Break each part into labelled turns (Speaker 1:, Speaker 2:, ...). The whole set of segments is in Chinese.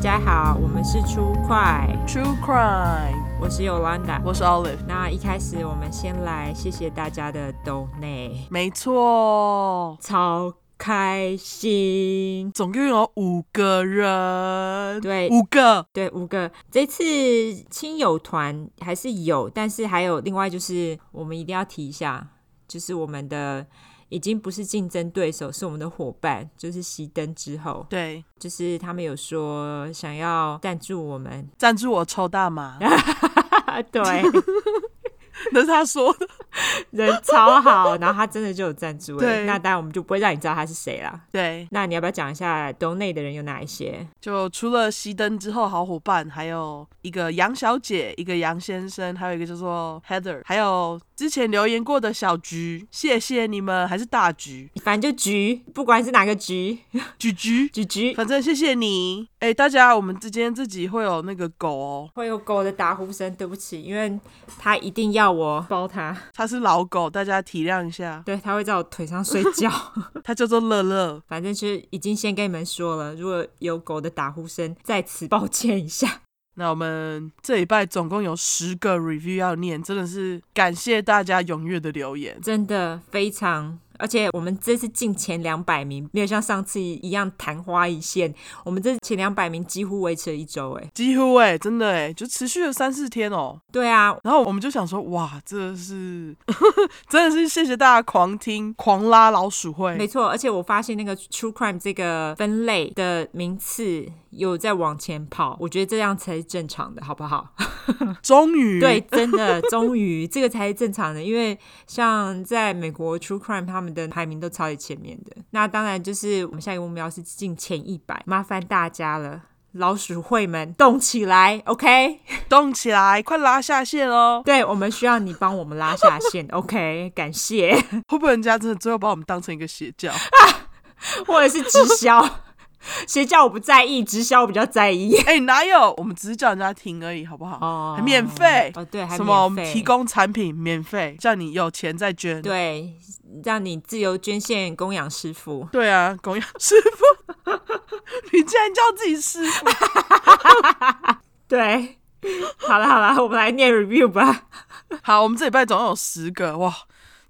Speaker 1: 家好，我们是出快，
Speaker 2: True Crime，
Speaker 1: 我是 Yolanda。
Speaker 2: 我是 Olive。
Speaker 1: 那一开始我们先来谢谢大家的 donate，
Speaker 2: 没错，
Speaker 1: 超开心。
Speaker 2: 总共有五个人，
Speaker 1: 对
Speaker 2: 五个，
Speaker 1: 对，五个。这次亲友团还是有，但是还有另外就是，我们一定要提一下，就是我们的已经不是竞争对手，是我们的伙伴，就是熄灯之后，
Speaker 2: 对，
Speaker 1: 就是他们有说想要赞助我们，
Speaker 2: 赞助我抽大麻，
Speaker 1: 对，
Speaker 2: 那是他说的，
Speaker 1: 人超好， 然后他真的就有赞助了，
Speaker 2: 对
Speaker 1: 那当然我们就不会让你知道他是谁啦。
Speaker 2: 对，
Speaker 1: 那你要不要讲一下 donate 的人有哪一些？
Speaker 2: 就除了熄灯之后好伙伴，还有一个杨小姐，一个杨先生，还有一个叫做 Heather，还有之前留言过的小菊，谢谢你们，还是大菊，
Speaker 1: 反正就局，不管是哪个局，
Speaker 2: 菊菊，
Speaker 1: 局局
Speaker 2: 反正谢谢你，哎、大家，我们之间自己会有那个狗哦，
Speaker 1: 会有狗的打呼声，对不起，因为他一定要我包他，
Speaker 2: 它是老狗，大家体谅一下，
Speaker 1: 对他会在我腿上睡觉。
Speaker 2: 它叫做乐乐。
Speaker 1: 反正就是已经先跟你们说了，如果有狗的打呼声，在此抱歉一下。
Speaker 2: 那我们这礼拜总共有十个 review 要念，真的是感谢大家踊跃的留言。
Speaker 1: 真的非常，而且我们这次进前两百名，没有像上次一样昙花一现，我们这前两百名几乎维持了一周，哎，
Speaker 2: 几乎哎、真的哎、就持续了三四天哦。
Speaker 1: 对啊，
Speaker 2: 然后我们就想说，哇，这是 真的是谢谢大家狂听狂拉老鼠
Speaker 1: 没
Speaker 2: 会，
Speaker 1: 错，而且我发现那个 true crime 这个分类的名次有在往前跑，我觉得这样才是正常的，好不好？
Speaker 2: 终于
Speaker 1: 对，真的，终于这个才是正常的，因为像在美国 True Crime 他们的排名都超级前面的。那当然就是我们下一个目标是进前一百，麻烦大家了。老鼠会们动起来，OK？
Speaker 2: 动起来，快拉下线哦！
Speaker 1: 对我们需要你帮我们拉下线，OK？感谢，
Speaker 2: 会不会人家真的最后把我们当成一个邪 教？
Speaker 1: 或者是直销， 邪教我不在意，直销我比较在意。
Speaker 2: 哎、哪有？我们只是叫人家听而已，好不好？
Speaker 1: 哦
Speaker 2: 还免费
Speaker 1: 哦，对，还
Speaker 2: 什么？我
Speaker 1: 免
Speaker 2: 们
Speaker 1: 费
Speaker 2: 提供产品免费，叫你有钱再捐。
Speaker 1: 对，让你自由捐献供养师傅。
Speaker 2: 对啊，供养师傅， 你竟然叫自己师傅？
Speaker 1: 对， 好了好了，我们来念 review 吧。
Speaker 2: 好，我们这礼拜总共有十个，哇，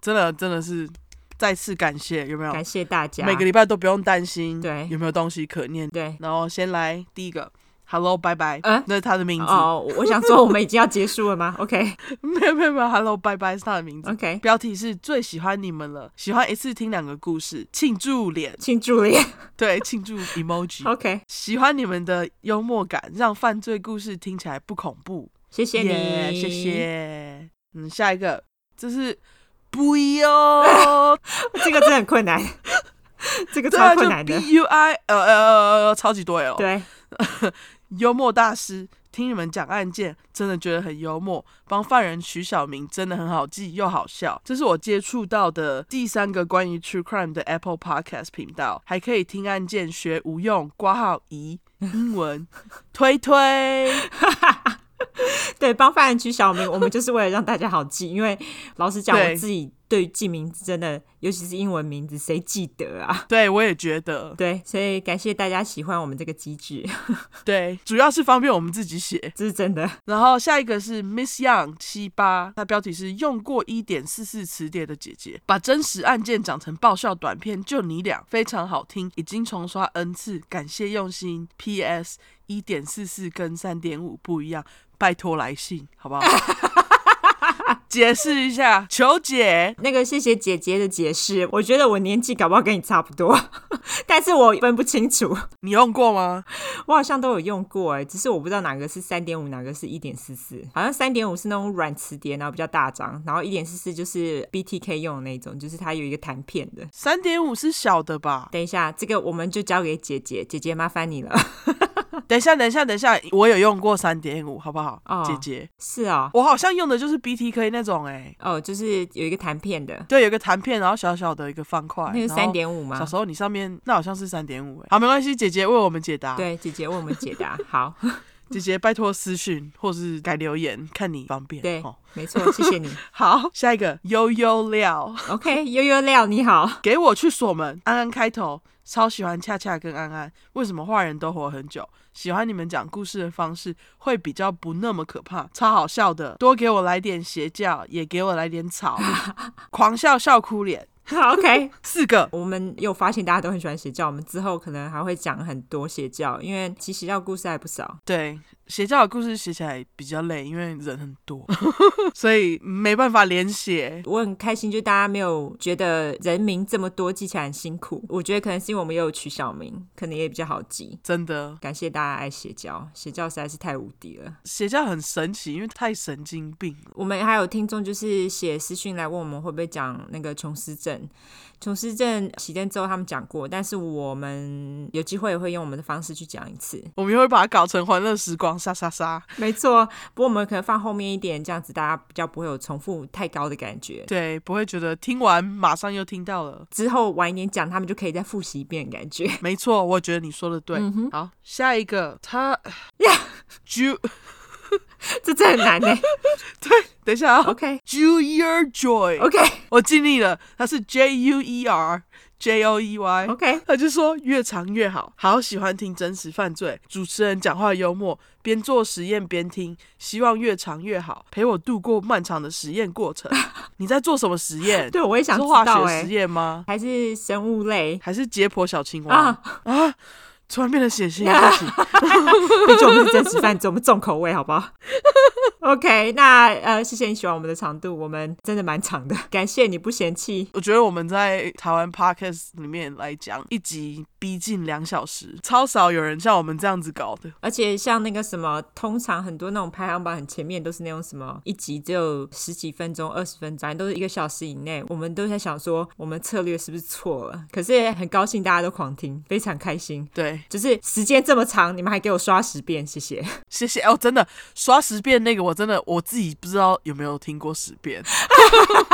Speaker 2: 真的真的是再次感谢，有没有？
Speaker 1: 感谢大家。
Speaker 2: 每个礼拜都不用担心，
Speaker 1: 对
Speaker 2: 有没有东西可念。
Speaker 1: 对
Speaker 2: 然后先来第一个，Hello，拜拜，
Speaker 1: 呃
Speaker 2: 那是他的名字，
Speaker 1: 哦，我想说我们已经要结束了吗 ？OK
Speaker 2: 没有没有没有，Hello，拜拜是他的名字。
Speaker 1: OK，
Speaker 2: 标题是最喜欢你们了，喜欢一次听两个故事，庆祝脸，
Speaker 1: 庆祝 了耶。
Speaker 2: 对，庆祝 emoji，
Speaker 1: OK，
Speaker 2: 喜欢你们的幽默感，让犯罪故事听起来不恐怖，
Speaker 1: 谢谢
Speaker 2: 耶
Speaker 1: 你，
Speaker 2: 谢。谢。嗯，下一个，这是不哦哟，
Speaker 1: 这个真的很困难， 这个
Speaker 2: 对啊，
Speaker 1: 超困
Speaker 2: 就
Speaker 1: 难的。
Speaker 2: B U I，呃呃呃呃，超级多哦。
Speaker 1: 对，
Speaker 2: 幽默大师，听你们讲案件，真的觉得很幽默。帮犯人取小名真的很好记又好笑。这是我接触到的第三个关于 True Crime 的 Apple Podcast 频道，还可以听案件学无用挂号仪英文，推 推。
Speaker 1: 对，帮犯人取小名，我们就是为了让大家好记。因为老实讲，
Speaker 2: 对
Speaker 1: 我自己对于记名字真的，尤其是英文名字，谁记得啊？
Speaker 2: 对我也觉得，
Speaker 1: 对，所以感谢大家喜欢我们这个机制，
Speaker 2: 对，主要是方便我们自己写。
Speaker 1: 这是真的。
Speaker 2: 然后下一个是 Miss Young 七八，它标题是用过一点四四词典的姐姐，把真实案件讲成爆笑短片，就你俩非常好听，已经重刷 n 次，感谢用心。P.S. 一点四四跟三点五不一样，拜托来信好 不好？解释一下，求解。
Speaker 1: 那个谢谢姐姐的解释，我觉得我年纪搞不好跟你差不多， 但是我分不清楚。
Speaker 2: 你用过吗？
Speaker 1: 我好像都有用过哎，只是我不知道哪个是三点五，哪个是一点四四。好像三点五是那种软磁碟，然后比较大张，然后一点四四就是 BTK 用的那种，就是它有一个弹片的。
Speaker 2: 三点五是小的吧？
Speaker 1: 等一下，这个我们就交给姐姐，姐姐麻烦你了。
Speaker 2: 等一下，等一下，等一下，我有用过三点五，好不好？
Speaker 1: 哦
Speaker 2: 姐姐，
Speaker 1: 是哦，
Speaker 2: 我好像用的就是 BTK 那种、欸，
Speaker 1: 哦，就是有一个弹片的，
Speaker 2: 对，有一个弹片，然后小小的一个方块，
Speaker 1: 那个
Speaker 2: 然后
Speaker 1: 三。点五吗
Speaker 2: 小？时候你上面那好像是三点五，好，没关系，姐姐为我们解答。，
Speaker 1: 对，姐姐为我们解答。好，
Speaker 2: 姐姐拜托私讯或是改留言，看你方便。
Speaker 1: 对
Speaker 2: 哦，
Speaker 1: 没错，谢谢你。
Speaker 2: 好，下一个悠悠料，
Speaker 1: OK，悠悠料你好，
Speaker 2: 给我去锁门。安安开头超喜欢恰恰跟安安，为什么坏人都活很久？喜欢你们讲故事的方式，会比较不那么可怕，超好笑的。多给我来点邪教，也给我来点草， 狂笑笑哭脸。
Speaker 1: 好 OK。
Speaker 2: 四个
Speaker 1: 我们有发现大家都很喜欢邪教，我们之后可能还会讲很多邪教，因为其实邪教故事还不少。
Speaker 2: 对，写教的故事写起来比较累，因为人很多， 所以没办法连写。
Speaker 1: 我很开心，就大家没有觉得人名这么多记起来很辛苦。我觉得可能是因为我们也有取小名，可能也比较好记。
Speaker 2: 真的，
Speaker 1: 感谢大家爱邪教，邪教实在是太无敌了。
Speaker 2: 写教很神奇，因为太神经病了。
Speaker 1: 我们还有听众就是写私讯来问我们会不会讲那个琼斯症，琼斯症熄灯之后他们讲过，但是我们有机会也会用我们的方式去讲一次。
Speaker 2: 我们也会把它搞成欢乐时光，杀杀杀。
Speaker 1: 没错，不过我们可能放后面一点，这样子大家比较不会有重复太高的感觉。
Speaker 2: 对，不会觉得听完马上又听到了。
Speaker 1: 之后晚一点讲，他们就可以再复习一遍，感觉。
Speaker 2: 没错，我觉得你说的对。
Speaker 1: 嗯
Speaker 2: 好，下一个他 Ju，
Speaker 1: 这真的很难 呢。
Speaker 2: 等一下啊
Speaker 1: OK
Speaker 2: ，Junior Joy，、
Speaker 1: OK
Speaker 2: 我尽力了，他是 J U E R J O E Y。
Speaker 1: OK，
Speaker 2: 他就说越长越好，好喜欢听真实犯罪，主持人讲话幽默，边做实验边听，希望越长越好，陪我度过漫长的实验过程。 你在做什么实验？
Speaker 1: 对我也想
Speaker 2: 是
Speaker 1: 知
Speaker 2: 化
Speaker 1: 道
Speaker 2: 学
Speaker 1: 哎、
Speaker 2: 实验吗？
Speaker 1: 还是生物类
Speaker 2: 还是解剖小青蛙？
Speaker 1: 啊？
Speaker 2: 突然变得血腥，对不 起
Speaker 1: 毕竟我们是真实犯 罪，我们重口味，好不好？OK，那呃，谢谢你喜欢我们的长度，我们真的蛮长的，感谢你不嫌弃。
Speaker 2: 我觉得我们在台湾 podcast 里面来讲，一集逼近两小时，超少有人像我们这样子搞的。
Speaker 1: 而且像那个什么，通常很多那种排行榜很前面都是那种什么一集只有十几分钟、二十分钟，都是一个小时以内。我们都在想说，我们策略是不是错了？可是也很高兴大家都狂听，非常开心。
Speaker 2: 对，
Speaker 1: 就是时间这么长，你们还给我刷十遍，谢谢。
Speaker 2: 谢谢哦，真的刷十遍那个，我真的我自己不知道有没有听过十遍。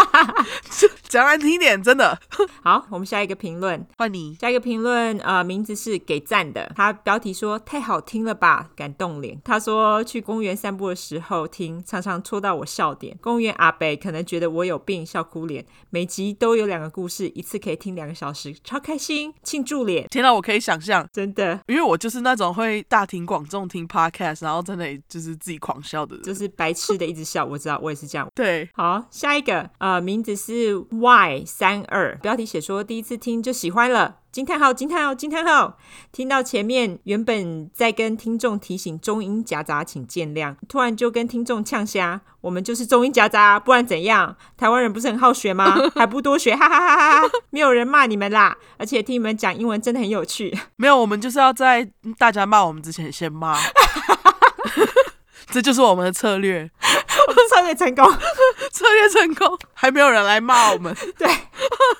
Speaker 2: 讲难听点，真的
Speaker 1: 好，我们下一个评论。
Speaker 2: 换你
Speaker 1: 下一个评论，呃，名字是给赞的，他标题说太好听了吧，感动脸。他说去公园散步的时候听，常常戳到我笑点。公园阿北可能觉得我有病，笑哭脸。每集都有两个故事，一次可以听两个小时，超开心，庆祝脸，
Speaker 2: 听到我可以想象，
Speaker 1: 真的
Speaker 2: 因为我就是那种会大庭广众听 podcast，然后在那里就是自己狂笑的人。
Speaker 1: 就是白痴的一直笑，我知道我也是这样。
Speaker 2: 对，
Speaker 1: 好，下一个，呃，名字是 Y 三二，标题写说第一次听就喜欢了，惊叹号，惊叹号，惊叹号！听到前面原本在跟听众提醒中英夹杂，请见谅，突然就跟听众呛虾，我们就是中英夹杂，不然怎样？台湾人不是很好学吗？还不多学，哈哈哈哈哈！没有人骂你们啦，而且听你们讲英文真的很有趣，
Speaker 2: 没有，我们就是要在大家骂我们之前先骂， 这就是我们的策略，
Speaker 1: 我们策略成功。
Speaker 2: 策略成功，还没有人来骂我 们，
Speaker 1: 对，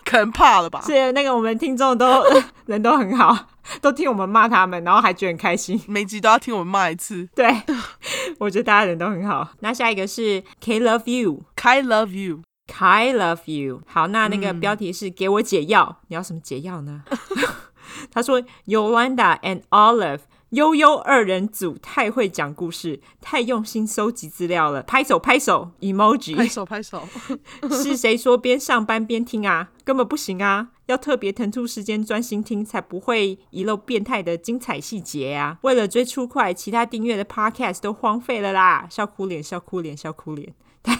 Speaker 2: 可能怕了吧？
Speaker 1: 所以那个我们听众都 人都很好，都听我们骂他们，然后还觉得很开心。
Speaker 2: 每集都要听我们骂一次
Speaker 1: 对，我觉得大家人都很好。那下一个是 K love you。
Speaker 2: ，I love you。
Speaker 1: I love you。好，那那
Speaker 2: 嗯
Speaker 1: 个标题是“给我解药”，你要什么解药呢？ 他说：“Yolanda and Olive，悠悠二人组太会讲故事，太用心收集资料了，拍手拍手
Speaker 2: 拍
Speaker 1: emoji。
Speaker 2: 手拍手，
Speaker 1: 是谁说边上班边听啊？ 根本不行啊！要特别腾出时间专心听，才不会遗漏变态的精彩细节啊！为了追出快，其他订阅的 podcast 都荒废了啦！笑哭脸，笑哭脸，笑哭脸。”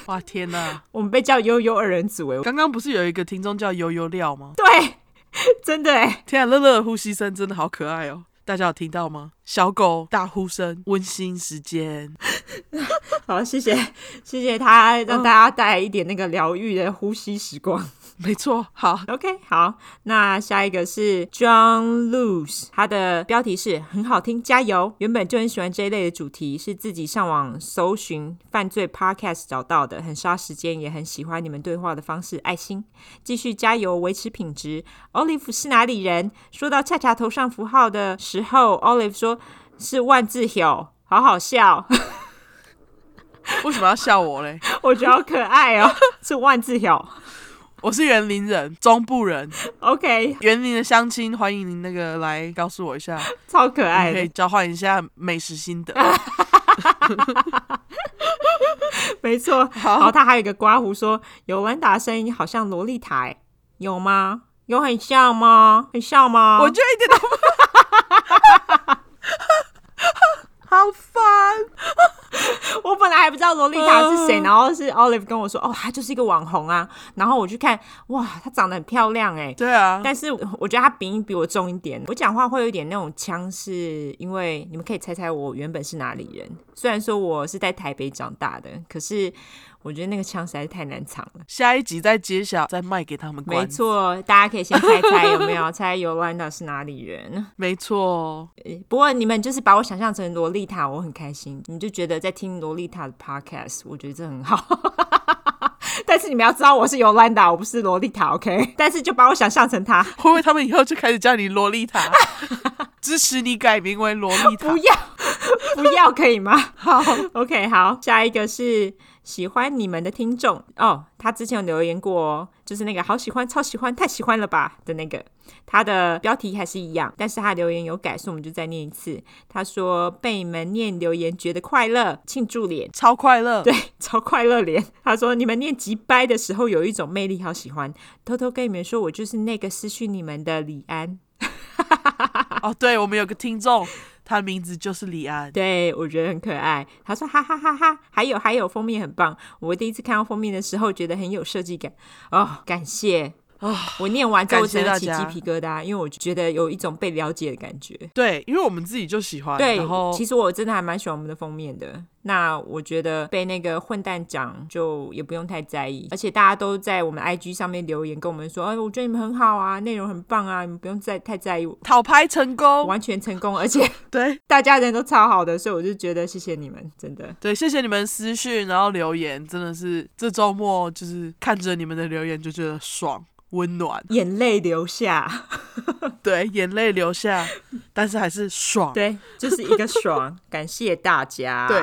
Speaker 2: 哇天哪！
Speaker 1: 我们被叫悠悠二人组哎，
Speaker 2: 刚刚不是有一个听众叫悠悠料吗？
Speaker 1: 对， 真的哎，
Speaker 2: 天啊，乐乐的呼吸声真的好可爱哦！大家有听到吗？小狗大呼声，温馨时间。
Speaker 1: 好，谢谢，谢谢他让大家带来一点那个疗愈的呼吸时光。
Speaker 2: 没错，好，
Speaker 1: OK，好，那下一个是 John Lewis，他的标题是很好听，加油！原本就很喜欢这一类的主题，是自己上网搜寻犯罪 Podcast 找到的，很杀时间，也很喜欢你们对话的方式，爱心，继续加油，维持品质。Olive 是哪里人？说到恰恰头上符号的时候，Olive 说是万字友，好好笑。
Speaker 2: 为什么要笑我嘞？
Speaker 1: 我觉得好可爱哦，是万字友。
Speaker 2: 我是园林人，中部人，
Speaker 1: OK，
Speaker 2: 园林的乡亲，欢迎您那个来告诉我一下，
Speaker 1: 超可爱
Speaker 2: 可以
Speaker 1: 的，
Speaker 2: 交换一下美食心得。
Speaker 1: 啊没错。然后
Speaker 2: 好，
Speaker 1: 他还有一个刮胡说，尤兰达声音好像洛丽塔、欸，有吗？有很像吗？很像 吗？
Speaker 2: 我就一点都不， 好烦。
Speaker 1: 我本来还不知道洛丽塔是谁，
Speaker 2: 嗯
Speaker 1: 然后是 Olive 跟我说，哦，她就是一个网红啊。然后我去看，哇，她长得很漂亮哎、
Speaker 2: 对啊，
Speaker 1: 但是我觉得她鼻音比我重一点，我讲话会有一点那种腔，是因为你们可以猜猜我原本是哪里人。虽然说我是在台北长大的，可是我觉得那个腔实在是太难藏了。
Speaker 2: 下一集再揭晓，再卖给他们
Speaker 1: 没
Speaker 2: 关。
Speaker 1: 错，大家可以先猜猜有没有猜尤兰达是哪里人。
Speaker 2: 没错，
Speaker 1: 诶不过你们就是把我想象成洛丽塔，我很开心。你们就觉得在听洛丽塔的 podcast，我觉得这很好。 但是你们要知道，我是尤兰达，我不是洛丽塔，OK？但是就把我想象成她，
Speaker 2: 会不会他们以后就开始叫你洛丽 塔？支持你改名为洛丽塔
Speaker 1: 不。要，不要，可以吗？ 好，OK，好，下一个是喜欢你们的听众哦，他之前有留言过哦，就是那个好喜欢、超喜欢、太喜欢了吧的那个，他的标题还是一样，但是他留言有改，所以我们就再念一次。他说被你们念留言觉得快乐，庆祝脸。
Speaker 2: 超快乐，
Speaker 1: 对，超快乐脸。他说：“你们念急掰的时候有一种魅力，好喜欢。偷偷跟你们说，我就是那个失去你们的李安。
Speaker 2: 哦，对，我们有个听众，他的名字就是李安，
Speaker 1: 对，我觉得很可爱。他说哈哈哈哈，还有还有，封面很棒。我第一次看到封面的时候，觉得很有设计感哦，感谢。
Speaker 2: 啊
Speaker 1: 我念完之后，我
Speaker 2: 感谢
Speaker 1: 真的
Speaker 2: 大
Speaker 1: 起
Speaker 2: 家
Speaker 1: 鸡皮疙瘩，因为我觉得有一种被了解的感觉。
Speaker 2: 对，因为我们自己就喜欢，
Speaker 1: 对
Speaker 2: 啊然后，
Speaker 1: 其实我真的还蛮喜欢我们的封面的。那我觉得被那个混蛋讲就也不用太在意，而且大家都在我们 IG 上面留言跟我们说，哎，我觉得你们很好啊，内容很棒啊，你们不用再太在意，我
Speaker 2: 讨拍成功，
Speaker 1: 完全成功，而且
Speaker 2: 对
Speaker 1: 大家人都超好的，所以我就觉得谢谢你们，真的。
Speaker 2: 对，谢谢你们私讯，然后留言，真的是这周末就是看着你们的留言就觉得爽。温暖，
Speaker 1: 眼泪流下，
Speaker 2: 对，眼泪流下，但是还是爽。
Speaker 1: 对，就是一个爽，感谢大 家。
Speaker 2: 对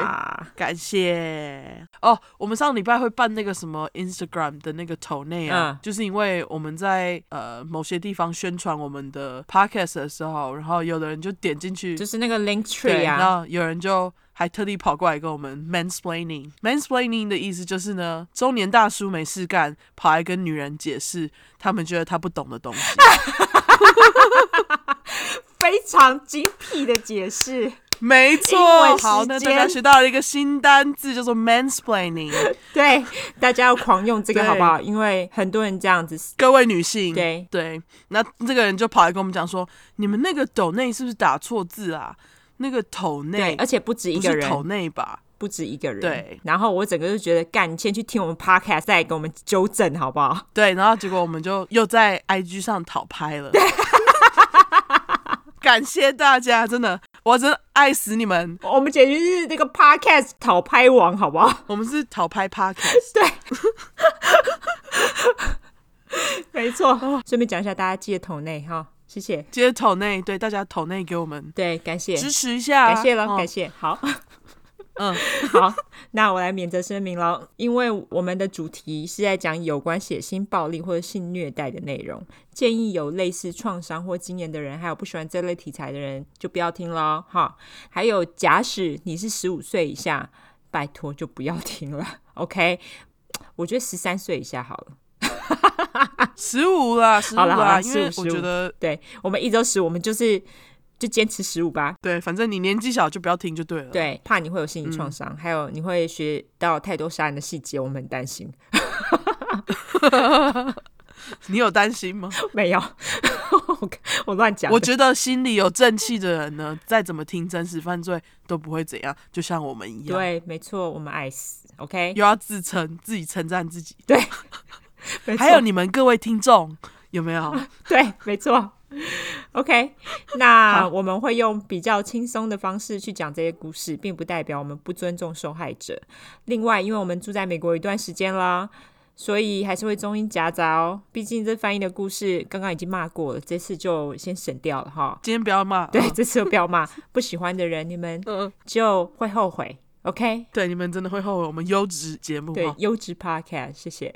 Speaker 2: 感谢哦！我们上礼拜会办那个什么 Instagram 的那个头内啊，
Speaker 1: 嗯
Speaker 2: 就是因为我们在呃某些地方宣传我们的 podcast 的时候，然后有的人就点进去，
Speaker 1: 就是那个 link tree
Speaker 2: 对，然
Speaker 1: 啊，
Speaker 2: 后有人就还特地跑过来跟我们 mansplaining。mansplaining 的意思就是呢，中年大叔没事干，跑来跟女人解释他们觉得他不懂的东西。
Speaker 1: 非常精辟的解释。
Speaker 2: 没
Speaker 1: 英文
Speaker 2: 错，
Speaker 1: 时
Speaker 2: 好，那大
Speaker 1: 间
Speaker 2: 家学到了一个新单字，叫做 mansplaining。
Speaker 1: 对，大家要狂用这个
Speaker 2: 对
Speaker 1: 好不好？因为很多人这样子，
Speaker 2: 各位女性，
Speaker 1: 对
Speaker 2: 对，那这个人就跑来跟我们讲说，你们那个斗内是不是打错字啊？那个头
Speaker 1: 对，
Speaker 2: 内
Speaker 1: 而且不止一
Speaker 2: 不
Speaker 1: 个
Speaker 2: 是
Speaker 1: 人，
Speaker 2: 头内吧？
Speaker 1: 不止一个人。
Speaker 2: 对，
Speaker 1: 然后我整个就觉得，干，你先去听我们 podcast，再来给我们纠正好不好？
Speaker 2: 对，然后结果我们就又在 IG 上讨拍了。 感谢大家，真的，我真的爱死你们！
Speaker 1: 我们简直是那个 podcast 讨拍王，好不好？
Speaker 2: 我们是讨拍 podcast，
Speaker 1: 没错。顺便讲一下，大家记得投内哈，谢谢。
Speaker 2: 接头内，对大家头内给我们
Speaker 1: 对，感谢，
Speaker 2: 支持一下，
Speaker 1: 感谢了，
Speaker 2: 哦
Speaker 1: 感谢，好。
Speaker 2: 嗯，
Speaker 1: 好，那我来免责声明喽，因为我们的主题是在讲有关血腥暴力或者性虐待的内容，建议有类似创伤或经验的人，还有不喜欢这类题材的人就不要听喽，哈。还有，假使你是十五岁以下，拜托就不要听了，OK？我觉得十三岁以下好了。
Speaker 2: 十五啦，十五
Speaker 1: 好啦好啦
Speaker 2: 啦，因为
Speaker 1: 15
Speaker 2: 我觉得
Speaker 1: 对我们一周十，我们就是就坚持十五吧。
Speaker 2: 对，反正你年纪小就不要听就对嗯了。
Speaker 1: 对，怕你会有心理创伤，还有你会学到太多杀人的细节，我们很担心。
Speaker 2: 你有担心吗？
Speaker 1: 没有， 我我乱讲的。
Speaker 2: 我觉得心里有正气的人呢，再怎么听真实犯罪都不会怎样，就像我们一样，
Speaker 1: 对，没错，我们爱死。OK，
Speaker 2: 又要自称自己称赞自己。
Speaker 1: 没 错
Speaker 2: 还有你们各位听众，有没有？
Speaker 1: 对，没错。OK，那
Speaker 2: 好
Speaker 1: 我们会用比较轻松的方式去讲这些故事，并不代表我们不尊重受害者。另外，因为我们住在美国一段时间啦，所以还是会中英夹杂哦。毕竟这翻译的故事刚刚已经骂过了，这次就先省掉了哈。
Speaker 2: 今天不要骂。
Speaker 1: 对，
Speaker 2: 嗯
Speaker 1: 这次就不要骂，不喜欢的人你们
Speaker 2: 嗯，
Speaker 1: 就会后悔。 OK，
Speaker 2: 对，你们真的会后悔我们优质节目
Speaker 1: 对
Speaker 2: 哈，，
Speaker 1: 优质 Podcast，谢谢，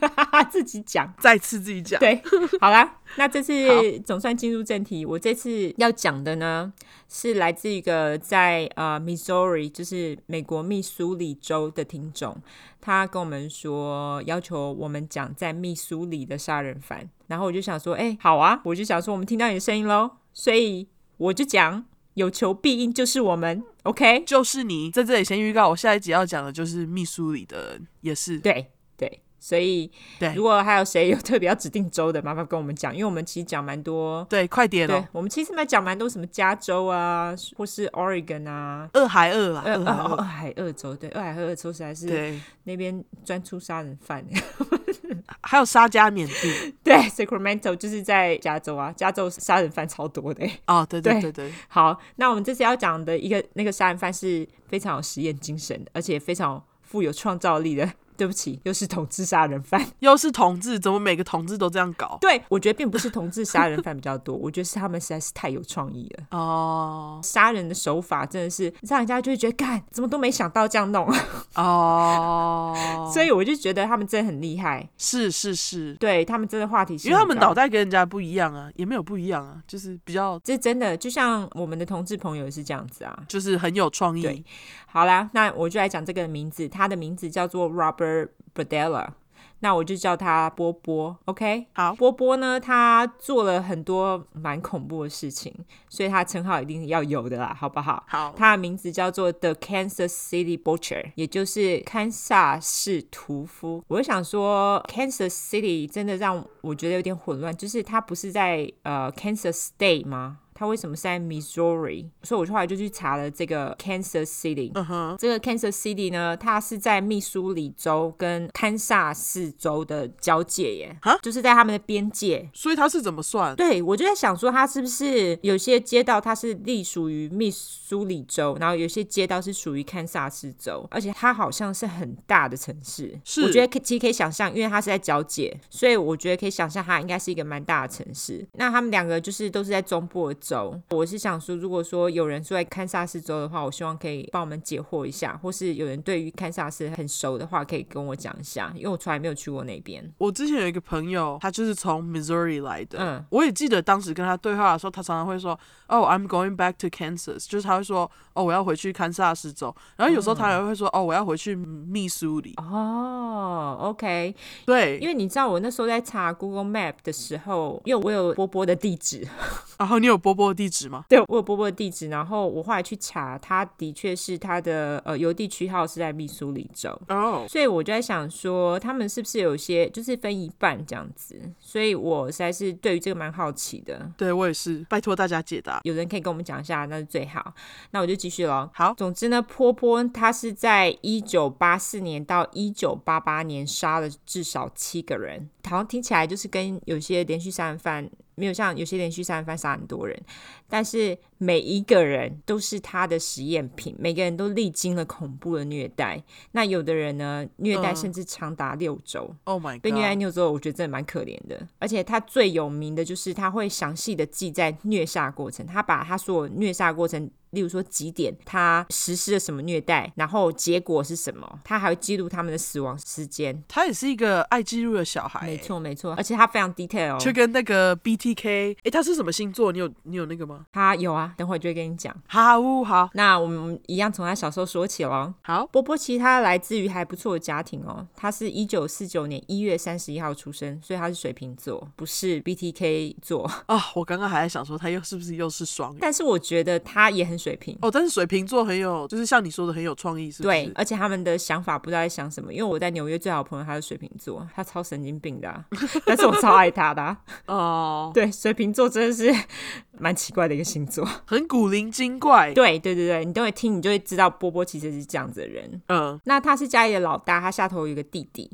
Speaker 1: 自己讲。
Speaker 2: 再次自己讲。
Speaker 1: 对，好啦，那这
Speaker 2: 好
Speaker 1: 次总算进入正题。我这次要讲的呢，是来自一个在呃 Missouri，就是美国密苏里州的听众，他跟我们说要求我们讲在密苏里的杀人犯，然后我就想说，哎、好啊，我就想说我们听到你的声音喽，所以我就讲有求必应就是我们，OK？
Speaker 2: 就是你在这里先预告，我下一集要讲的就是密苏里的人，也是
Speaker 1: 对对，所以
Speaker 2: 对
Speaker 1: 如果还有谁有特别要指定州的，麻烦跟我们讲，因为我们其实讲蛮多。
Speaker 2: 对，快点哦
Speaker 1: 对，，我们其实蛮讲蛮多什么加州啊，或是 Oregon 啊，
Speaker 2: 二还二啦，
Speaker 1: 呃，
Speaker 2: 二
Speaker 1: 二
Speaker 2: 还
Speaker 1: 二
Speaker 2: 二，
Speaker 1: 海二州，对，二哦海二州实在是
Speaker 2: 嗯对，
Speaker 1: 那边专出杀人犯。
Speaker 2: 还有沙加缅甸，
Speaker 1: 对，Sacramento 就是在加州啊，加州杀人犯超多的。
Speaker 2: 哦，对对
Speaker 1: 对
Speaker 2: 对对，
Speaker 1: 好，那我们这次要讲的一个那个杀人犯是非常有实验精神的，而且非常富有创造力的。 对不起，又是同志杀人犯。
Speaker 2: 又是同志，怎么每个同志都这样搞？
Speaker 1: 对我觉得并不是同志杀人犯比较多，我觉得是他们实在是太有创意了，
Speaker 2: 哦
Speaker 1: 杀人的手法真的是让人家就会觉得，干怎么都没想到这样弄。
Speaker 2: 哦，
Speaker 1: 所以我就觉得他们真的很厉害，
Speaker 2: 是是是，
Speaker 1: 对他们真的话题性
Speaker 2: 因为他们
Speaker 1: 很高
Speaker 2: 脑袋跟人家不一样啊，也没有不一样啊，就是比较
Speaker 1: 这真的就像我们的同志朋友也是这样子啊。
Speaker 2: 就是很有创意
Speaker 1: 对，好啦，那我就来讲这个名字，他的名字叫做 Robert Badella，那我就叫他波波，OK。
Speaker 2: 好
Speaker 1: 波波呢，他做了很多蛮恐怖的事情，所以他称号一定要有的啦，好不好？
Speaker 2: 好
Speaker 1: 他的名字叫做 The Kansas City Butcher，也就是堪萨市屠夫。我就想说，Kansas City 真的让我觉得有点混乱，就是它不是在呃 Kansas State 吗？它为什么是在 Missouri？所以我后来就去查了这个 Kansas City。
Speaker 2: 嗯哼，
Speaker 1: 这个 Kansas City 呢，它是在密苏里州跟堪萨斯州的交界耶
Speaker 2: 哈，
Speaker 1: 就是在他们的边界。
Speaker 2: 所以他是怎么算？
Speaker 1: 对，我就在想说，它是不是有些街道它是隶属于密苏里州，然后有些街道是属于堪萨斯州，而且它好像是很大的城市。
Speaker 2: 是
Speaker 1: 我觉得可其实可以想象，因为它是在交界，所以我觉得可以想象它应该是一个蛮大的城市。那他们两个就是都是在中部的州。我是想说，如果说有人住在堪萨斯州的话，我希望可以帮我们解惑一下，或是有人对于堪萨斯很熟的话，可以跟我讲一下，因为我从来没有去过那边。
Speaker 2: 我之前有一个朋友，他就是从 Missouri 来的。
Speaker 1: 嗯
Speaker 2: 我也记得当时跟他对话的时候，他常常会说：“哦、i m going back to Kansas。”就是他会说：“哦，我要回去堪萨斯州。”然后有时
Speaker 1: 嗯
Speaker 2: 候他还会说：“哦，我要回去密苏里。
Speaker 1: 哦、o k
Speaker 2: 对，
Speaker 1: 因为你知道，我那时候在查 Google Map 的时候，因为我有波波的地址，
Speaker 2: 然后你有波波的地址吗？
Speaker 1: 对我有波波的地址，然后我后来去查，他的确是他的呃邮地区号是在密苏里州，
Speaker 2: 哦、
Speaker 1: 所以我就在想说，他们是不是有些就是分一半这样子？所以我实在是对于这个蛮好奇的，
Speaker 2: 对我也是，拜托大家解答。
Speaker 1: 有人可以跟我们讲一下，那是最好。那我就继续喽。
Speaker 2: 好
Speaker 1: 总之呢，波波他是在一九八四年到一九八八年杀了至少七个人，好像听起来就是跟有些连续杀人犯没有像有些连续杀人犯杀很多人，但是每一个人都是他的实验品，每个人都历经了恐怖的虐待。那有的人呢，虐待
Speaker 2: 嗯
Speaker 1: 甚至长达六周。
Speaker 2: Oh my
Speaker 1: 被虐待
Speaker 2: god！
Speaker 1: 六周，我觉得真的蛮可怜的。而且他最有名的就是他会详细的记在虐杀过程，他把他所有虐杀过程，例如说几点他实施了什么虐待，然后结果是什么，他还会记录他们的死亡时间。
Speaker 2: 他也是一个爱记录的小孩、
Speaker 1: 没错，没错，而且他非常 detail
Speaker 2: 就
Speaker 1: 哦。
Speaker 2: 跟那个 BTK，诶，他是什么星座？你有你有那个吗？
Speaker 1: 他有啊，等会儿就会跟你讲。
Speaker 2: 好好
Speaker 1: 那我们一样从他小时候说起喽。
Speaker 2: 好，
Speaker 1: 波波其实他来自于还不错的家庭哦，他是一九四九年一月三十一号出生，所以他是水瓶座，不是 BTK 座。
Speaker 2: 哦，我刚刚还在想说他又是不是又是双鱼？
Speaker 1: 但是我觉得他也很水平，
Speaker 2: 哦，但是水瓶座很有，就是像你说的很有创意，是不是？
Speaker 1: 对，，而且他们的想法不知道在想什么。因为我在纽约最好的朋友他是水瓶座，他超神经病的啊、 但是我超爱他的 啊、
Speaker 2: 哦、
Speaker 1: 对，水瓶座真的是蛮奇怪的一个星座。
Speaker 2: 很古灵精怪。
Speaker 1: 对对对对，你都会听，你就会知道波波其实是这样子的人。
Speaker 2: 嗯，
Speaker 1: 那他是家里的老大，他下头有一个弟弟。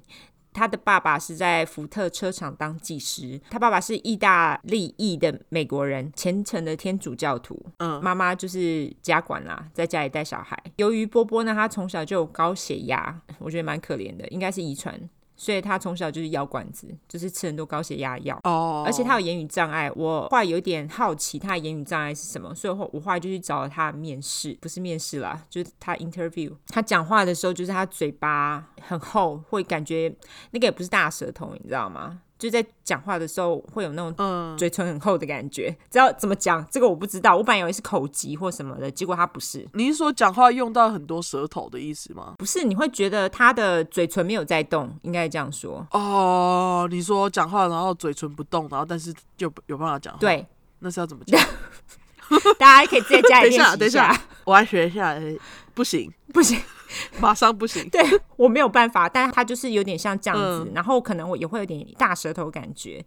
Speaker 1: 他的爸爸是在福特车厂当技师，他爸爸是意大利裔的美国人，虔诚的天主教徒。
Speaker 2: 嗯
Speaker 1: 妈妈就是家管啦，在家里带小孩。由于波波呢，他从小就有高血压，我觉得蛮可怜的，应该是遗传。所以他从小就是药管子，就是吃很多高血压药。
Speaker 2: 哦，
Speaker 1: 而且他有言语障碍，我后来有点好奇他的言语障碍是什么，所以我我后来就去找了他面试，不是面试啦，就是他 interview。他讲话的时候，就是他嘴巴很厚，会感觉那个也不是大舌头，你知道吗？就在讲话的时候会有那种
Speaker 2: 嗯，
Speaker 1: 嘴唇很厚的感觉，知道怎么讲这个我不知道，我本来以为是口疾或什么的，结果他不是，
Speaker 2: 你是说讲话用到很多舌头的意思吗？
Speaker 1: 不是你会觉得他的嘴唇没有在动，应该这样说。
Speaker 2: 哦，你说讲话然后嘴唇不动，然后但是就有办法讲话，，
Speaker 1: 对，
Speaker 2: 那是要怎么讲？
Speaker 1: 大家可以在家里
Speaker 2: 等一
Speaker 1: 练习
Speaker 2: 下，等一下，我来学一下，哎不行，
Speaker 1: 不行，
Speaker 2: 马上不行。
Speaker 1: 对我没有办法，但他就是有点像这样子，然后可能我也会有点大舌头感觉，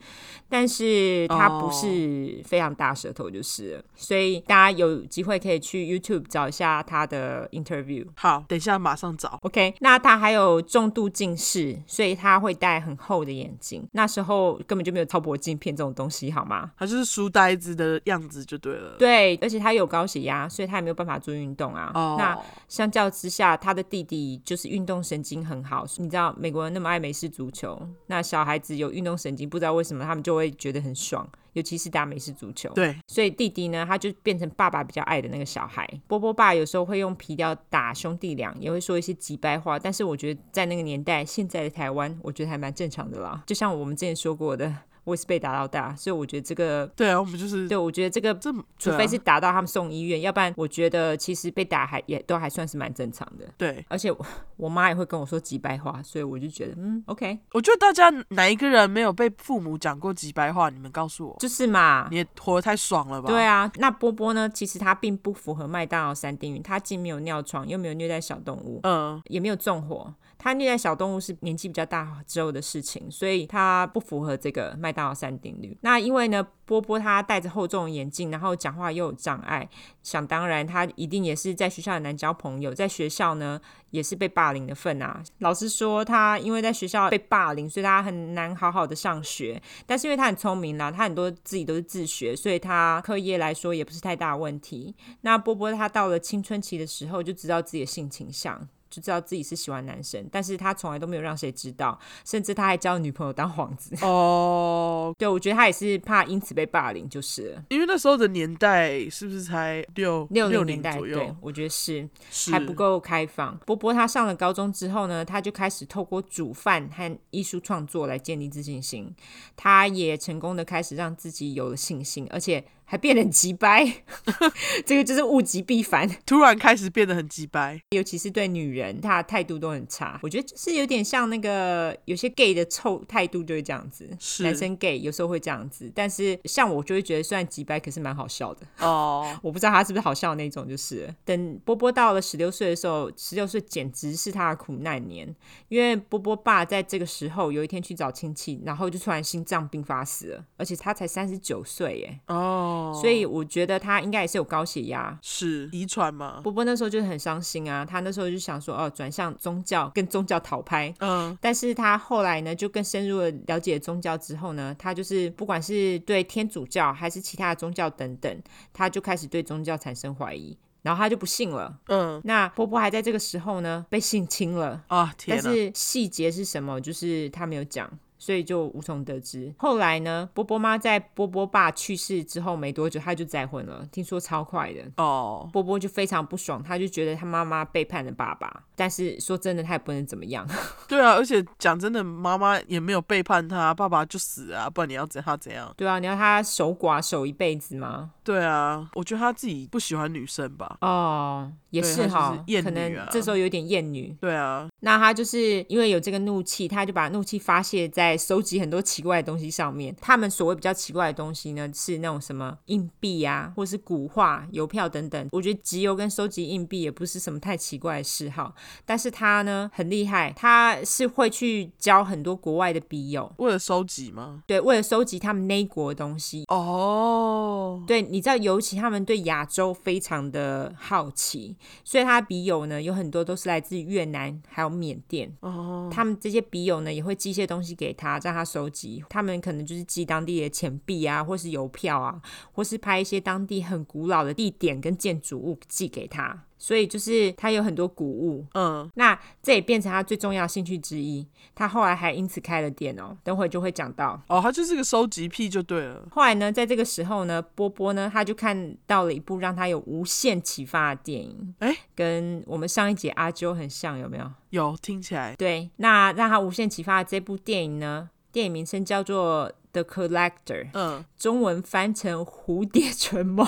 Speaker 1: 但是他不是非常大舌头就是了所以大家有机会可以去 YouTube 找一下他的 interview。
Speaker 2: 好，等一下马上找。
Speaker 1: OK，那他还有重度近视，所以他会戴很厚的眼镜。那时候根本就没有超薄镜片这种东西，好吗？
Speaker 2: 他就是书呆子的样子就对了。
Speaker 1: 对，而且他有高血压，所以他也没有办法做运动啊。
Speaker 2: 哦，
Speaker 1: 那相较之下，他的弟弟就是运动神经很好。你知道美国人那么爱美式足球，那小孩子有运动神经，不知道为什么他们就会觉得很爽，尤其是打美式足球。
Speaker 2: 对，
Speaker 1: 所以弟弟呢，他就变成爸爸比较爱的那个小孩。波波爸有时候会用皮条打兄弟俩，也会说一些急掰话，但是我觉得在那个年代，现在的台湾，我觉得还蛮正常的啦。就像我们之前说过的，我也是被打到大，所以我觉得这个。
Speaker 2: 对啊，我们就是
Speaker 1: 对，我觉得这个
Speaker 2: 这，
Speaker 1: 除
Speaker 2: 对啊
Speaker 1: 非是打到他们送医院，要不然我觉得其实被打还也都还算是蛮正常的。
Speaker 2: 对。
Speaker 1: 而且我我妈也会跟我说几白话，所以我就觉得嗯，OK，
Speaker 2: 我觉得大家哪一个人没有被父母讲过几白话？你们告诉我，
Speaker 1: 就是嘛
Speaker 2: 你。也活得太爽了吧？
Speaker 1: 对啊，那波波呢？其实他并不符合麦当劳三丁鱼，他既没有尿床，又没有虐待小动物，
Speaker 2: 嗯，
Speaker 1: 也没有纵火。他虐待小动物是年纪比较大之后的事情，所以他不符合这个麦当劳三定律。那因为呢，波波他戴着厚重的眼镜，然后讲话又有障碍，想当然他一定也是在学校很难交朋友，在学校呢也是被霸凌的份啊。老师说他因为在学校被霸凌，所以他很难好好的上学。但是因为他很聪明啦，他很多自己都是自学，所以他课业来说也不是太大问题。那波波他到了青春期的时候，就知道自己的性倾向，就知道自己是喜欢男生，但是他从来都没有让谁知道，甚至他还交女朋友当幌子。
Speaker 2: 哦，
Speaker 1: 对，我觉得他也是怕因此被霸凌，就是了
Speaker 2: 因为那时候的年代是不是才六
Speaker 1: 六零年
Speaker 2: 零
Speaker 1: 代，
Speaker 2: 左
Speaker 1: 对
Speaker 2: 右，
Speaker 1: 我觉得是。
Speaker 2: 是
Speaker 1: 还不够开放。波波他上了高中之后呢，他就开始透过煮饭和艺术创作来建立自信心。他也成功的开始让自己有了信心，而且还变得很急掰。 这个就是物极必反，
Speaker 2: 突然开始变得很鸡掰。
Speaker 1: 尤其是对女人，他的态度都很差。我觉得就是有点像那个有些 gay 的臭态度就会这样子。
Speaker 2: 是
Speaker 1: 男生 gay 有时候会这样子，但是像我就会觉得虽然急掰，可是蛮好笑的。
Speaker 2: 哦，
Speaker 1: 我不知道他是不是好笑的那种，就是了等波波到了十六岁的时候，十六岁简直是他的苦难年，因为波波爸在这个时候有一天去找亲戚，然后就突然心脏病发死了，而且他才三十九岁耶，
Speaker 2: 哦，
Speaker 1: 所以我觉得他应该也是有高血压。
Speaker 2: 是遗传嘛？
Speaker 1: 波波那时候就是很伤心啊，他那时候就想说，哦，转向宗教，跟宗教讨拍。
Speaker 2: 嗯，
Speaker 1: 但是他后来呢，就更深入的了解宗教之后呢，他就是不管是对天主教还是其他的宗教等等，他就开始对宗教产生怀疑，然后他就不信了。
Speaker 2: 嗯，
Speaker 1: 那波波还在这个时候呢被性侵了，
Speaker 2: 啊，天
Speaker 1: 但
Speaker 2: 哪，
Speaker 1: 是细节是什么，就是他没有讲。所以就无从得知。后来呢，波波妈在波波爸去世之后没多久，他就再婚了，听说超快的。
Speaker 2: 哦，
Speaker 1: 波波就非常不爽，他就觉得他妈妈背叛了爸爸。但是说真的，他也不能怎么样。
Speaker 2: 对啊，而且讲真的，妈妈也没有背叛他，爸爸就死啊，不然你要怎他怎样？
Speaker 1: 对啊，你要他守寡守一辈子吗？
Speaker 2: 对啊，我觉得他自己不喜欢女生吧。
Speaker 1: 哦，也
Speaker 2: 对
Speaker 1: 是
Speaker 2: 他
Speaker 1: 哈
Speaker 2: 就是，厌
Speaker 1: 可
Speaker 2: 女
Speaker 1: 能
Speaker 2: 啊
Speaker 1: 这时候有点厌女。
Speaker 2: 对啊，
Speaker 1: 那他就是因为有这个怒气，他就把怒气发泄在收集很多奇怪的东西上面。他们所谓比较奇怪的东西呢，是那种什么硬币啊，或是古画、邮票等等。我觉得集邮跟收集硬币也不是什么太奇怪的嗜好，但是他呢很厉害，他是会去交很多国外的笔友，
Speaker 2: 为了收集吗？
Speaker 1: 对，为了收集他们那一国的东西，
Speaker 2: 哦，
Speaker 1: 对，你知道，尤其他们对亚洲非常的好奇，所以他的笔友呢有很多都是来自越南还有缅甸。
Speaker 2: 哦，
Speaker 1: 他们这些笔友呢也会寄一些东西给他，让他收集。他们可能就是寄当地的钱币啊，或是邮票啊，或是拍一些当地很古老的地点跟建筑物寄给他。所以就是他有很多古物。
Speaker 2: 嗯，
Speaker 1: 那这也变成他最重要的兴趣之一。他后来还因此开了店哦，等会就会讲到。
Speaker 2: 哦，他就是个收集癖就对了。
Speaker 1: 后来呢，在这个时候呢，波波呢，他就看到了一部让他有无限启发的电影，
Speaker 2: 诶
Speaker 1: 跟我们上一节阿啾很像，有没有？
Speaker 2: 有听起来，
Speaker 1: 对，那让他无限启发的这部电影呢，电影名称叫做《The Collector》，
Speaker 2: 嗯，
Speaker 1: 中文翻成《蝴蝶春梦》。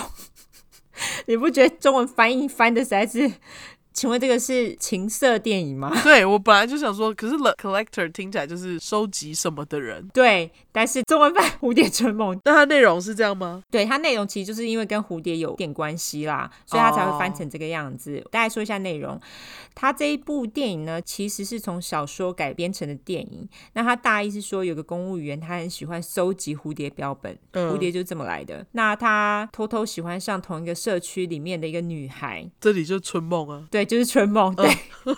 Speaker 1: 你不觉得中文翻译翻的实在是？请问这个是情色电影吗？
Speaker 2: 对我本来就想说，可是 the collector 听起来就是收集什么的人。
Speaker 1: 对，但是中文版《蝴蝶春梦》
Speaker 2: 那它内容是这样吗？
Speaker 1: 对它内容其实就是因为跟蝴蝶有点关系啦，所以它才会翻
Speaker 2: 哦
Speaker 1: 成这个样子。大概说一下内容，它这一部电影呢，其实是从小说改编成的电影。那它大意是说，有个公务员，他很喜欢搜集蝴蝶标本，
Speaker 2: 嗯
Speaker 1: 蝴蝶就是这么来的。那他偷偷喜欢上同一个社区里面的一个女孩，
Speaker 2: 这里就春梦啊。
Speaker 1: 对，就是春梦，对，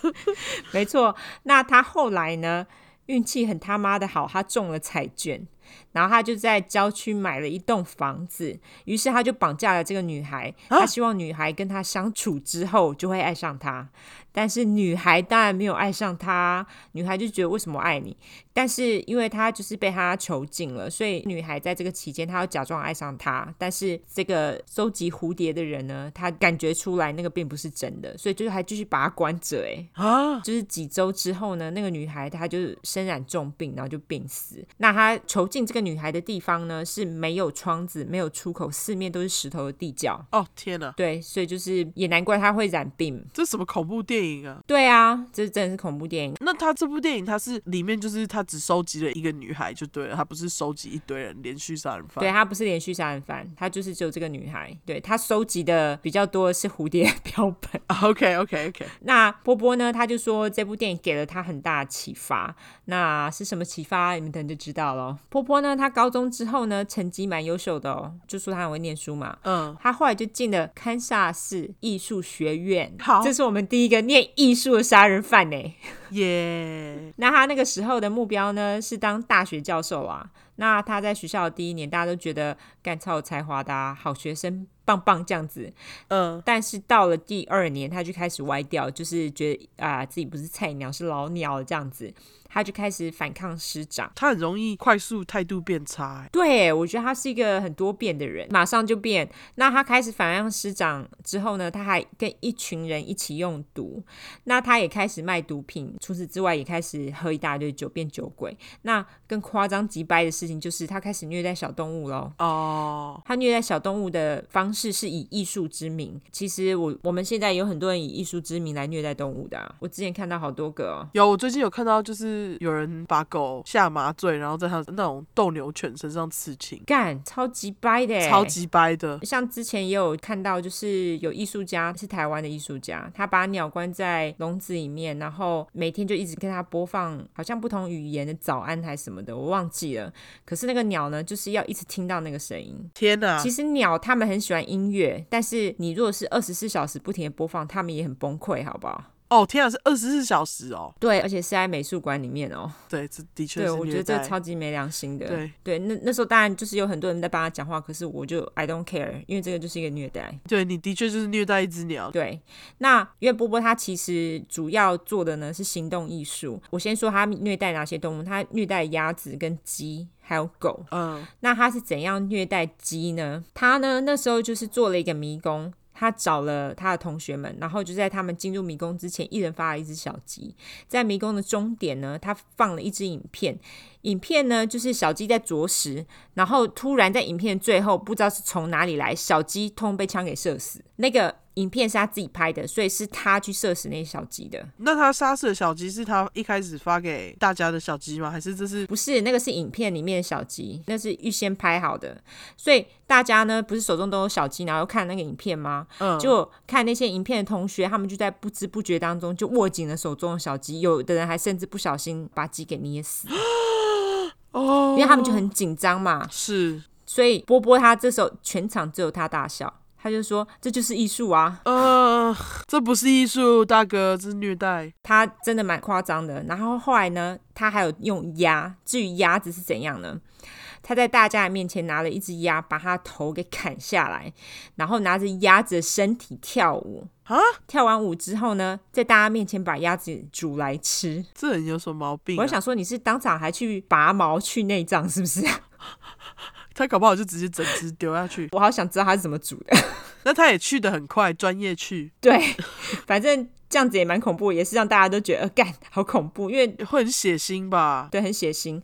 Speaker 1: 没错。那他后来呢，运气很他妈的好，他中了彩券，然后他就在郊区买了一栋房子，于是他就绑架了这个女孩，
Speaker 2: 啊
Speaker 1: 他希望女孩跟他相处之后就会爱上他。但是女孩当然没有爱上他，女孩就觉得为什么爱你？但是因为他就是被他囚禁了，所以女孩在这个期间，她要假装爱上他。但是这个收集蝴蝶的人呢，他感觉出来那个并不是真的，所以就是还继续把他关着、欸。
Speaker 2: 啊，
Speaker 1: 就是几周之后呢，那个女孩她就是身染重病，然后就病死。那她囚禁这个女孩的地方呢，是没有窗子、没有出口，四面都是石头的地窖。
Speaker 2: 哦天哪，
Speaker 1: 对，所以就是也难怪她会染病。
Speaker 2: 这什么恐怖电影啊？
Speaker 1: 对啊，这真的是恐怖电影。
Speaker 2: 那他这部电影，他是里面就是他只收集了一个女孩就对了，他不是收集一堆人连续杀人犯。
Speaker 1: 对，她不是连续杀人犯，她就是只有这个女孩。对，她收集的比较多的是蝴蝶 标本。
Speaker 2: OK OK OK，
Speaker 1: 那波波呢，他就说这部电影给了他很大的启发。那是什么启发？你们等就知道咯。波波呢，他高中之后呢，成绩蛮优秀的哦，就说他很会念书嘛。
Speaker 2: 嗯，
Speaker 1: 他后来就进了堪萨斯艺术学院，
Speaker 2: 好
Speaker 1: 这是我们第一个念艺术的杀人犯欸呢。
Speaker 2: 耶、
Speaker 1: 那他那个时候的目标呢，是当大学教授啊。那他在学校的第一年，大家都觉得干超有才华的、啊、好学生，棒棒这样子。
Speaker 2: 嗯，
Speaker 1: 但是到了第二年，他就开始歪掉，就是觉得啊、自己不是菜鸟，是老鸟这样子，他就开始反抗师长。
Speaker 2: 他很容易快速态度变差、欸。
Speaker 1: 对，我觉得他是一个很多变的人，马上就变。那他开始反抗师长之后呢，他还跟一群人一起用毒，那他也开始卖毒品，除此之外也开始喝一大堆酒，变酒鬼。那更夸张极掰的事情就是，他开始虐待小动物喽。
Speaker 2: 哦，
Speaker 1: 他虐待小动物的方式是以艺术之名。其实我我们现在有很多人以艺术之名来虐待动物的、啊，我之前看到好多个、哦。
Speaker 2: 有，我最近有看到，就是有人把狗下麻醉，然后在它那种斗牛犬身上刺青，
Speaker 1: 干，超级掰的欸，
Speaker 2: 超级掰的。
Speaker 1: 像之前也有看到，就是有艺术家是台湾的艺术家，他把鸟关在笼子里面，然后每天就一直跟它播放好像不同语言的早安还是什么的，我忘记了。可是那个鸟呢，就是要一直听到那个声音。
Speaker 2: 天哪
Speaker 1: 其！实鸟它们很喜欢音乐，但是你如果是二十四小时不停的播放，它们也很崩溃，好不好？
Speaker 2: 哦，天哪，是二十四小时哦。
Speaker 1: 对，而且是在美术馆里面哦。
Speaker 2: 对，这的确
Speaker 1: 对，
Speaker 2: 是
Speaker 1: 我觉
Speaker 2: 虐
Speaker 1: 得这
Speaker 2: 待
Speaker 1: 个超级没良心的。
Speaker 2: 对
Speaker 1: 那那时候当然就是有很多人在帮他讲话，可是我就 I don't care，因为这个就是一个虐待。
Speaker 2: 对你的确就是虐待一只鸟。
Speaker 1: 对，那因为波波他其实主要做的呢是行动艺术。我先说他虐待哪些动物，他虐待鸭子跟鸡。还有狗，
Speaker 2: 嗯，
Speaker 1: 那他是怎样虐待鸡呢？他呢那时候就是做了一个迷宫，他找了他的同学们，然后就在他们进入迷宫之前，一人发了一只小鸡。在迷宫的终点呢，他放了一支影片，影片呢就是小鸡在啄食，然后突然在影片最后不知道是从哪里来，小鸡通被枪给射死。那个影片是他自己拍的，所以是他去射死那小鸡的，
Speaker 2: 那他杀死的小鸡是他一开始发给大家的小鸡吗？还是这是
Speaker 1: 不是那个是影片里面的小鸡，那是预先拍好的。所以大家呢不是手中都有小鸡，然后看那个影片吗？
Speaker 2: 嗯
Speaker 1: 就看那些影片的同学，他们就在不知不觉当中就握紧了手中的小鸡，有的人还甚至不小心把鸡给捏死，
Speaker 2: 哦
Speaker 1: 哦因为他们就很紧张嘛。
Speaker 2: 是
Speaker 1: 所以波波他这时候全场只有他大笑，他就说这就是艺术啊，
Speaker 2: 呃，这不是艺术，大哥，这是虐待。
Speaker 1: 他真的蛮夸张的。然后后来呢，他还有用鸭，至于鸭子是怎样呢？他在大家的面前拿了一只鸭，把他头给砍下来，然后拿着鸭子的身体跳舞
Speaker 2: 啊！
Speaker 1: 跳完舞之后呢，在大家面前把鸭子煮来吃。
Speaker 2: 这人有什么毛病、
Speaker 1: 我
Speaker 2: 啊
Speaker 1: 就？想说，你是当场还去拔毛去内脏是不 是？
Speaker 2: 他搞不好就直接整只丢下去。
Speaker 1: 我好想知道他是怎么煮的。
Speaker 2: 那他也去的很快，专业去
Speaker 1: 对，反正这样子也蛮恐怖，也是让大家都觉得呃干、好恐怖，因为
Speaker 2: 会很血腥吧？
Speaker 1: 对，很血腥。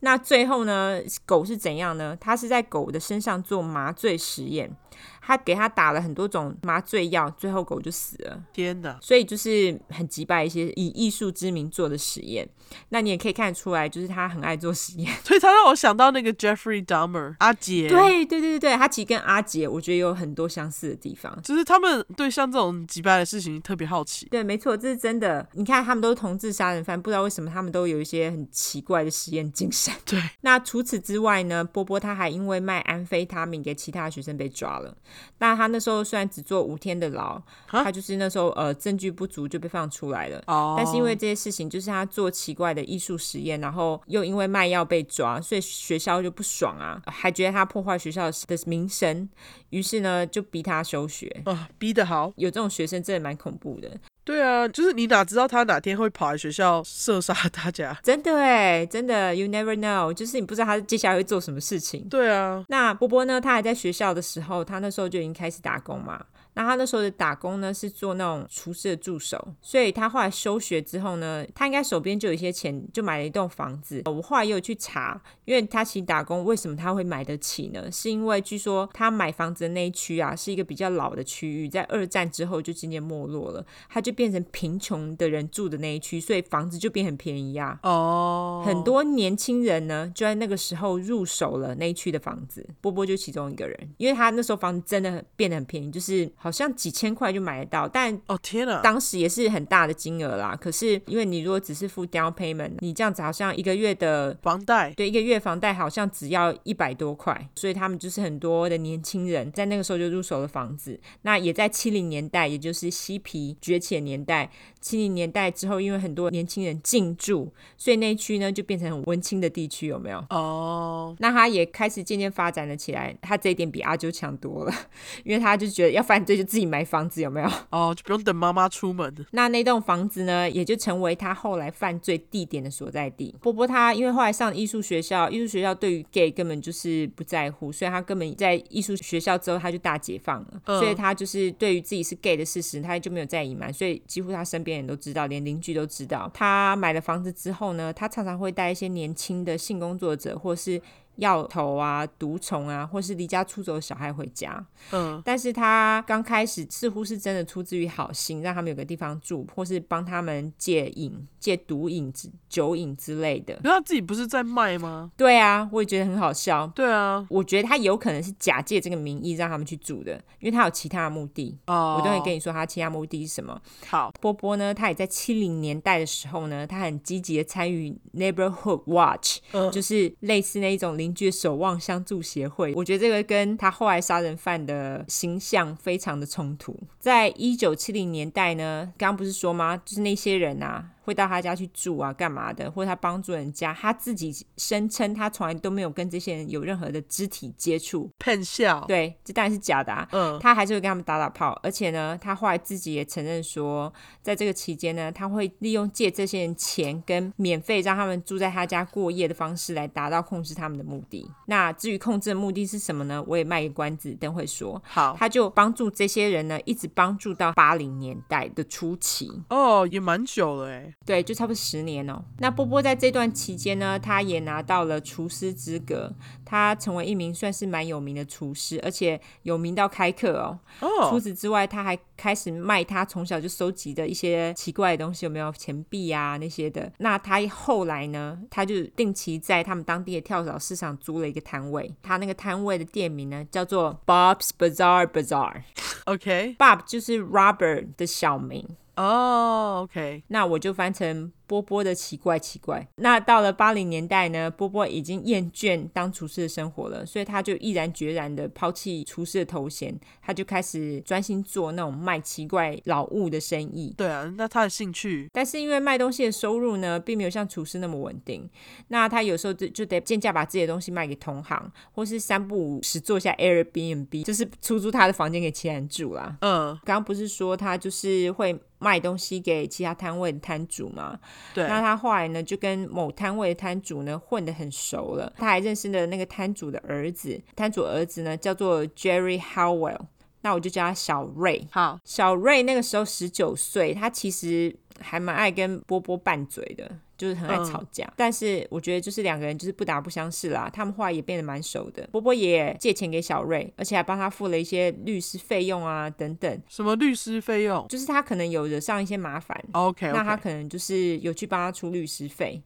Speaker 1: 那最后呢，狗是怎样呢？它是在狗的身上做麻醉实验，它给它打了很多种麻醉药，最后狗就死了。
Speaker 2: 天哪！
Speaker 1: 所以就是很击败一些以艺术之名做的实验。那你也可以看得出来，就是他很爱做实验。
Speaker 2: 所以他让我想到那个 Jeffrey Dahmer 阿杰，，
Speaker 1: 对对对对对，他其实跟阿杰，我觉得有很多相似的地方。
Speaker 2: 就是他们对像这种击败的事情特别好奇。
Speaker 1: 对，没错，这是真的。你看，他们都是同志杀人犯，不知道为什么他们都有一些很奇怪的实验精神。
Speaker 2: 对，
Speaker 1: 那除此之外呢，波波他还因为卖安非他命给其他学生被抓了。那他那时候虽然只坐五天的牢，
Speaker 2: 啊
Speaker 1: 他就是那时候呃证据不足就被放出来了。
Speaker 2: 哦，
Speaker 1: 但是因为这些事情，就是他做奇怪的艺术实验，然后又因为卖药被抓，所以学校就不爽啊，还觉得他破坏学校的名声，于是呢就逼他休学。
Speaker 2: 啊，逼得好。
Speaker 1: 有这种学生真的蛮恐怖的，
Speaker 2: 对啊，就是你哪知道他哪天会跑来学校射杀大家？
Speaker 1: 真的哎，真的，you never know，就是你不知道他接下来会做什么事情。
Speaker 2: 对啊，
Speaker 1: 那波波呢？他还在学校的时候，他那时候就已经开始打工嘛。那他那时候的打工呢，是做那种厨师的助手，所以他后来休学之后呢，他应该手边就有一些钱，就买了一栋房子。我后来也有去查，因为他其实打工，为什么他会买得起呢？是因为据说他买房子的那一区啊，是一个比较老的区域，在二战之后就渐渐没落了，他就变成贫穷的人住的那一区，所以房子就变很便宜啊。
Speaker 2: 哦，
Speaker 1: 很多年轻人呢，就在那个时候入手了那一区的房子。波波就其中一个人，因为他那时候房子真的很变得很便宜，就是好像几千块就买得到，但
Speaker 2: 哦天哪，
Speaker 1: 当时也是很大的金额啦。可是因为你如果只是付 down payment，你这样子好像一个月的。
Speaker 2: 房贷
Speaker 1: 对，一个月房贷好像只要一百多块，所以他们就是很多的年轻人在那个时候就入手了房子。那也在七零年代，也就是嬉皮崛起的年代，七零年代之后，因为很多年轻人进驻，所以那一区呢就变成很温馨的地区，有没有？
Speaker 2: 哦，
Speaker 1: 那他也开始渐渐发展了起来，他这一点比阿啾强多了， 因为他就觉得要犯罪就自己买房子，有没有？
Speaker 2: 哦，就不用等妈妈出门。
Speaker 1: 那那栋房子呢，也就成为他后来犯罪地点的所在地。波波他因为后来上艺术学校，艺术学校对于 gay 根本就是不在乎，所以他根本在艺术学校之后他就大解放了，
Speaker 2: 嗯
Speaker 1: 所以他就是对于自己是 gay 的事实，他就没有再隐瞒，所以几乎他身边人都知道，连邻居都知道。他买了房子之后呢，他常常会带一些年轻的性工作者或是药头啊、毒虫啊，或是离家出走的小孩回家。
Speaker 2: 嗯，
Speaker 1: 但是他刚开始似乎是真的出自于好心，让他们有个地方住，或是帮他们戒瘾、戒毒瘾之、酒瘾之类的
Speaker 2: 可。是他自己不是在卖吗？
Speaker 1: 对啊，我也觉得很好笑。
Speaker 2: 对啊，
Speaker 1: 我觉得他有可能是假借这个名义让他们去住的，因为他有其他的目的。
Speaker 2: 哦，
Speaker 1: 我都会跟你说他其他目的是什么。
Speaker 2: 好
Speaker 1: 波波呢，他也在七零年代的时候呢，他很积极的参与 Neighborhood Watch，、
Speaker 2: 嗯
Speaker 1: 就是类似那一种邻居的守望相助协会。我觉得这个跟他后来杀人犯的形象非常的冲突。在一九七零年代呢，刚刚不是说吗？就是那些人啊。会到他家去住啊，干嘛的？或者他帮助人家，他自己声称他从来都没有跟这些人有任何的肢体接触。
Speaker 2: 骗笑。
Speaker 1: 对，这当然是假的、啊。
Speaker 2: 嗯，
Speaker 1: 他还是会跟他们打打炮，而且呢，他后来自己也承认说，在这个期间呢，他会利用借这些人钱跟免费让他们住在他家过夜的方式来达到控制他们的目的。那至于控制的目的是什么呢？我也卖个关子，等会说。
Speaker 2: 好
Speaker 1: 他就帮助这些人呢，一直帮助到八零年代的初期。
Speaker 2: 哦，也蛮久了哎。
Speaker 1: 对，就差不多十年哦、那波波在这段期间呢，他也拿到了厨师资格，他成为一名算是蛮有名的厨师，而且有名到开课哦、除
Speaker 2: 哦，
Speaker 1: 此之外，他还开始卖他从小就收集的一些奇怪的东西，有没有钱币啊那些的。那他后来呢，他就定期在他们当地的跳蚤市场租了一个摊位，他那个摊位的店名呢叫做 Bob's Bazaar Bazaar。
Speaker 2: OK，
Speaker 1: Bob 就是 Robert 的小名，
Speaker 2: 哦，OK，
Speaker 1: 那我就翻成波波的奇怪奇怪。那到了八零年代呢，波波已经厌倦当厨师的生活了，所以他就毅然决然的抛弃厨师的头衔，他就开始专心做那种卖奇怪老物的生意。
Speaker 2: 对啊，那他的兴趣，
Speaker 1: 但是因为卖东西的收入呢，并没有像厨师那么稳定，那他有时候就就得贱价把自己的东西卖给同行，或是三不五时做一下 Airbnb，就是出租他的房间给其他人住啦。
Speaker 2: 嗯，
Speaker 1: 刚刚不是说他就是会卖东西给其他摊位的摊主吗？
Speaker 2: 对，
Speaker 1: 那他后来呢，就跟某摊位的摊主呢混得很熟了，他还认识了那个摊主的儿子，摊主儿子呢叫做 Jerry Howell，那我就叫他小瑞。
Speaker 2: 好，
Speaker 1: 小瑞那个时候十九岁，他其实还蛮爱跟波波拌嘴的，就是很爱吵架。但是我觉得就是两个人就是不打不相识啦，他们后来也变得蛮熟的。波波也借钱给小瑞，而且还帮他付了一些律师费用啊等等，
Speaker 2: 什么律师费用哦
Speaker 1: 就是他可能有惹上一些麻烦。
Speaker 2: ？OK，, o k
Speaker 1: 那他可能就是有去帮他出律师费，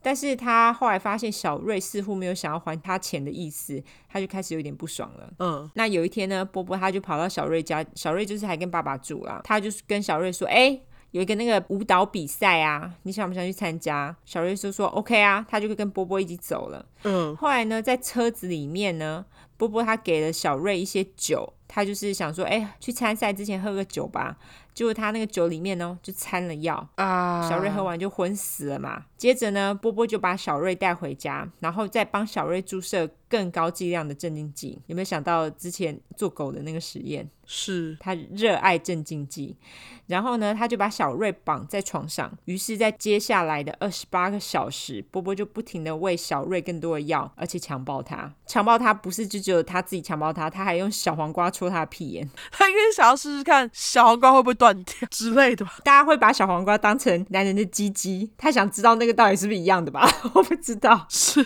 Speaker 1: 但是他后来发现小瑞似乎没有想要还他钱的意思，他就开始有点不爽了。
Speaker 2: 嗯，
Speaker 1: 那有一天呢，波波他就跑到小瑞家，小瑞就是还跟爸爸住啦，他就是跟小瑞说，哎、有一个那个舞蹈比赛啊，你想不想去参加？小瑞就说 OK 啊，他就跟波波一起走了。
Speaker 2: 嗯，
Speaker 1: 后来呢，在车子里面呢，波波他给了小瑞一些酒，他就是想说，哎、去参赛之前喝个酒吧。结果他那个酒里面呢，就掺了药，
Speaker 2: 啊，
Speaker 1: 小瑞喝完就昏死了嘛。接着呢，波波就把小瑞带回家，然后再帮小瑞注射更高剂量的镇静剂。有没有想到之前做狗的那个实验？
Speaker 2: 是
Speaker 1: 他热爱镇静剂，然后呢，他就把小瑞绑在床上。于是，在接下来的二十八个小时，波波就不停的喂小瑞更多的药，而且强暴他。强暴他不是就只有他自己强暴他，他还用小黄瓜戳他的屁眼。
Speaker 2: 他应该想要试试看小黄瓜会不会断掉之类的吧？
Speaker 1: 大家会把小黄瓜当成男人的鸡鸡，他想知道那个到底是不是一样的吧？ 我不知道，
Speaker 2: 是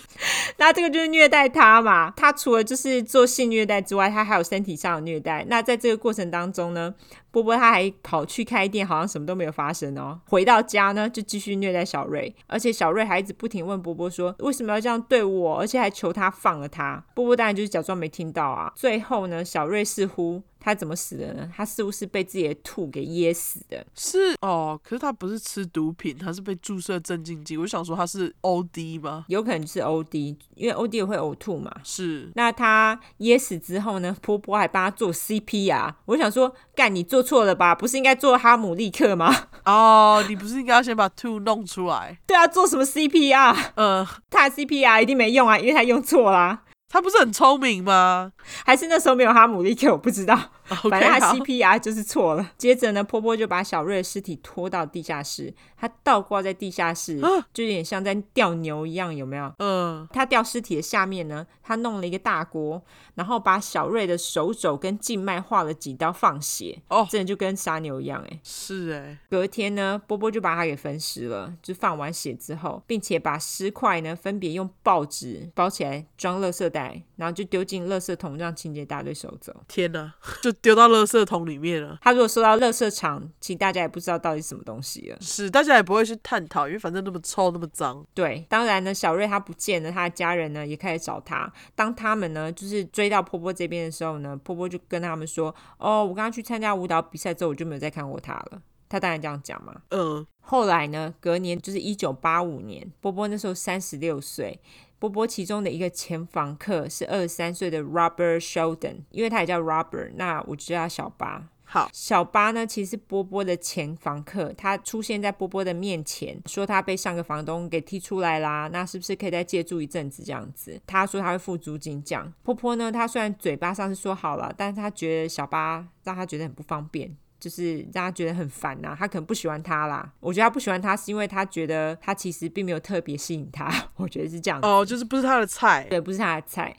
Speaker 1: 那这个就是虐待他嘛。他除了就是做性虐待之外，他还有身体上的虐待。那在这个过程当中呢，波波他还跑去开店，好像什么都没有发生哦。回到家呢，就继续虐待小瑞，而且小瑞还一直不停问波波说为什么要这样对我，而且还求他放了他。波波当然就是假装没听到啊。最后呢，小瑞似乎。他怎么死的呢？他似乎是被自己的吐给噎死的。
Speaker 2: 是哦，可是他不是吃毒品，他是被注射镇静剂。我就想说他是 OD 吗？
Speaker 1: 有可能就是 OD，因为 OD 也会呕吐嘛。
Speaker 2: 是
Speaker 1: 那他噎死之后呢，波波还帮他做 CPR。我想说，干你做错了吧？不是应该做哈姆立克吗？
Speaker 2: 哦，你不是应该要先把 two 弄出来？
Speaker 1: 对啊，做什么 CPR？
Speaker 2: 呃，
Speaker 1: 他的 CPR 一定没用啊，因为他用错啦。
Speaker 2: 他不是很聪明吗
Speaker 1: 还是那时候没有哈姆立克，我不知道。
Speaker 2: ？OK，
Speaker 1: 反正他
Speaker 2: 好
Speaker 1: CPR 啊就是错了。接着呢，波波就把小瑞的尸体拖到地下室，他倒挂在地下室，
Speaker 2: 啊
Speaker 1: 就有点像在吊牛一样，有没有？
Speaker 2: 嗯，
Speaker 1: 他吊尸体的下面呢，他弄了一个大锅，然后把小瑞的手肘跟静脉划了几刀放血，
Speaker 2: 哦
Speaker 1: 真的就跟杀牛一样哎、
Speaker 2: 是哎、
Speaker 1: 隔天呢，波波就把他给分尸了，就放完血之后，并且把尸块呢分别用报纸包起来装垃圾袋，然后就丢进垃圾桶让清洁大队收走。
Speaker 2: 天哪，就丢到垃圾桶里面了。
Speaker 1: 他如果收到垃圾场，其实大家也不知道到底是什么东西了。
Speaker 2: 是，大家也不会去探讨，因为反正那么臭，那么脏。
Speaker 1: 对，当然呢，小瑞他不见了，他的家人呢也开始找他。当他们呢就是追到波波这边的时候呢，波波就跟他们说：“哦，我刚刚去参加舞蹈比赛之后，我就没有再看过他了。”他当然这样讲嘛。
Speaker 2: 嗯，
Speaker 1: 后来呢，隔年就是一九八五年，波波那时候三十六岁。波波其中的一个前房客是二十三岁的 Robert Sheldon，因为他也叫 Robert，那我就叫他小巴。
Speaker 2: 好，
Speaker 1: 小巴呢，其实是波波的前房客，他出现在波波的面前，说他被上个房东给踢出来啦，那是不是可以再借住一阵子这样子？他说他会付租金这样。波波呢，他虽然嘴巴上是说好了，但是他觉得小巴让他觉得很不方便。就是让他觉得很烦呐、他可能不喜欢他啦。我觉得他不喜欢他是因为他觉得他其实并没有特别吸引他， 我觉得是这样子。
Speaker 2: 哦，就是不是他的菜。
Speaker 1: 对，不是他的菜，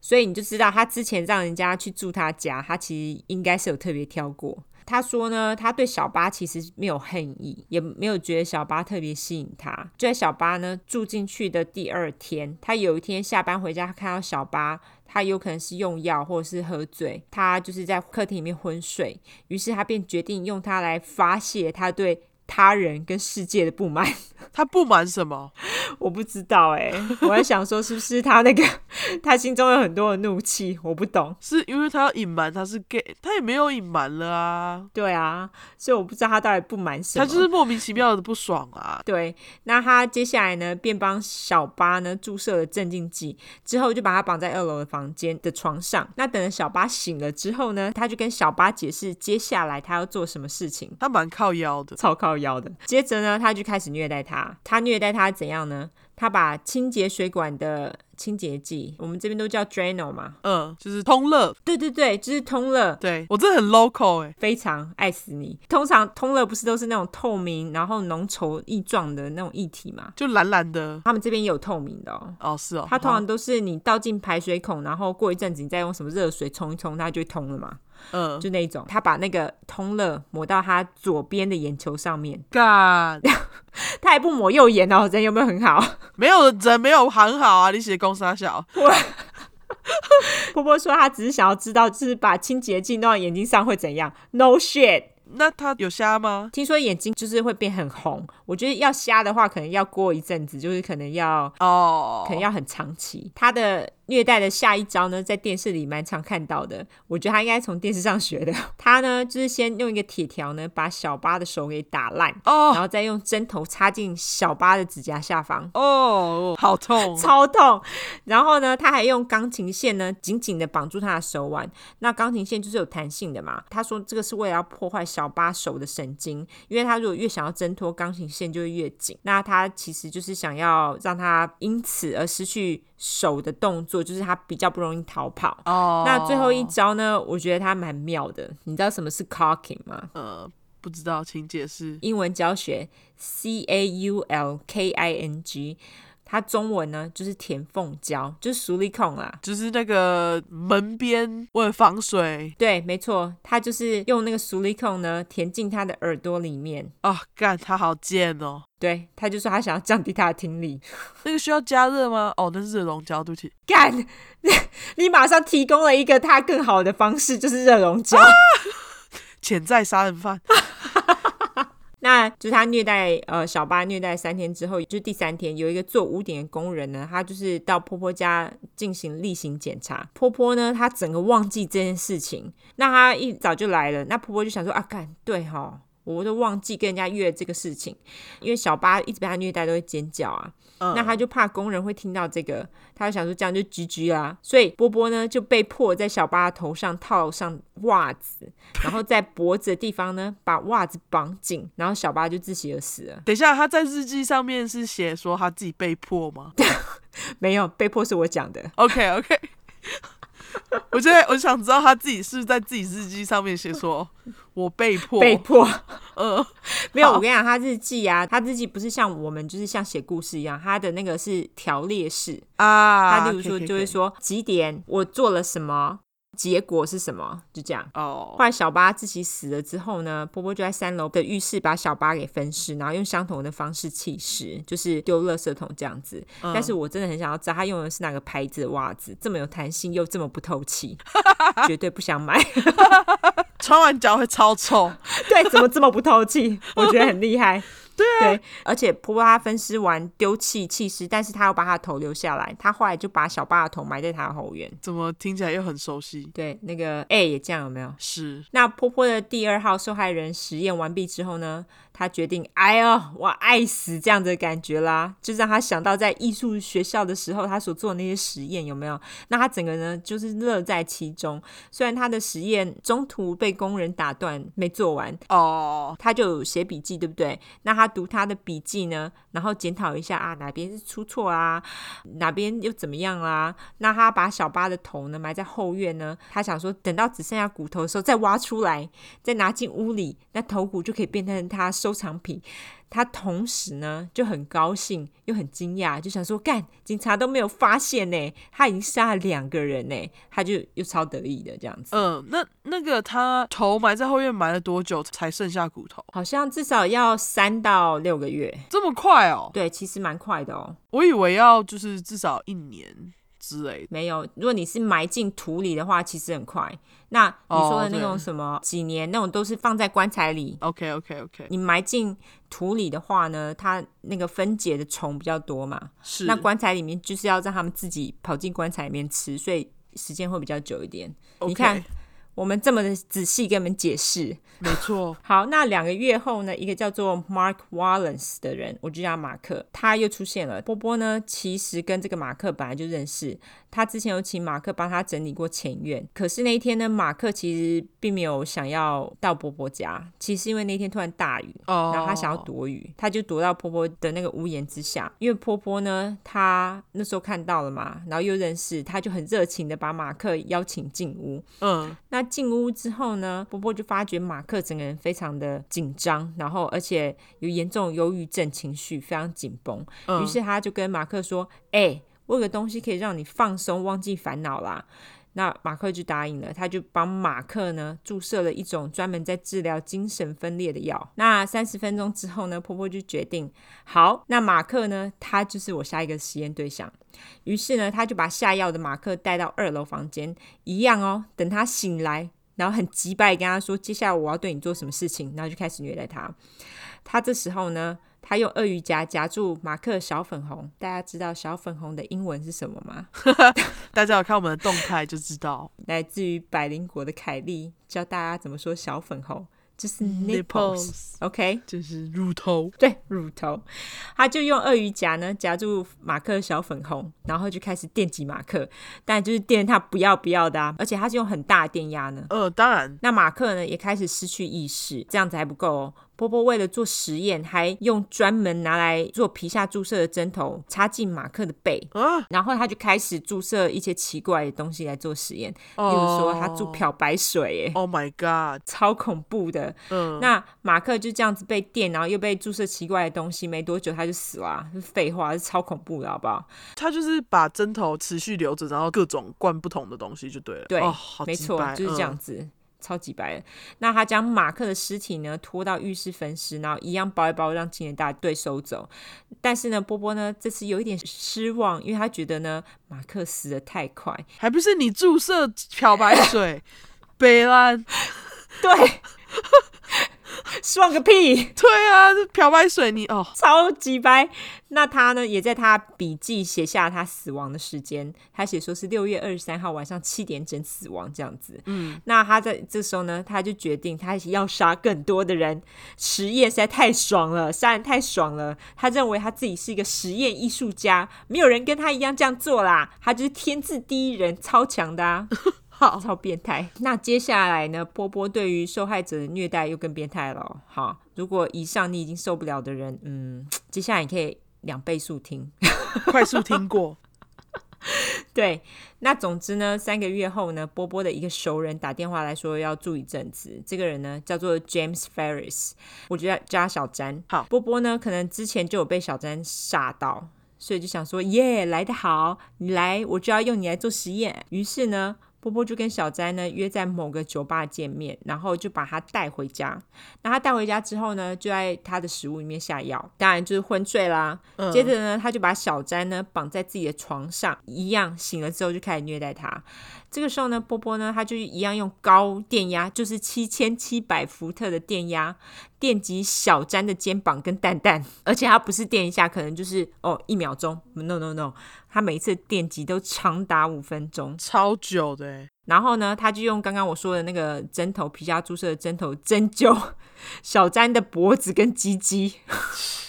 Speaker 1: 所以你就知道他之前让人家去住他家，他其实应该是有特别挑过。他说呢，他对小巴其实没有恨意，也没有觉得小巴特别吸引他。就在小巴呢住进去的第二天，他有一天下班回家，他看到小巴，他有可能是用药或者是喝醉，他就是在客厅里面昏睡，于是他便决定用它来发泄他对他人跟世界的不满。
Speaker 2: 他不满什么？
Speaker 1: 我不知道哎、我在想说是不是他那个 他心中有很多的怒气，我不懂。
Speaker 2: 是因为他要隐瞒他是 gay，他也没有隐瞒了啊，
Speaker 1: 对啊，所以我不知道他到底不满什
Speaker 2: 他
Speaker 1: 么。
Speaker 2: 就是莫名其妙的不爽啊。
Speaker 1: 对，那他接下来呢，便帮小巴呢注射了镇静剂，之后就把他绑在二楼的房间的床上。那等着小巴醒了之后呢，他就跟小巴解释接下来他要做什么事情。
Speaker 2: 他蛮靠腰的，
Speaker 1: 超靠腰的。接着呢，他就开始虐待他。他虐待他怎样呢？他把清洁水管的清洁剂，我们这边都叫 Drano 嘛，
Speaker 2: 嗯，就是通乐。
Speaker 1: 对对对，就是通乐。
Speaker 2: 对我真的很 local 哎、
Speaker 1: 非常爱死你！通常通乐不是都是那种透明，然后浓稠异状的那种液体嘛？
Speaker 2: 就懒懒的。
Speaker 1: 他们这边也有透明的哦。
Speaker 2: 哦，是哦，
Speaker 1: 它通
Speaker 2: 好
Speaker 1: 常都是你倒进排水孔，然后过一阵子你再用什么热水冲一冲，它就会通了嘛，
Speaker 2: 嗯，
Speaker 1: 就那一种。他把那个通乐抹到他左边的眼球上面，
Speaker 2: 干
Speaker 1: 他还不抹右眼哦，人有没有很好？
Speaker 2: 没有人没有很好啊，你写公沙小，
Speaker 1: 婆婆说她只是想要知道，就是把清洁剂弄到眼睛上会怎样？No shit！
Speaker 2: 那他有瞎吗？
Speaker 1: 听说眼睛就是会变很红，我觉得要瞎的话，可能要过一阵子，就是可能要
Speaker 2: 哦
Speaker 1: 可，能要很长期。她的虐待的下一招呢，在电视里蛮常看到的，我觉得她应该从电视上学的。 她呢，就是先用一个铁条呢，把小巴的手给打烂，然
Speaker 2: 哦
Speaker 1: 后再用针头插进小巴的指甲下方。
Speaker 2: 哦，好痛，
Speaker 1: 超痛。然后呢，他还用钢琴线呢紧紧的绑住他的手腕。那钢琴线就是有弹性的嘛。他说这个是为了要破坏小巴手的神经，因为他如果越想要挣脱钢琴线，就会越紧。那他其实就是想要让他因此而失去手的动作，就是他比较不容易逃跑。
Speaker 2: 哦。
Speaker 1: 那最后一招呢？我觉得他蛮妙的。你知道什么是 cocking 吗？
Speaker 2: 呃，不知道，请解释。
Speaker 1: 英文教学 C A U L K I N G，它中文呢就是填缝胶，就是熟力控啦。
Speaker 2: 就是那个门边为了防水
Speaker 1: 对，没错，它就是用那个熟力控呢填进他的耳朵里面。
Speaker 2: 啊，干他好贱哦！
Speaker 1: 对，他就说他想要降低他的听力。
Speaker 2: 那个需要加热吗？哦，那是热熔胶，对不起。
Speaker 1: 干， 你你马上提供了一个他更好的方式，就是热熔胶。
Speaker 2: 潜在杀人犯，
Speaker 1: 那就是他虐待呃小巴虐待三天之后，就是第三天有一个做屋顶的工人呢，他就是到婆婆家进行例行检查。婆婆呢，她整个忘记这件事情，那她一早就来了，那婆婆就想说啊，干对哈、我都忘记跟人家约这个事情，因为小巴一直被他虐待都会尖叫啊，
Speaker 2: 嗯
Speaker 1: 那他就怕工人会听到这个，他就想说这样就 GG 啦、啊所以波波呢就被迫在小巴的头上套上袜子，然后在脖子的地方呢把袜子绑紧，然后小巴就窒息而死了。
Speaker 2: 等一下，他在日记上面是写说他自己被迫吗
Speaker 1: 没有被迫是我讲的，
Speaker 2: ？OK OK，我现在我想知道他自己是不是在自己日记上面写说我被迫，
Speaker 1: 被 迫
Speaker 2: 呃，
Speaker 1: 没有。
Speaker 2: 好
Speaker 1: 我跟你讲，他日记啊，他日记不是像我们就是像写故事一样，他的那个是条列式，
Speaker 2: 啊，
Speaker 1: 他例如说
Speaker 2: 可以
Speaker 1: 就会，说几点我做了什么，结果是什么，就这样。
Speaker 2: 可以可以哦
Speaker 1: 后来小巴自己死了之后呢，波波就在三楼的浴室把小巴给分尸，然后用相同的方式弃尸，就是丢垃圾桶这样子。
Speaker 2: 嗯
Speaker 1: 但是我真的很想要知道他用的是哪个牌子的袜子，这么有弹性又这么不透气， 绝对不想买。
Speaker 2: 穿完脚会超臭，
Speaker 1: 对，怎么这么不透气？我觉得很厉害。 对、对，而且婆婆她分尸完丢弃弃尸，但是她又把她的头留下来，她后来就把小巴的头埋在她的后院。
Speaker 2: 怎么听起来又很熟悉？
Speaker 1: 对，那个 A 也这样有没有？
Speaker 2: 是
Speaker 1: 那婆婆的第二号受害人实验完毕之后呢，她决定，哎呦，我爱死这样的感觉啦，就让她想到在艺术学校的时候她所做的那些实验有没有？那她整个人就是乐在其中。虽然她的实验中途被工人打断没做完，
Speaker 2: 哦，
Speaker 1: 她就有写笔记，对不对？那她读她的笔记呢，然后检讨一下啊，哪边是出错啊，哪边又怎么样啦、那她把小巴的头呢埋在后院呢，她想说等到只剩下骨头的时候再挖出来，再拿进屋里，那头骨就可以变成她收藏品。她同时呢就很高兴又很惊讶，就想说干，警察都没有发现呢，她已经杀了两个人呢，她就又超得意的这样子。
Speaker 2: 嗯，那那个他头埋在后院埋了多久才剩下骨头？
Speaker 1: 好像至少要三到六个月，
Speaker 2: 这么快哦？
Speaker 1: 对，其实蛮快的哦。
Speaker 2: 我以为要就是至少一年之类的。
Speaker 1: 没有，如果你是埋进土里的话，其实很快。那你说的那
Speaker 2: 哦对
Speaker 1: 种什么几年那种，都是放在棺材里。
Speaker 2: OK OK OK，
Speaker 1: 你埋进土里的话呢，它那个分解的虫比较多嘛。
Speaker 2: 是
Speaker 1: 那棺材里面就是要让他们自己跑进棺材里面吃，所以时间会比较久一点。你
Speaker 2: OK，
Speaker 1: 看我们这么的仔细跟你们解释。
Speaker 2: 没错，
Speaker 1: 好，那两个月后呢，一个叫做 Mark Wallace 的人，我就叫他马克，他又出现了。波波呢，其实跟这个马克本来就认识，他之前有请马克帮他整理过前院，可是那一天呢，马克其实并没有想要到波波家，其实因为那天突然大雨，
Speaker 2: 哦，
Speaker 1: 然后他想要躲雨，他就躲到波波的那个屋檐之下。因为波波呢，他那时候看到了嘛，然后又认识，他就很热情的把马克邀请进屋。
Speaker 2: 嗯，
Speaker 1: 那进屋之后呢，波波就发觉马克整个人非常的紧张，然后而且有严重忧郁症情绪，非常紧绷。
Speaker 2: 嗯
Speaker 1: 于是他就跟马克说：“哎、我有个东西可以让你放松，忘记烦恼啦。”那马克就答应了，他就帮马克呢注射了一种专门在治疗精神分裂的药。那三十分钟之后呢，婆婆就决定，好，那马克呢，他就是我下一个实验对象。于是呢，他就把下药的马克带到二楼房间，一样哦，等他醒来，然后很急败地跟他说，接下来我要对你做什么事情，然后就开始虐待他。他这时候呢，他用鳄鱼夹夹住马克的小粉红。大家知道小粉红的英文是什么吗？
Speaker 2: 大家有看我们的动态就知道
Speaker 1: 来自于百灵国的凯莉，教大家怎么说小粉红，就是 nipples。
Speaker 2: nipples
Speaker 1: OK，
Speaker 2: 就是乳头，
Speaker 1: 对，乳头，他就用鳄鱼夹呢夹住马克的小粉红，然后就开始电击马克，但就是电他不要不要的啊，而且他是用很大的电压呢，
Speaker 2: 呃，当然
Speaker 1: 那马克呢也开始失去意识，这样子还不够哦。波波为了做实验，还用专门拿来做皮下注射的针头插进马克的背，
Speaker 2: 啊，
Speaker 1: 然后他就开始注射一些奇怪的东西来做实验，例
Speaker 2: 哦，
Speaker 1: 如说他注漂白水，耶，
Speaker 2: ，Oh my God，
Speaker 1: 超恐怖的。
Speaker 2: 嗯，
Speaker 1: 那马克就这样子被电，然后又被注射奇怪的东西，没多久他就死了、啊。是废话，是超恐怖的，好不好？
Speaker 2: 他就是把针头持续留着，然后各种灌不同的东西就对了，
Speaker 1: 对
Speaker 2: 哦，好嗯
Speaker 1: 没
Speaker 2: 鸡
Speaker 1: 错
Speaker 2: 掰，
Speaker 1: 就是这样，子，超级白的。那他将马克的尸体呢拖到浴室分尸，然后一样包一包让清洁大队收走。但是呢，波波呢这次有一点失望，因为他觉得呢马克死的太快。
Speaker 2: 嗯还不是你注射漂白水，北兰，
Speaker 1: 对， 失望个屁，
Speaker 2: 对啊，这漂白水你哦，
Speaker 1: 超级白。那他呢也在他笔记写下他死亡的时间，他写说是六月二十三号晚上七点整死亡这样子。
Speaker 2: 嗯，
Speaker 1: 那他在这时候呢，他就决定他要杀更多的人。实验实在太爽了，杀人太爽了。他认为他自己是一个实验艺术家，没有人跟他一样这样做啦。他就是天字第一人，超强的啊！
Speaker 2: 好
Speaker 1: 超变态。那接下来呢？波波对于受害者的虐待又更变态了哦。好，如果以上你已经受不了的人，嗯，接下来你可以两倍速听。
Speaker 2: 快速听过，
Speaker 1: 对，那总之呢，三个月后呢，波波的一个熟人打电话来说要住一阵子。这个人呢叫做 James Ferris，我觉得叫他小詹。
Speaker 2: 好
Speaker 1: 波波呢可能之前就有被小詹吓到，所以就想说耶，来得好，你来我就要用你来做实验。于是呢。波波就跟小詹呢约在某个酒吧见面，然后就把他带回家。那他带回家之后呢，就在他的食物里面下药，当然就是昏睡啦。
Speaker 2: 嗯
Speaker 1: 接着呢，他就把小詹呢绑在自己的床上，一样醒了之后就开始虐待他。这个时候呢，波波呢，他就一样用高电压，就是七千七百伏特的电压，电击小詹的肩膀跟蛋蛋， 而且他不是电一下，可能就是哦一秒钟，no no no，他每一次电击都长达五分钟。
Speaker 2: 超久的欸，
Speaker 1: 然后呢，他就用刚刚我说的那个针头皮下注射的针头针灸小詹的脖子跟鸡鸡。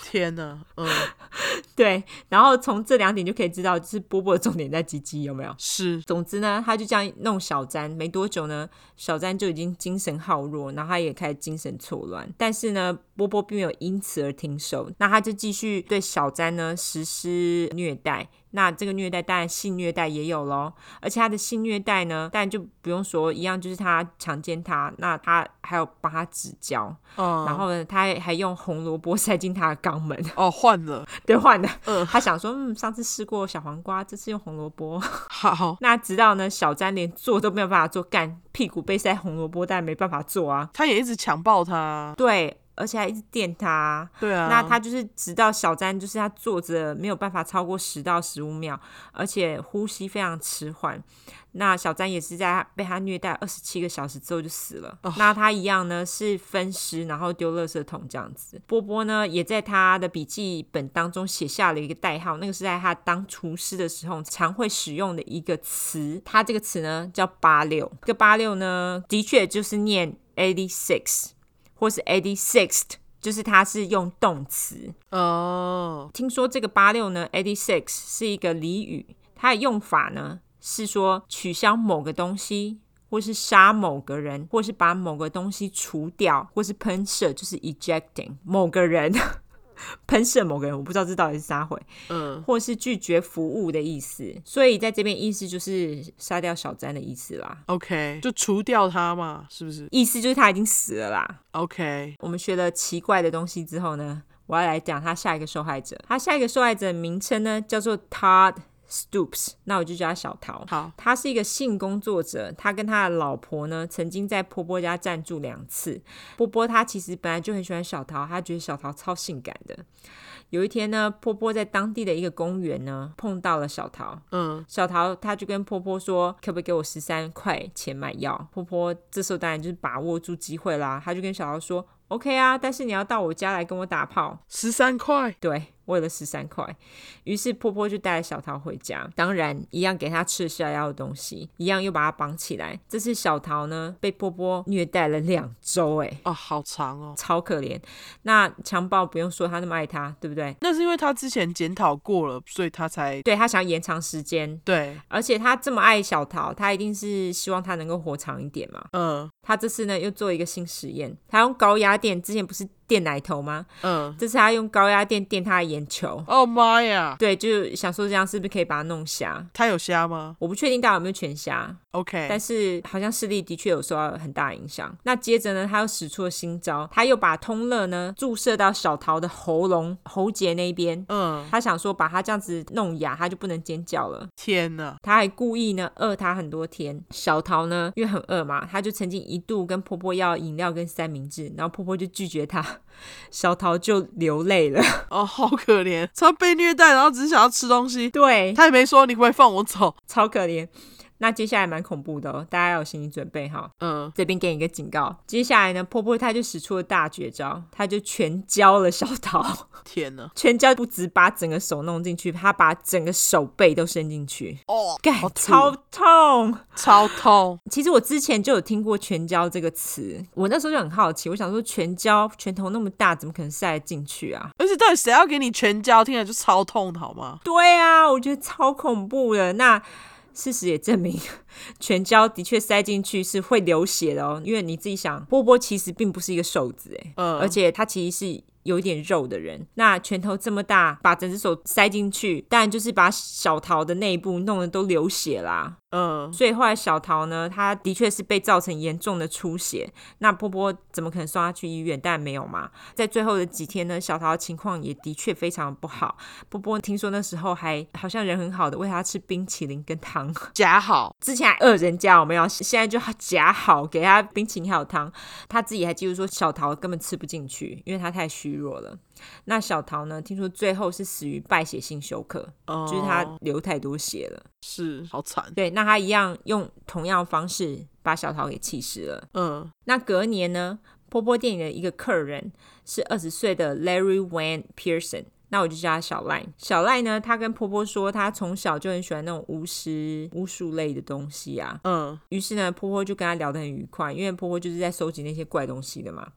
Speaker 2: 天哪，嗯，
Speaker 1: 对，然后从这两点就可以知道，就是波波的重点在鸡鸡有没有？
Speaker 2: 是
Speaker 1: 总之呢，他就这样弄小詹，没多久呢，小詹就已经精神耗弱，然后他也开始精神错乱。但是呢，波波并没有因此而停手，那他就继续对小詹呢实施虐待。那这个虐待当然性虐待也有咯，而且他的性虐待呢，但就不用说，一样就是他强奸他，那他还有帮他指教，
Speaker 2: 嗯，
Speaker 1: 然后呢，他还还用红萝卜塞进他的肛门，
Speaker 2: 哦换了，
Speaker 1: 对，换的。
Speaker 2: 嗯
Speaker 1: 他想说，嗯，上次试过小黄瓜，这次用红萝卜。
Speaker 2: 好，
Speaker 1: 那直到呢，小詹连坐都没有办法坐，干屁股被塞红萝卜，但没办法坐啊。
Speaker 2: 他也一直强暴他，啊
Speaker 1: 对，而且还一直电他。
Speaker 2: 对啊，
Speaker 1: 那他就是直到小詹，就是他坐着没有办法超过十到十五秒，而且呼吸非常迟缓。那小詹也是在他被他虐待二十七个小时之后就死了。哦那他一样呢是分尸，然后丢垃圾桶这样子。波波呢也在他的笔记本当中写下了一个代号，那个是在他当厨师的时候常会使用的一个词。他这个词呢叫八六，这个八六呢的确就是念 eighty six 或是 eighty sixth，就是它是用动词。
Speaker 2: 哦，
Speaker 1: 听说这个八六呢，eighty six 是一个俚语，它的用法呢是说取消某个东西，或是杀某个人，或是把某个东西除掉，或是喷射，就是 ejecting 某个人， 喷射某个人，我不知道这到底是啥回，
Speaker 2: 嗯，
Speaker 1: 或是拒绝服务的意思。所以在这边意思就是杀掉小詹的意思啦，
Speaker 2: OK，就除掉他嘛，是不是
Speaker 1: 意思就是他已经死了啦。
Speaker 2: ？OK，
Speaker 1: 我们学了奇怪的东西之后呢，我要来讲他下一个受害者。他下一个受害者的名称呢叫做 Todd Stoops，那我就叫他小桃。
Speaker 2: 好，
Speaker 1: 他是一个性工作者，他跟他的老婆呢曾经在波波家暂住两次。波波他其实本来就很喜欢小桃，他觉得小桃超性感的。有一天呢，波波在当地的一个公园呢碰到了小桃，
Speaker 2: 嗯，
Speaker 1: 小桃她就跟婆婆说，可不可以给我十三块钱买药？婆婆这时候当然就是把握住机会啦，她就跟小桃说，OK 啊，但是你要到我家来跟我打炮。
Speaker 2: 十三块，
Speaker 1: 对，为了十三块，于是婆婆就带小桃回家，当然一样给她吃下药的东西，一样又把她绑起来。这次小桃呢被婆婆虐待了两周，哎，
Speaker 2: 哦，好长哦。
Speaker 1: 超可怜。那强暴不用说，她那么爱她，对不对？
Speaker 2: 那是因为他之前检讨过了，所以他才
Speaker 1: 对她想要延长时间，
Speaker 2: 对，
Speaker 1: 而且她这么爱小桃，她一定是希望她能够活长一点嘛。
Speaker 2: 嗯
Speaker 1: 他这次呢又做一个新实验，他用高压电，之前不是电奶头吗？
Speaker 2: 嗯，
Speaker 1: 这次他用高压电电他的眼球，
Speaker 2: 哦妈呀，
Speaker 1: 对，就想说这样是不是可以把它弄瞎？
Speaker 2: 他有瞎吗
Speaker 1: 我不确定大家有没有全瞎，但
Speaker 2: ？OK，
Speaker 1: 是好像视力的确有受到很大影响。那接着呢，他又使出了新招，他又把通乐呢注射到小桃的喉咙、喉结那边。
Speaker 2: 嗯，
Speaker 1: 他想说把他这样子弄哑，他就不能尖叫了。
Speaker 2: 天呐，
Speaker 1: 他还故意呢饿他很多天。小桃呢，因为很饿嘛，他就曾经一度跟婆婆要饮料跟三明治，然后婆婆就拒绝他， 小桃就流泪了。
Speaker 2: 哦，好可怜，他被虐待，然后只是想要吃东西，
Speaker 1: 对，
Speaker 2: 他也没说你会放我走，
Speaker 1: 超可怜。那接下来蛮恐怖的哦，大家要有心理准备哈。
Speaker 2: 嗯，
Speaker 1: 这边给你一个警告，接下来呢，婆婆她就使出了大绝招，她就全浇了小桃，
Speaker 2: 天呐，
Speaker 1: 全浇不止把整个手弄进去，她把整个手背都伸进去，
Speaker 2: 哦，
Speaker 1: 干
Speaker 2: 好吐
Speaker 1: 超痛。
Speaker 2: 超痛，
Speaker 1: 其实我之前就有听过“全胶”这个词，我那时候就很好奇，我想说全胶拳头那么大，怎么可能塞得进去啊？
Speaker 2: 而且到底谁要给你全交，听起来就超痛的好吗？
Speaker 1: 对啊，我觉得超恐怖的。那事实也证明，全胶的确塞进去是会流血的哦，因为你自己想，波波其实并不是一个瘦子诶，
Speaker 2: 嗯，
Speaker 1: 而且他其实是。有一点肉的人，那拳头这么大，把整只手塞进去，当然就是把小桃的内部弄得都流血啦。
Speaker 2: 嗯，
Speaker 1: 所以后来小桃呢，她的确是被造成严重的出血。那波波怎么可能送她去医院？但没有嘛。在最后的几天呢，小桃的情况也的确非常不好。波波听说那时候还好像人很好的喂她吃冰淇淋跟汤，
Speaker 2: 夹好，
Speaker 1: 之前还饿人家有没有？现在就夹好给她冰淇淋还有汤。她自己还记住说小桃根本吃不进去，因为她太虚弱了。那小桃呢，听说最后是死于败血性休克，
Speaker 2: 哦，
Speaker 1: 就是她流太多血了。
Speaker 2: 是好惨，
Speaker 1: 对，那他一样用同样的方式把小桃给气死了。
Speaker 2: 嗯，
Speaker 1: 那隔年呢，波波电影的一个客人是二十岁的 Larry Wayne Pearson。那我就叫他小赖。小赖呢，他跟婆婆说，他从小就很喜欢那种巫师、巫术类的东西啊。
Speaker 2: 嗯，
Speaker 1: 于是呢，婆婆就跟他聊得很愉快，因为婆婆就是在收集那些怪东西的嘛。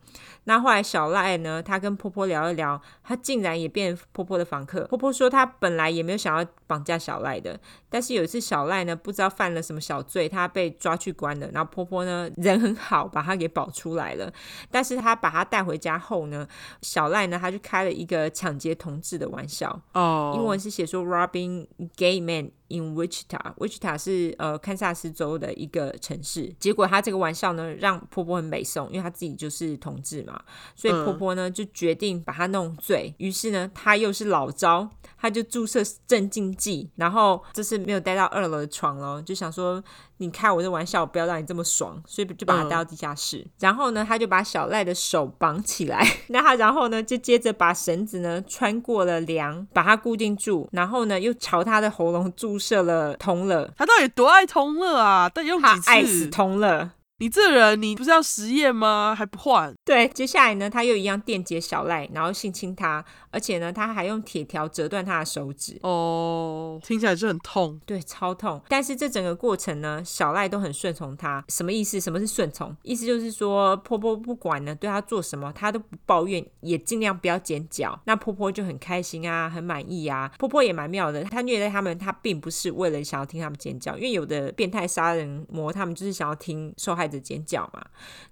Speaker 1: 那后来小赖呢，她跟婆婆聊一聊，她竟然也变婆婆的房客。婆婆说她本来也没有想要绑架小赖的，但是有一次小赖呢不知道犯了什么小罪，她被抓去关了。然后婆婆呢人很好，把她给保出来了。但是她把她带回家后呢，小赖呢她就开了一个抢劫同志的玩笑，
Speaker 2: 哦，
Speaker 1: 英文是写说 robbing gay men in Wichita，Wichita 是呃堪萨斯州的一个城市。结果他这个玩笑呢，让婆婆很美送，因为她自己就是同志嘛，所以婆婆呢就决定把她弄醉。于是呢，她又是老招，她就注射镇静剂，然后这次没有带到二楼的床咯，就想说你开我这玩笑，不要让你这么爽，所以就把她带到地下室。然后呢，她就把小赖的手绑起来， 那她然后呢就接着把绳子呢穿过了梁，把它固定住，然后呢又朝她的喉咙注射了通乐。
Speaker 2: 他到底多爱通乐啊？到底用
Speaker 1: 她
Speaker 2: 几
Speaker 1: 爱死
Speaker 2: 次？
Speaker 1: 通乐。
Speaker 2: 你这人，你不是要实验吗？还不换？
Speaker 1: 对，接下来呢，他又一样电解小赖，然后性侵他，而且呢，他还用铁条折断他的手指，
Speaker 2: 哦、听起来就很痛。
Speaker 1: 对，超痛。但是这整个过程呢，小赖都很顺从他。什么意思？什么是顺从？意思就是说，婆婆不管呢，对她做什么，她都不抱怨，也尽量不要尖叫。那婆婆就很开心啊，很满意啊。婆婆也蛮妙的，她虐待他们，她并不是为了想要听他们尖叫，因为有的变态杀人魔他们就是想要听受害者尖叫嘛。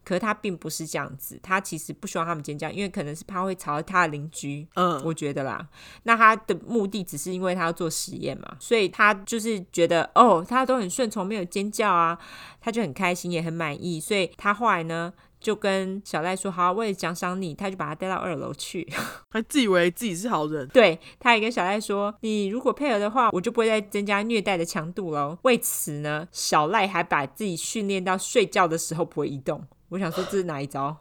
Speaker 1: 可是她并不是这样子，她其实不希望他们尖叫，因为可能是怕会吵到她的邻居。
Speaker 2: 嗯，
Speaker 1: 我觉得啦，那他的目的只是因为他要做实验嘛，所以他就是觉得哦，他都很顺从，没有尖叫啊，他就很开心，也很满意，所以他后来呢就跟小赖说，好，我也奖赏你，他就把他带到二楼去。
Speaker 2: 还自以为自己是好人。
Speaker 1: 对，他也跟小赖说，你如果配合的话，我就不会再增加虐待的强度喽。为此呢，小赖还把自己训练到睡觉的时候不会移动。我想说这是哪一招？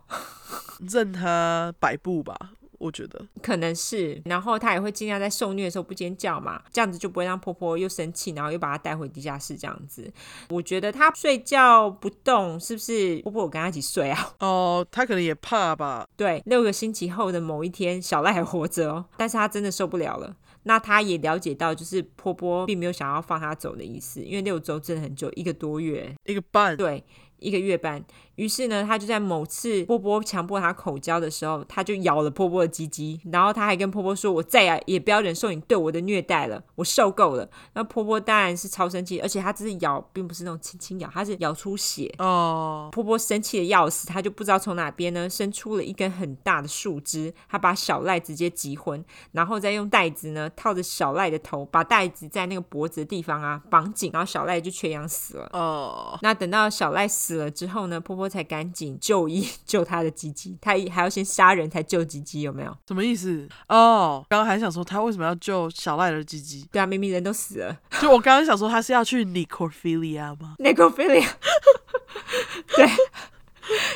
Speaker 2: 任他摆布吧，我觉得。
Speaker 1: 可能是，然后她也会尽量在受虐的时候不尖叫嘛，这样子就不会让婆婆又生气，然后又把她带回地下室这样子。我觉得她睡觉不动，是不是婆婆有跟她一起睡啊？
Speaker 2: 哦、他可能也怕吧。
Speaker 1: 对，六个星期后的某一天，小赖还活着哦，但是她真的受不了了。那她也了解到，就是婆婆并没有想要放她走的意思，因为六周真的很久，一个多月，
Speaker 2: 一个半，
Speaker 1: 对，一个月半。于是呢，她就在某次波波强迫她口交的时候，她就咬了波波的鸡鸡，然后她还跟波波说：“我再也也不要忍受你对我的虐待了，我受够了。”那波波当然是超生气，而且她这是咬，并不是那种轻轻咬，她是咬出血。
Speaker 2: 哦、
Speaker 1: 婆婆生气的要死，她就不知道从哪边呢伸出了一根很大的树枝，她把小赖直接击昏，然后再用带子呢套着小赖的头，把带子在那个脖子的地方啊绑紧，然后小赖就缺氧死了。
Speaker 2: 哦、
Speaker 1: 那等到小赖死了之后呢，婆婆才赶紧就医 救她的鸡鸡，她还要先杀人才救鸡鸡，有没有？
Speaker 2: 什么意思？哦、刚刚还想说他为什么要救小赖的鸡鸡？
Speaker 1: 对啊，明明人都死了
Speaker 2: 就我刚刚想说他是要去 necrophilia 吗？
Speaker 1: ，necrophilia。对，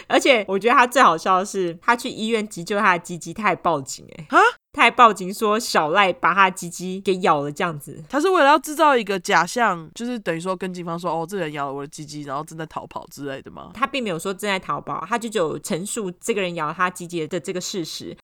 Speaker 1: 而且我觉得她最好笑的是，她去医院急救她的鸡鸡，她还报警哎、
Speaker 2: 啊
Speaker 1: 她还报警说小赖把她的鸡鸡给咬了，这样子。
Speaker 2: 他是为了要制造一个假象，就是等于说跟警方说，哦，这人咬了我的鸡鸡，然后正在逃跑之类的吗？
Speaker 1: 她并没有说正在逃跑，她就只有陈述这个人咬了她鸡鸡的这个事实。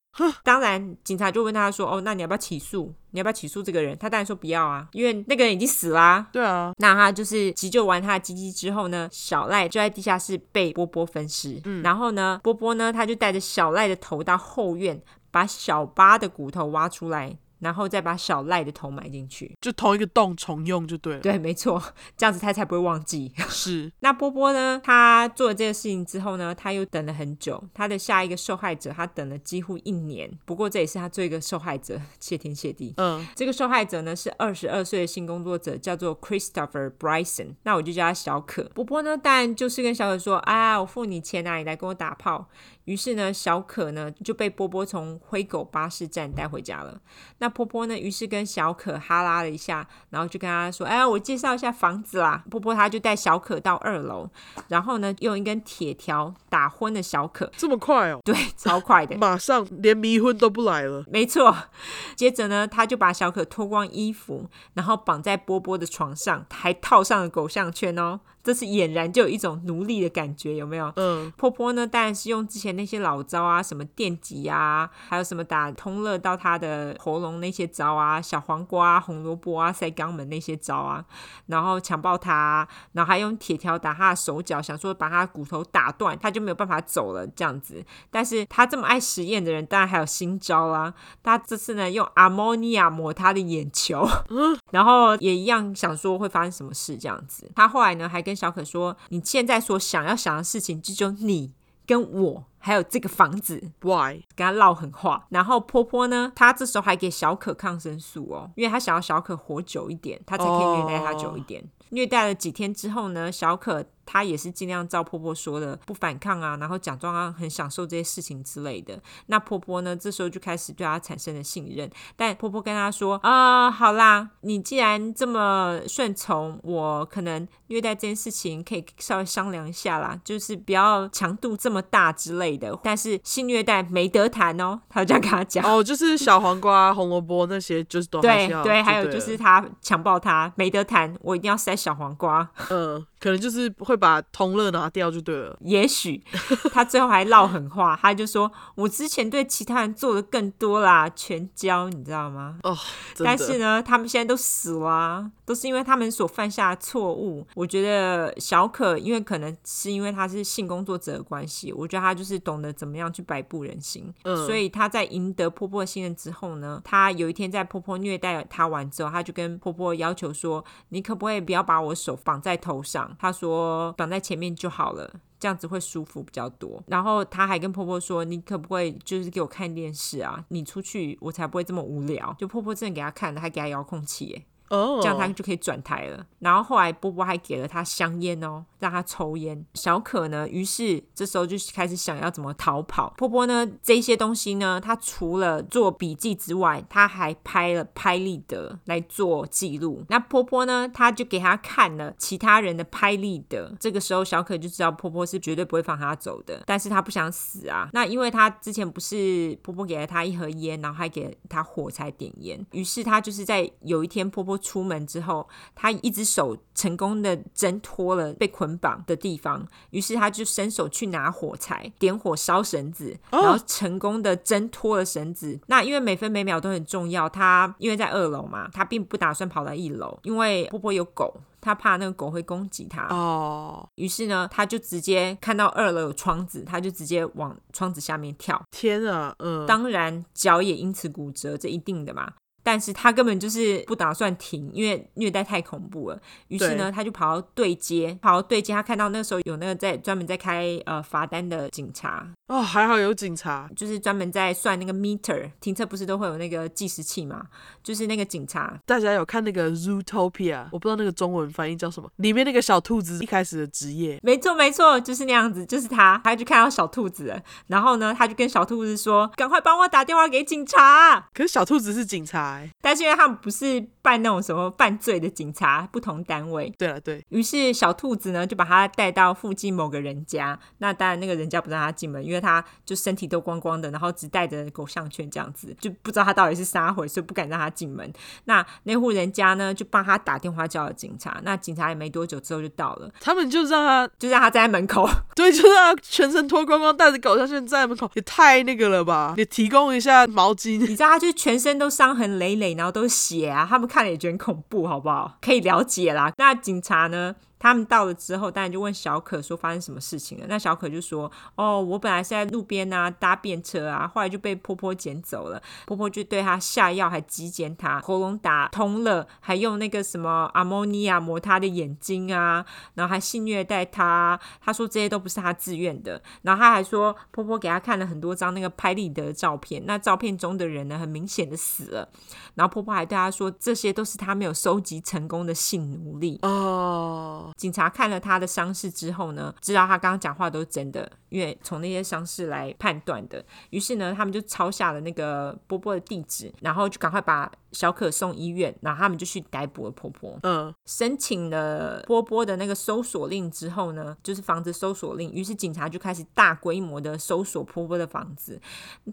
Speaker 1: 当然，警察就问她说：“哦，那你要不要起诉？你要不要起诉这个人？”她当然说不要啊，因为那个人已经死啦、
Speaker 2: 对啊，
Speaker 1: 那她就是急救完她的鸡鸡之后呢，小赖就在地下室被波波分尸。然后呢，波波呢，他就带着小赖的头到后院，把小巴的骨头挖出来，然后再把小赖的头埋进去。
Speaker 2: 就同一个洞重用就对了。啊
Speaker 1: 对，没错，这样子他才不会忘记。
Speaker 2: 是
Speaker 1: 那波波呢？他做了这个事情之后呢，他又等了很久。他的下一个受害者，他等了几乎一年。不过这也是他最后一个受害者，谢天谢地。
Speaker 2: 嗯，
Speaker 1: 这个受害者呢是二十二岁的性工作者，叫做 Christopher Bryson，那我就叫他小可。波波呢，当然就是跟小可说：“啊，我付你钱啊，你来跟我打炮。”于是呢，小可呢就被波波从灰狗巴士站带回家了。那波波呢，于是跟小可哈拉了一下，然后就跟他说：“哎，我介绍一下房子啦。”波波他就带小可到二楼，然后呢，用一根铁条打昏了小可，
Speaker 2: 这么快哦，
Speaker 1: 对，超快的。
Speaker 2: 马上连迷魂都不来了。
Speaker 1: 没错，接着呢，他就把小可脱光衣服，然后绑在波波的床上，还套上了狗项圈哦。这是俨然就有一种奴隶的感觉，有没有？
Speaker 2: 嗯，
Speaker 1: 婆婆呢，当然是用之前那些老招啊，什么电击啊，还有什么打通乐到她的喉咙那些招啊，小黄瓜、啊、红萝卜啊、塞肛门那些招啊，然后强暴她、啊，然后还用铁条打她的手脚，想说把她的骨头打断，她就没有办法走了这样子。但是她这么爱实验的人，当然还有新招啦、她这次呢，用阿莫尼亚抹她的眼球。然后也一样想说会发生什么事这样子。他后来呢还跟小可说：“你现在所想要想的事情，就只有你跟我还有这个房子
Speaker 2: ？Why？
Speaker 1: 跟他唠狠话。然后婆婆呢，她这时候还给小可抗生素哦，因为她想要小可活久一点，她才可以虐待她久一点。虐待了几天之后呢，小可她也是尽量照婆婆说的，不反抗啊，然后假装啊很享受这些事情之类的。那婆婆呢，这时候就开始对她产生了信任，但婆婆跟她说：“啊、好啦，你既然这么顺从，我可能虐待这件事情可以稍微商量一下啦，就是不要强度这么大之类的。但是性虐待没得谈哦。”她就这样跟她讲。
Speaker 2: 哦，就是小黄瓜、红萝卜那些，就是都还
Speaker 1: 对
Speaker 2: 是要
Speaker 1: 对，
Speaker 2: 对，
Speaker 1: 还有就是，她强暴她没得谈，我一定要塞小黄瓜。
Speaker 2: 嗯，可能就是会把同乐拿掉就对了。
Speaker 1: 也许他最后还唠狠话，他就说：“我之前对其他人做的更多啦，全交，你知道吗？”
Speaker 2: 哦，真的
Speaker 1: 但是呢，他们现在都死啦、都是因为他们所犯下的错误。我觉得小可，因为可能是因为他是性工作者的关系，我觉得他就是懂得怎么样去摆布人心。
Speaker 2: 嗯
Speaker 1: 所以他在赢得婆婆的信任之后呢，他有一天在婆婆虐待他完之后，他就跟婆婆要求说：“你可不可以不要把我手绑在头上？”她说：“绑在前面就好了。”这样子会舒服比较多。然后她还跟婆婆说：“你可不可以就是给我看电视啊？你出去我才不会这么无聊。”就婆婆真的给她看了，还给她遥控器耶，
Speaker 2: 哦，
Speaker 1: 这样她就可以转台了。然后后来波波还给了她香烟哦，让她抽烟。小可呢，于是这时候就开始想要怎么逃跑。波波呢，这些东西呢，她除了做笔记之外，她还拍了拍立得来做记录。那波波呢，她就给她看了其他人的拍立得。这个时候，小可就知道波波是绝对不会放她走的，但是她不想死啊。那因为她之前不是波波给了她一盒烟，然后还给她火柴点烟，于是她就是在有一天波波出门之后，她一只手成功的挣脱了被捆绑的地方，于是她就伸手去拿火柴点火烧绳子，
Speaker 2: 哦
Speaker 1: 然后成功的挣脱了绳子。那因为每分每秒都很重要，她因为在二楼嘛，她并不打算跑到一楼，因为波波有狗。她怕那个狗会攻击她，
Speaker 2: 哦，
Speaker 1: 于是呢，她就直接看到二楼有窗子，她就直接往窗子下面跳。
Speaker 2: 天啊，嗯，
Speaker 1: 当然，脚也因此骨折，这一定的嘛。但是她根本就是不打算停，因为虐待太恐怖了。于是呢，
Speaker 2: 对
Speaker 1: 她就跑到对街，跑到对街，她看到那时候有那个在专门在开呃罚单的警察，
Speaker 2: 哦，还好有警察，
Speaker 1: 就是专门在算那个 meter，停车不是都会有那个计时器嘛？就是那个警察，
Speaker 2: 大家有看那个 Zootopia，我不知道那个中文翻译叫什么，里面那个小兔子一开始的职业，
Speaker 1: 没错，没错，就是那样子，就是他，他就看到小兔子了，然后呢，他就跟小兔子说：“赶快帮我打电话给警察。
Speaker 2: 可是小兔子是警察、欸。”
Speaker 1: 但是因为他们不是办那种什么犯罪的警察，不同单位，
Speaker 2: 对了，对，
Speaker 1: 于是小兔子呢就把他带到附近某个人家。那当然，那个人家不让他进门，因为他就身体都光光的，然后只带着狗项圈这样子，就不知道他到底是杀回，所以不敢让他进门。那那户人家呢就帮他打电话叫了警察。那警察也没多久之后就到了，
Speaker 2: 他们就让他，
Speaker 1: 就让他站在门口。
Speaker 2: 对，就让他全身脱光光，带着狗下去站在门口，也太那个了吧？也提供一下毛巾，
Speaker 1: 你知道他就是全身都伤痕累累，然后都是血啊，他们看了也觉得很恐怖，好不好？可以了解啦。那警察呢？他们到了之后，当然就问小可说发生什么事情了。那小可就说：“哦，我本来是在路边啊搭便车啊，后来就被婆婆捡走了。婆婆就对她下药，还击奸她，喉咙打通了，还用那个什么阿莫尼亚抹她的眼睛啊，然后还性虐待她。她说这些都不是她自愿的。然后她还说，婆婆给她看了很多张那个拍立得的照片，那照片中的人呢，很明显的死了。然后婆婆还对她说，这些都是她没有收集成功的性奴隶。
Speaker 2: 哦，
Speaker 1: 警察看了她的伤势之后呢，知道她刚刚讲话都是真的，因为从那些伤势来判断的。于是呢，他们就抄下了那个波波的地址，然后就赶快把小可送医院，然后他们就去逮捕了婆婆。
Speaker 2: 嗯，
Speaker 1: 申请了波波的那个搜索令之后呢，就是房子搜索令，于是警察就开始大规模的搜索波波的房子。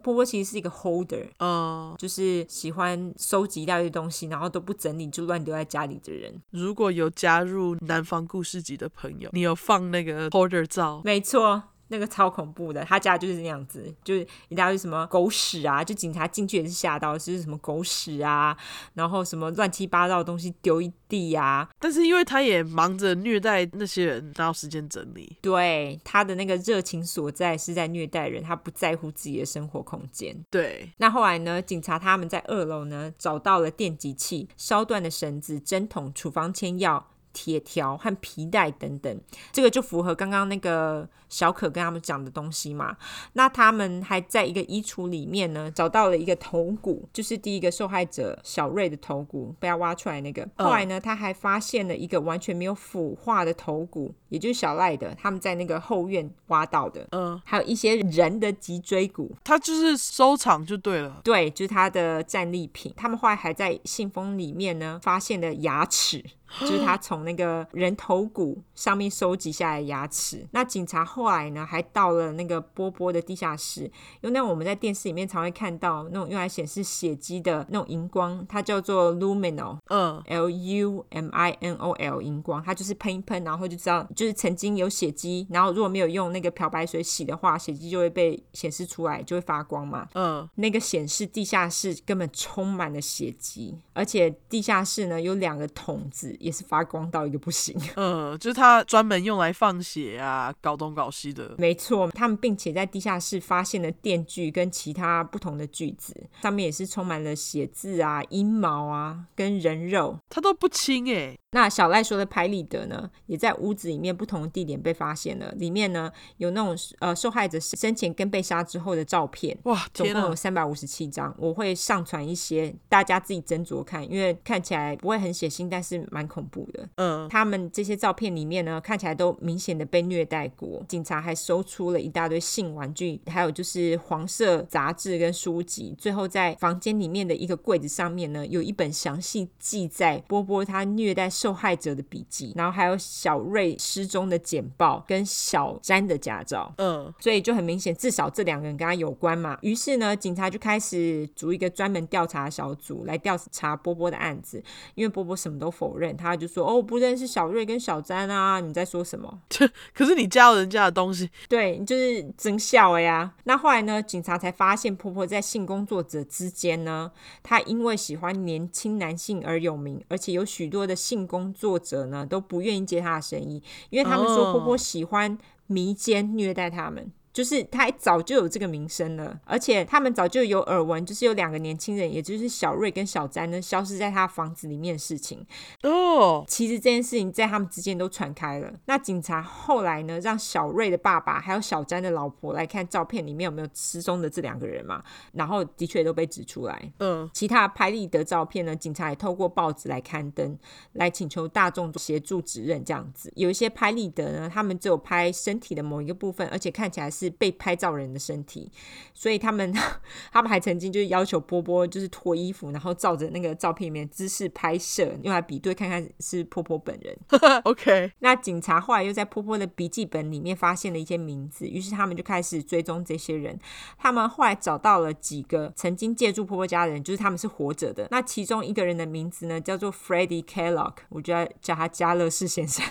Speaker 1: 波波其实是一个 holder，
Speaker 2: 哦，
Speaker 1: 就是喜欢收集一大堆东西，然后都不整理就乱丢在家里的人。
Speaker 2: 如果有加入南方故事集的朋友，你有放那个 holder 照，
Speaker 1: 没错，那个超恐怖的，他家就是那样子，就是一大堆什么狗屎啊，就警察进去也是吓到，就是什么狗屎啊，然后什么乱七八糟的东西丢一地啊，
Speaker 2: 但是因为他也忙着虐待那些人，哪有时间整理？
Speaker 1: 对，他的那个热情所在是在虐待人，他不在乎自己的生活空间。
Speaker 2: 对，
Speaker 1: 那后来呢？警察他们在二楼呢找到了电击器、烧断的绳子、针筒、处方签药、铁条和皮带等等，这个就符合刚刚那个小可跟他们讲的东西嘛。那他们还在一个衣橱里面呢，找到了一个头骨，就是第一个受害者小瑞的头骨被他挖出来那个。
Speaker 2: 嗯
Speaker 1: 后来呢，他还发现了一个完全没有腐化的头骨，也就是小赖的，他们在那个后院挖到的，
Speaker 2: 嗯，
Speaker 1: 还有一些人的脊椎骨。
Speaker 2: 他就是收藏就对了。
Speaker 1: 对，就是他的战利品。他们后来还在信封里面呢，发现了牙齿，就是他从那个人头骨上面收集下来的牙齿。那警察后来呢，还到了那个波波的地下室，用那种我们在电视里面常会看到那种用来显示血迹的那种荧光，它叫做 luminol。
Speaker 2: 嗯，
Speaker 1: L U M I N O L 荧光，它就是喷一喷，然后就知道就是曾经有血迹，然后如果没有用那个漂白水洗的话，血迹就会被显示出来，就会发光嘛。
Speaker 2: 嗯，
Speaker 1: 那个显示地下室根本充满了血迹，而且地下室呢有两个桶子也是发光到一个不行。
Speaker 2: 嗯，就是他专门用来放血啊，搞东搞西的。
Speaker 1: 没错，他们并且在地下室发现了电锯跟其他不同的锯子，上面也是充满了血渍啊、阴毛啊跟人肉。
Speaker 2: 他都不清欸诶、
Speaker 1: 那小赖说的拍立得呢，也在屋子里面不同的地点被发现了，里面呢有那种呃受害者生前跟被杀之后的照片。
Speaker 2: 哇，
Speaker 1: 总
Speaker 2: 天
Speaker 1: 共有
Speaker 2: 啊！
Speaker 1: 三百五十七张，我会上传一些，大家自己斟酌看，因为看起来不会很血腥，但是蛮恐怖的。
Speaker 2: 嗯，
Speaker 1: 他们这些照片里面呢，看起来都明显的被虐待过。警察还搜出了一大堆性玩具，还有就是黄色杂志跟书籍。最后在房间里面的一个柜子上面呢，有一本详细记载波波他虐待受害者的笔记，然后还有小瑞失踪的简报跟小詹的驾照。
Speaker 2: 嗯，
Speaker 1: 所以就很明显，至少这两个人跟他有关嘛。于是呢，警察就开始组一个专门调查小组来调查波波的案子，因为波波什么都否认，他就说：“哦，我不认识小瑞跟小詹啊，你在说什么
Speaker 2: 可是你加了人家的东西，？”
Speaker 1: 对，就是真笑呀。那后来呢，警察才发现波波在性工作者之间呢，他因为喜欢年轻男性而有名，而且有许多的性工作者呢都不愿意接他的生意，因为他们
Speaker 2: 哦
Speaker 1: 说波波喜欢迷奸虐待他们。就是他早就有这个名声了，而且他们早就有耳闻，就是有两个年轻人，也就是小瑞跟小詹呢，消失在他房子里面的事情。
Speaker 2: 哦，
Speaker 1: 其实这件事情在他们之间都传开了。那警察后来呢，让小瑞的爸爸还有小詹的老婆来看照片里面有没有失踪的这两个人嘛，然后的确都被指出来。
Speaker 2: 嗯，
Speaker 1: 其他拍立得照片呢，警察也透过报纸来刊登，来请求大众协助指认这样子。有一些拍立得呢，他们只有拍身体的某一个部分，而且看起来是被拍照人的身体，所以他们 他们还曾经就是要求波波就是脱衣服，然后照着那个照片里面的姿势拍摄，用来比对看看是波波本人。
Speaker 2: OK，
Speaker 1: 那警察后来又在波波的笔记本里面发现了一些名字，于是他们就开始追踪这些人。他们后来找到了几个曾经借住波波家的人，就是他们是活着的。那其中一个人的名字呢，叫做 Freddie Kellogg，我就要叫他加勒士先生。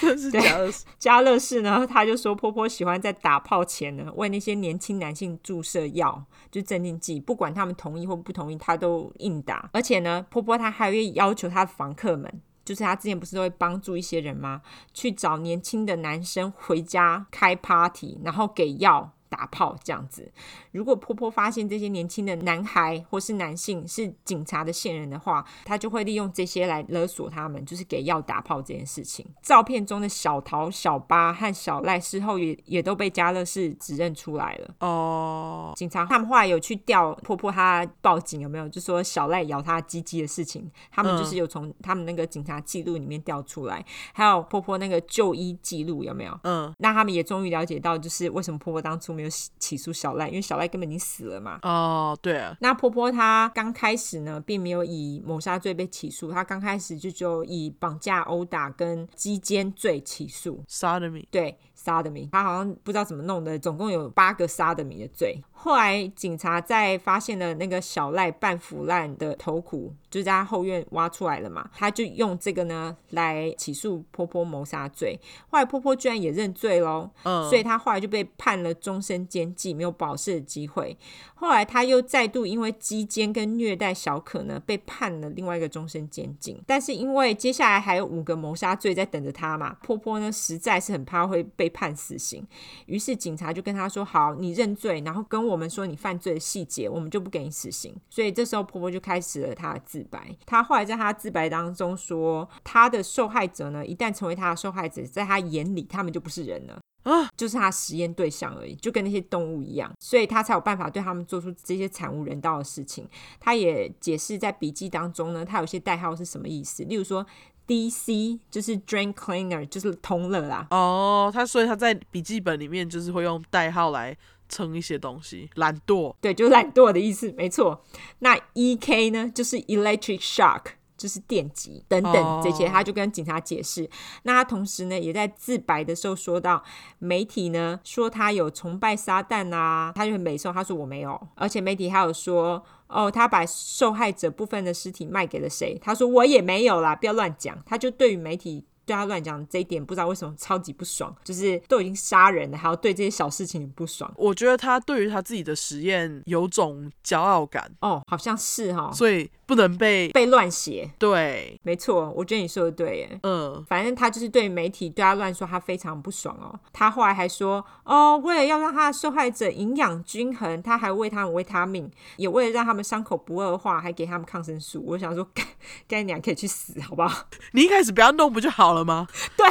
Speaker 2: 真是假的。
Speaker 1: 加勒士呢，他就说波波喜欢在打炮前呢，为那些年轻男性注射药，就镇定剂，不管他们同意或不同意，他都硬打。而且呢，波波他还会要求他的房客们。就是他之前不是都会帮助一些人吗？去找年轻的男生回家开 party，然后给药打炮这样子。如果婆婆发现这些年轻的男孩或是男性是警察的线人的话，她就会利用这些来勒索他们，就是给药打炮这件事情。照片中的小桃、小八和小赖事后也也都被家乐士指认出来了。
Speaker 2: 哦，
Speaker 1: 警察他们后来有去调婆婆她报警有没有，就说小赖咬她鸡鸡的事情，他们就是有从他们那个警察记录里面调出来，还有婆婆那个就医记录有没有？
Speaker 2: 嗯，
Speaker 1: 那他们也终于了解到，就是为什么婆婆当初没有起起诉小赖，因为小赖根本已经死了嘛。
Speaker 2: 哦，对啊，
Speaker 1: 那婆婆她刚开始呢，并没有以谋杀罪被起诉，她刚开始就只有以绑架、殴打跟鸡奸罪起诉。
Speaker 2: 杀了你，
Speaker 1: 对，杀的米，他好像不知道怎么弄的，总共有八个杀的米的罪。后来警察在发现了那个小赖半腐烂的头骨，就在他后院挖出来了嘛，他就用这个呢来起诉婆婆谋杀罪。后来婆婆居然也认罪喽，
Speaker 2: 嗯，
Speaker 1: 所以他后来就被判了终身监禁，没有保释的机会。后来他又再度因为鸡奸跟虐待小可呢，被判了另外一个终身监禁。但是因为接下来还有五个谋杀罪在等着他嘛，波波呢实在是很怕会被被判死刑。于是警察就跟他说：“好，你认罪，然后跟我们说你犯罪的细节，我们就不给你死刑。”所以这时候婆婆就开始了她的自白。她后来在她自白当中说，她的受害者呢，一旦成为她的受害者，在她眼里他们就不是人了。
Speaker 2: 啊，
Speaker 1: 就是她实验对象而已，就跟那些动物一样，所以她才有办法对他们做出这些惨无人道的事情。她也解释在笔记当中呢，她有些代号是什么意思，例如说 DC 就是 drain cleaner，就是通乐啦，
Speaker 2: 哦，他所以他在笔记本里面就是会用代号来称一些东西，懒惰，
Speaker 1: 对，就是懒惰的意思，没错。那 E K 呢，就是 electric shock，就是电击等
Speaker 2: 哦
Speaker 1: 等这些，他就跟警察解释。那他同时呢，也在自白的时候说到，媒体呢说他有崇拜撒旦啊，他就很美颂，他说我没有，而且媒体还有说。哦，他把受害者部分的尸体卖给了谁？他说我也没有啦，不要乱讲。他就对于媒体对他乱讲这一点，不知道为什么超级不爽，就是都已经杀人了，还要对这些小事情很不爽。
Speaker 2: 我觉得他对于他自己的实验有种骄傲感，
Speaker 1: 哦，好像是哈、哦，
Speaker 2: 所以不能被
Speaker 1: 被乱写，
Speaker 2: 对，
Speaker 1: 没错，我觉得你说的对耶。
Speaker 2: 嗯，
Speaker 1: 反正他就是对媒体对他乱说，他非常不爽哦。他后来还说，哦，为了要让他的受害者营养均衡，他还喂他们维他命，也为了让他们伤口不恶化，还给他们抗生素。我想说， 该该你俩可以去死，好不好？
Speaker 2: 你一开始不要弄不就好了吗？
Speaker 1: 对，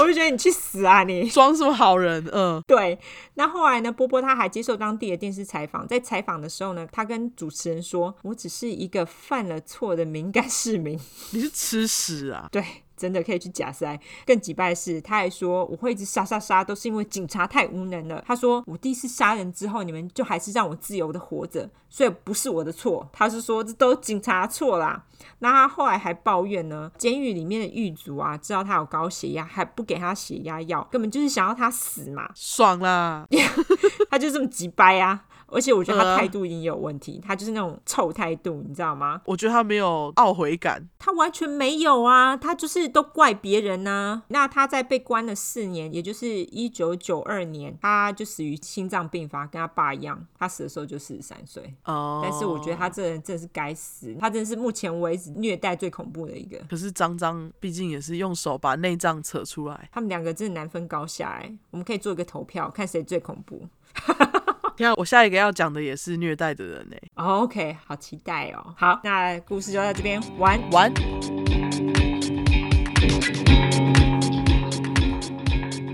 Speaker 1: 我就觉得你去死啊你！
Speaker 2: 装什么好人？嗯，
Speaker 1: 对，那后来呢？波波他还接受当地的电视采访，在采访的时候呢，他跟主持人说：“我只是一个犯了错的敏感市民。”
Speaker 2: 你是吃屎啊！
Speaker 1: 对，真的可以去假塞。更击败的是，他还说我会一直杀杀杀，都是因为警察太无能了。他说我第一次杀人之后，你们就还是让我自由的活着，所以不是我的错。他是说这都警察错啦。那他后来还抱怨呢，监狱里面的狱卒啊，知道他有高血压，还不给他血压药，根本就是想要他死嘛。
Speaker 2: 爽啦！
Speaker 1: 他就这么急掰啊！而且我觉
Speaker 2: 嗯
Speaker 1: 得他态度已经有问题，他就是那种臭态度，你知道吗？
Speaker 2: 我觉得他没有懊悔感，
Speaker 1: 他完全没有啊，他就是都怪别人呐、那他在被关了四年，也就是一九九二年，他就死于心脏病发，跟他爸一样，他死的时候就四十三岁。
Speaker 2: 哦，
Speaker 1: 但是我觉得他这人真的是该死，他真的是目前为止虐待最恐怖的一个。
Speaker 2: 可是脏脏毕竟也是用手把内脏扯出来，
Speaker 1: 他们两个真的难分高下哎、我们可以做一个投票，看谁最恐怖。
Speaker 2: 天啊，我下一个要讲的也是虐待的人欸呢、
Speaker 1: 哦 OK，好期待哦。好，那故事就到这边，完。
Speaker 2: 完。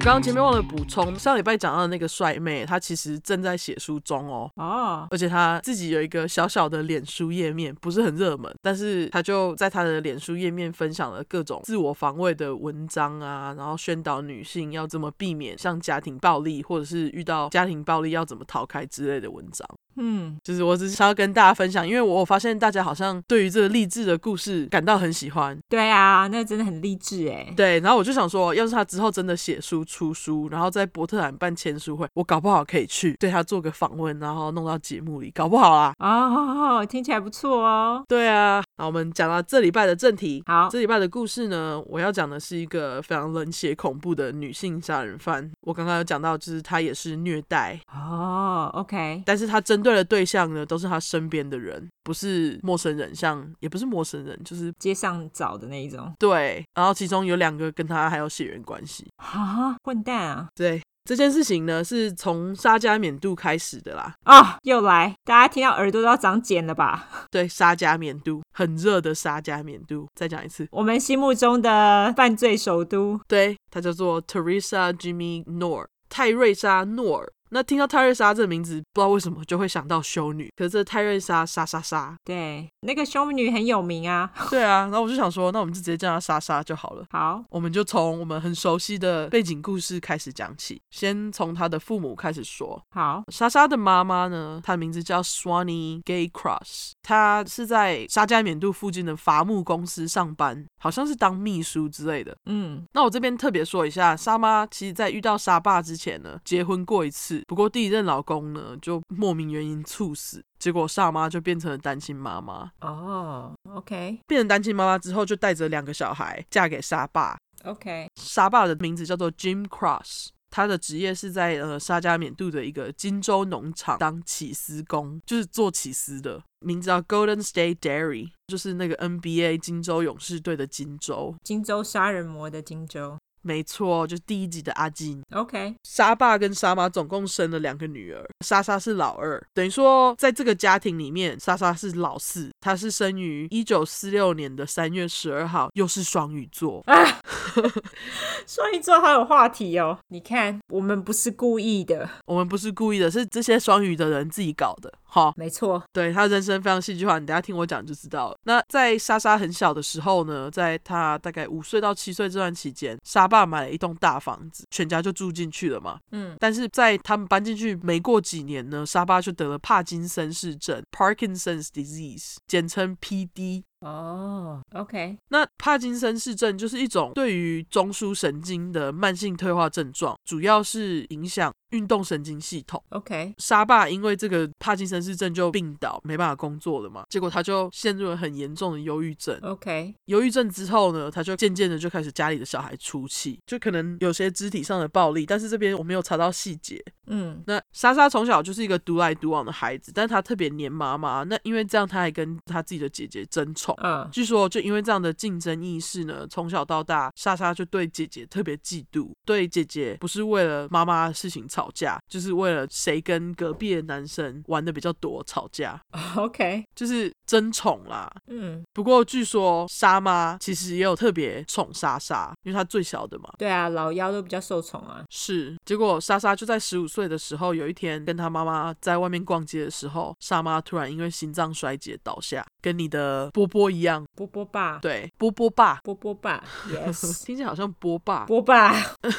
Speaker 2: 刚刚前面忘了补充，上礼拜讲到的那个帅妹，她其实正在写书中哦，
Speaker 1: 哦，
Speaker 2: 而且她自己有一个小小的脸书页面，不是很热门，但是她就在她的脸书页面分享了各种自我防卫的文章啊，然后宣导女性要怎么避免像家庭暴力，或者是遇到家庭暴力要怎么逃开之类的文章。
Speaker 1: 嗯，
Speaker 2: 就是我只是想要跟大家分享，因为我发现大家好像对于这个励志的故事感到很喜欢，
Speaker 1: 对啊，那真的很励志哎。
Speaker 2: 对，然后我就想说，要是他之后真的写书出书，然后在伯特兰办签书会，我搞不好可以去对他做个访问，然后弄到节目里，搞不好啊。
Speaker 1: 哦，听起来不错哦。
Speaker 2: 对啊，那我们讲到这礼拜的正题。
Speaker 1: 好，
Speaker 2: 这礼拜的故事呢，我要讲的是一个非常冷血恐怖的女性杀人犯。我刚刚有讲到，就是她也是虐待，
Speaker 1: 哦，OK，
Speaker 2: 但是她针对的对象呢，都是她身边的人，不是陌生人，像也不是陌生人，就是
Speaker 1: 街上找的那一种
Speaker 2: 对。然后其中有两个跟她还有血缘关系，
Speaker 1: 啊，混蛋啊！
Speaker 2: 对，这件事情呢是从杀加冕度开始的啦。
Speaker 1: 哦，又来，大家听到耳朵都要长茧了吧？
Speaker 2: 对，杀加冕度很热的杀加冕度，再讲一次，
Speaker 1: 我们心目中的犯罪首都，
Speaker 2: 对，它叫做 Teresa Jimmy Nor 泰瑞莎诺尔。那听到泰瑞莎这个名字，不知道为什么就会想到修女。可是这泰瑞莎莎莎莎，
Speaker 1: 对，那个修女很有名啊。
Speaker 2: 对啊，然后我就想说，那我们就直接叫她莎莎就好了。
Speaker 1: 好，
Speaker 2: 我们就从我们很熟悉的背景故事开始讲起，先从她的父母开始说。
Speaker 1: 好，
Speaker 2: 莎莎的妈妈呢，她的名字叫 Swanee Gay Cross，她是在沙加缅度附近的伐木公司上班，好像是当秘书之类的。
Speaker 1: 嗯，
Speaker 2: 那我这边特别说一下，莎妈其实在遇到莎爸之前呢，结婚过一次，不过第一任老公呢就莫名原因猝死，结果莎妈就变成了单亲妈妈。
Speaker 1: 哦，OK，OK，、
Speaker 2: 变成单亲妈妈之后，就带着两个小孩嫁给莎爸，沙爸的名字叫做 Jim Cross，他的职业是在呃沙加缅度的一个金州农场当起司工，就是做起司的，名字叫 Golden State Dairy，就是那个 NBA 金州勇士队的金州。
Speaker 1: 荆州杀人魔的荆州，
Speaker 2: 没错，就是第一集的阿金。
Speaker 1: OK，
Speaker 2: 沙爸跟沙妈总共生了两个女儿，莎莎是老二，等于说在这个家庭里面，莎莎是老四，她是生于一九四六年的三月十二号，又是双鱼座。
Speaker 1: 双鱼座好有话题哦。你看，我们不是故意的，
Speaker 2: 我们不是故意的，是这些双鱼的人自己搞的。好，
Speaker 1: 没错。
Speaker 2: 对他人生非常戏剧化，你等一下听我讲就知道了。那在莎莎很小的时候呢，在她大概五岁到七岁这段期间，莎爸买了一栋大房子，全家就住进去了嘛。
Speaker 1: 嗯，
Speaker 2: 但是在他们搬进去没过几年呢，莎爸就得了帕金森氏症 （Parkinson's disease），简称 PD。
Speaker 1: 哦，OK，
Speaker 2: 那帕金森氏症就是一种对于中枢神经的慢性退化症状，主要是影响运动神经系统。
Speaker 1: OK，
Speaker 2: 沙爸因为这个帕金森氏症就病倒，没办法工作了嘛，结果他就陷入了很严重的忧郁症。
Speaker 1: OK，
Speaker 2: 忧郁症之后呢，他就渐渐的就开始家里的小孩出气，就可能有些肢体上的暴力，但是这边我没有查到细节。
Speaker 1: 嗯
Speaker 2: 那莎莎从小就是一个独来独往的孩子，但她特别黏妈妈，那因为这样她还跟她自己的姐姐争宠。
Speaker 1: 嗯
Speaker 2: 据说，就因为这样的竞争意识呢，从小到大，莎莎就对姐姐特别嫉妒，对姐姐不是为了妈妈的事情吵架，就是为了谁跟隔壁的男生玩的比较多吵架，
Speaker 1: ，OK，
Speaker 2: 就是争宠啦。
Speaker 1: 嗯，
Speaker 2: 不过据说莎妈其实也有特别宠莎莎，因为她最小的嘛。
Speaker 1: 对啊，老妖都比较受宠啊。
Speaker 2: 是，结果莎莎就在十五岁的时候，有一天跟她妈妈在外面逛街的时候，莎妈突然因为心脏衰竭倒下，跟你的波波一样，
Speaker 1: 波波爸，
Speaker 2: 对，波波爸，
Speaker 1: 波 波爸，Yes，
Speaker 2: 听起来好像波霸，
Speaker 1: 波爸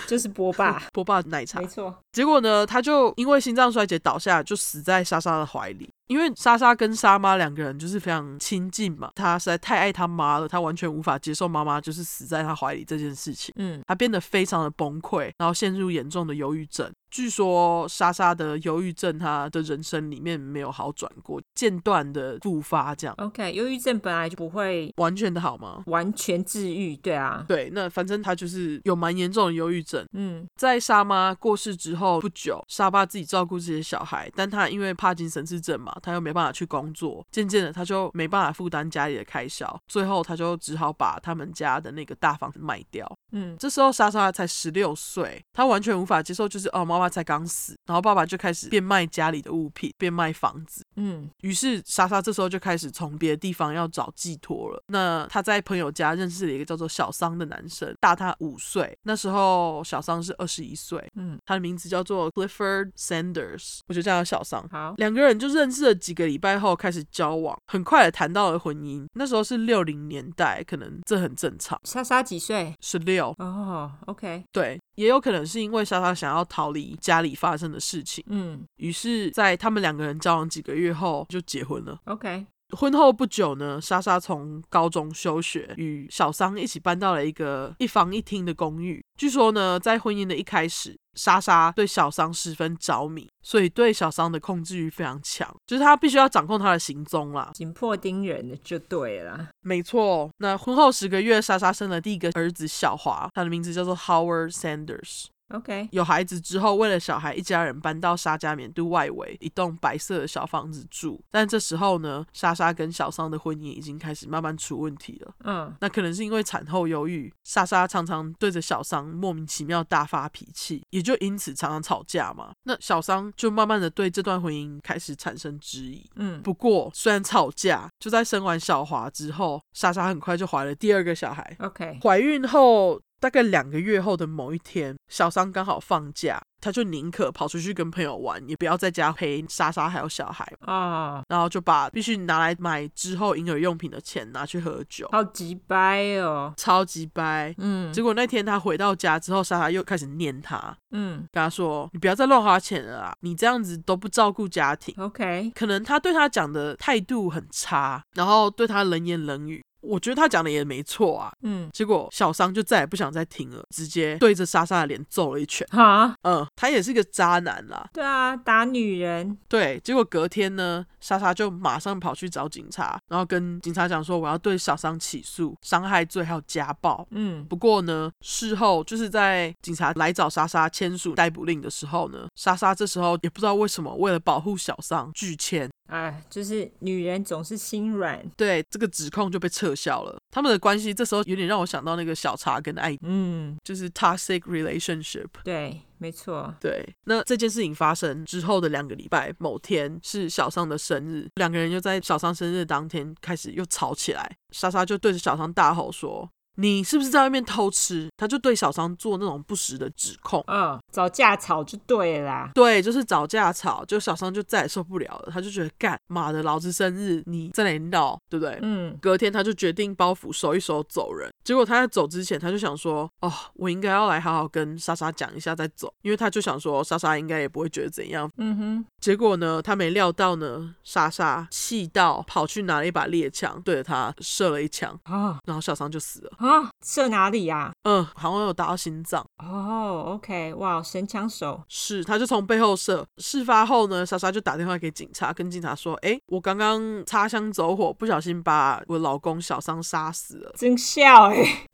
Speaker 1: 就是波爸，
Speaker 2: 波霸奶茶
Speaker 1: 没。 错。
Speaker 2: 结果呢，他就因为心脏衰竭倒下，就死在莎莎的怀里。因为莎莎跟莎妈两个人就是非常亲近嘛，她实在太爱她妈了，她完全无法接受妈妈就是死在她怀里这件事情。
Speaker 1: 嗯
Speaker 2: 她变得非常的崩溃，然后陷入严重的忧郁症。据说莎莎的忧郁症，她的人生里面没有好转过，间断的复发，这样
Speaker 1: ，OK，忧郁症本来就不会
Speaker 2: 完全的好吗？
Speaker 1: 完全治愈，对啊，
Speaker 2: 对，那反正她就是有蛮严重的忧郁症。
Speaker 1: 嗯
Speaker 2: 在莎妈过世之后不久，莎爸自己照顾这些小孩，但他因为帕金森氏症嘛，他又没办法去工作，渐渐的他就没办法负担家里的开销，最后他就只好把他们家的那个大房子卖掉。
Speaker 1: 嗯
Speaker 2: 这时候莎莎才十六岁，她完全无法接受，就是哦，妈妈才刚死，然后爸爸就开始变卖家里的物品，变卖房子。
Speaker 1: 嗯
Speaker 2: 于是莎莎这时候就开始从别的地方要找寄托了。那她在朋友家认识了一个叫做小桑的男生，大她五岁。那时候小桑是二十一岁，
Speaker 1: 嗯，
Speaker 2: 他的名字叫做 Clifford Sanders，我就叫他小桑。
Speaker 1: 好，
Speaker 2: 两个人就认识了几个礼拜后开始交往，很快的谈到了婚姻。那时候是六零年代，可能这很正常。
Speaker 1: 莎莎几岁？
Speaker 2: 十六，
Speaker 1: 哦，OK，
Speaker 2: 对，也有可能是因为莎莎想要逃离家里发生的事情，
Speaker 1: 嗯
Speaker 2: 于是，在他们两个人交往几个月后就结婚了。
Speaker 1: ，OK，
Speaker 2: 婚后不久呢，莎莎从高中休学，与小桑一起搬到了一个一房一厅的公寓。据说呢，在婚姻的一开始，莎莎对小桑十分着迷，所以对小桑的控制欲非常强，就是她必须要掌控他的行踪啦。
Speaker 1: 紧迫盯人的就对了。
Speaker 2: 没错，哦那婚后十个月，莎莎生了第一个儿子小华，他的名字叫做 Howard Sanders。
Speaker 1: OK，
Speaker 2: 有孩子之后，为了小孩，一家人搬到沙加缅度外围一栋白色的小房子住。但这时候呢，莎莎跟小桑的婚姻已经开始慢慢出问题了。
Speaker 1: 嗯
Speaker 2: 那可能是因为产后忧郁，莎莎常常对着小桑莫名其妙大发脾气，也就因此常常吵架嘛。那小桑就慢慢的对这段婚姻开始产生质疑。
Speaker 1: 嗯
Speaker 2: 不过，虽然吵架，就在生完小华之后，莎莎很快就怀了第二个小孩。
Speaker 1: ，OK，
Speaker 2: 怀孕后大概两个月后的某一天，小桑刚好放假，他就宁可跑出去跟朋友玩，也不要在家陪莎莎还有小孩，
Speaker 1: 哦，
Speaker 2: 然后就把必须拿来买之后婴儿用品的钱拿去喝酒，
Speaker 1: 好急掰哦。
Speaker 2: 超级掰。
Speaker 1: 嗯
Speaker 2: 结果那天他回到家之后，莎莎又开始念他，
Speaker 1: 嗯
Speaker 2: 跟他说：“你不要再乱花钱了啊，你这样子都不照顾家庭。”
Speaker 1: ，OK，
Speaker 2: 可能他对他讲的态度很差，然后对他冷言冷语。我觉得他讲的也没错啊，
Speaker 1: 嗯，
Speaker 2: 结果小桑就再也不想再听了，直接对着莎莎的脸揍了一拳。
Speaker 1: 好，
Speaker 2: 嗯，他也是个渣男啦。
Speaker 1: 对啊，打女人，
Speaker 2: 对，结果隔天呢，莎莎就马上跑去找警察，然后跟警察讲说我要对小桑起诉伤害罪还有家暴。
Speaker 1: 嗯
Speaker 2: 不过呢，事后就是在警察来找莎莎签署逮捕令的时候呢，莎莎这时候也不知道为什么，为了保护小桑拒签，
Speaker 1: 啊，就是女人总是心软，
Speaker 2: 对这个指控就被撤特效了。他们的关系这时候有点让我想到那个小茶跟艾，
Speaker 1: 嗯，
Speaker 2: 就是 toxic relationship。
Speaker 1: 对，没错，
Speaker 2: 对，那这件事情发生之后的两个礼拜，某天是小桑的生日，两个人又在小桑生日当天开始又吵起来。莎莎就对着小桑大吼说：“你是不是在外面偷吃？”他就对小桑做那种不实的指控。
Speaker 1: 嗯，找架吵就对了啦。
Speaker 2: 对，就是找架吵，就小桑就再也受不了了，他就觉得干妈的，老子生日你在那里闹，对不对？
Speaker 1: 嗯，
Speaker 2: 隔天他就决定包袱收一收走人。结果他在走之前，他就想说：“哦，我应该要来好好跟莎莎讲一下再走，因为他就想说莎莎应该也不会觉得怎样。”
Speaker 1: 嗯哼，
Speaker 2: 结果呢，他没料到呢，莎莎气到跑去拿了嗯一把猎枪，对着他射了一枪，
Speaker 1: 啊
Speaker 2: 然后小桑就死了。
Speaker 1: 啊，射哪里呀、
Speaker 2: 嗯，好像有打到心脏。
Speaker 1: 啊？哦，OK，哇，神枪手，
Speaker 2: 是，他就从背后射。事发后呢，莎莎就打电话给警察，跟警察说：“哎，我刚刚擦枪走火，不小心把我老公小桑杀死了。”
Speaker 1: 真笑哎、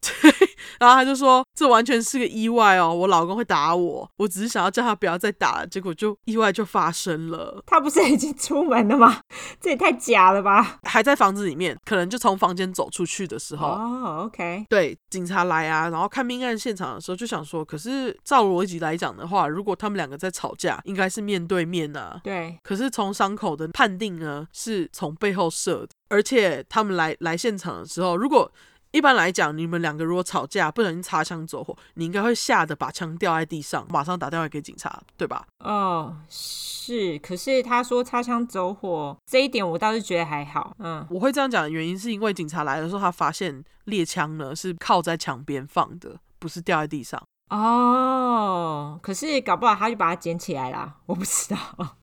Speaker 2: 然后他就说：“这完全是个意外哦，我老公会打我，我只是想要叫他不要再打了，结果就意外就发生了，
Speaker 1: 他不是已经出门了吗？这也太假了吧！
Speaker 2: 还在房子里面，可能就从房间走出去的时候。
Speaker 1: 哦，OK，
Speaker 2: 对，警察来啊，然后看命案现场的时候就想说，可是照逻辑来讲的话，如果他们两个在吵架，应该是面对面啊。
Speaker 1: 对，
Speaker 2: 可是从伤口的判定呢，是从背后射的，而且他们来来现场的时候，如果一般来讲，你们两个如果吵架，不小心擦枪走火，你应该会吓得把枪掉在地上，马上打电话给警察，对吧？
Speaker 1: 哦，是，可是他说擦枪走火这一点，我倒是觉得还好，嗯，
Speaker 2: 我会这样讲的原因，是因为警察来的时候，他发现猎枪呢是靠在墙边放的，不是掉在地上。
Speaker 1: 哦，可是搞不好他就把它捡起来啦，我不知道，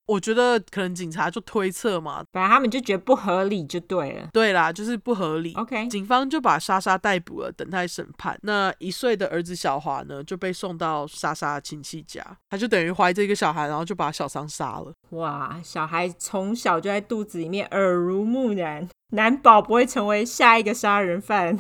Speaker 2: 我觉得可能警察就推测嘛，
Speaker 1: 反正他们就觉得不合理就对了。
Speaker 2: 对啦，就是不合理。
Speaker 1: OK，
Speaker 2: 警方就把莎莎逮捕了，等待审判。那一岁的儿子小华呢，就被送到莎莎亲戚家，他就等于怀着一个小孩，然后就把小桑杀了。
Speaker 1: 哇，小孩从小就在肚子里面耳濡目染，难保不会成为下一个杀人犯。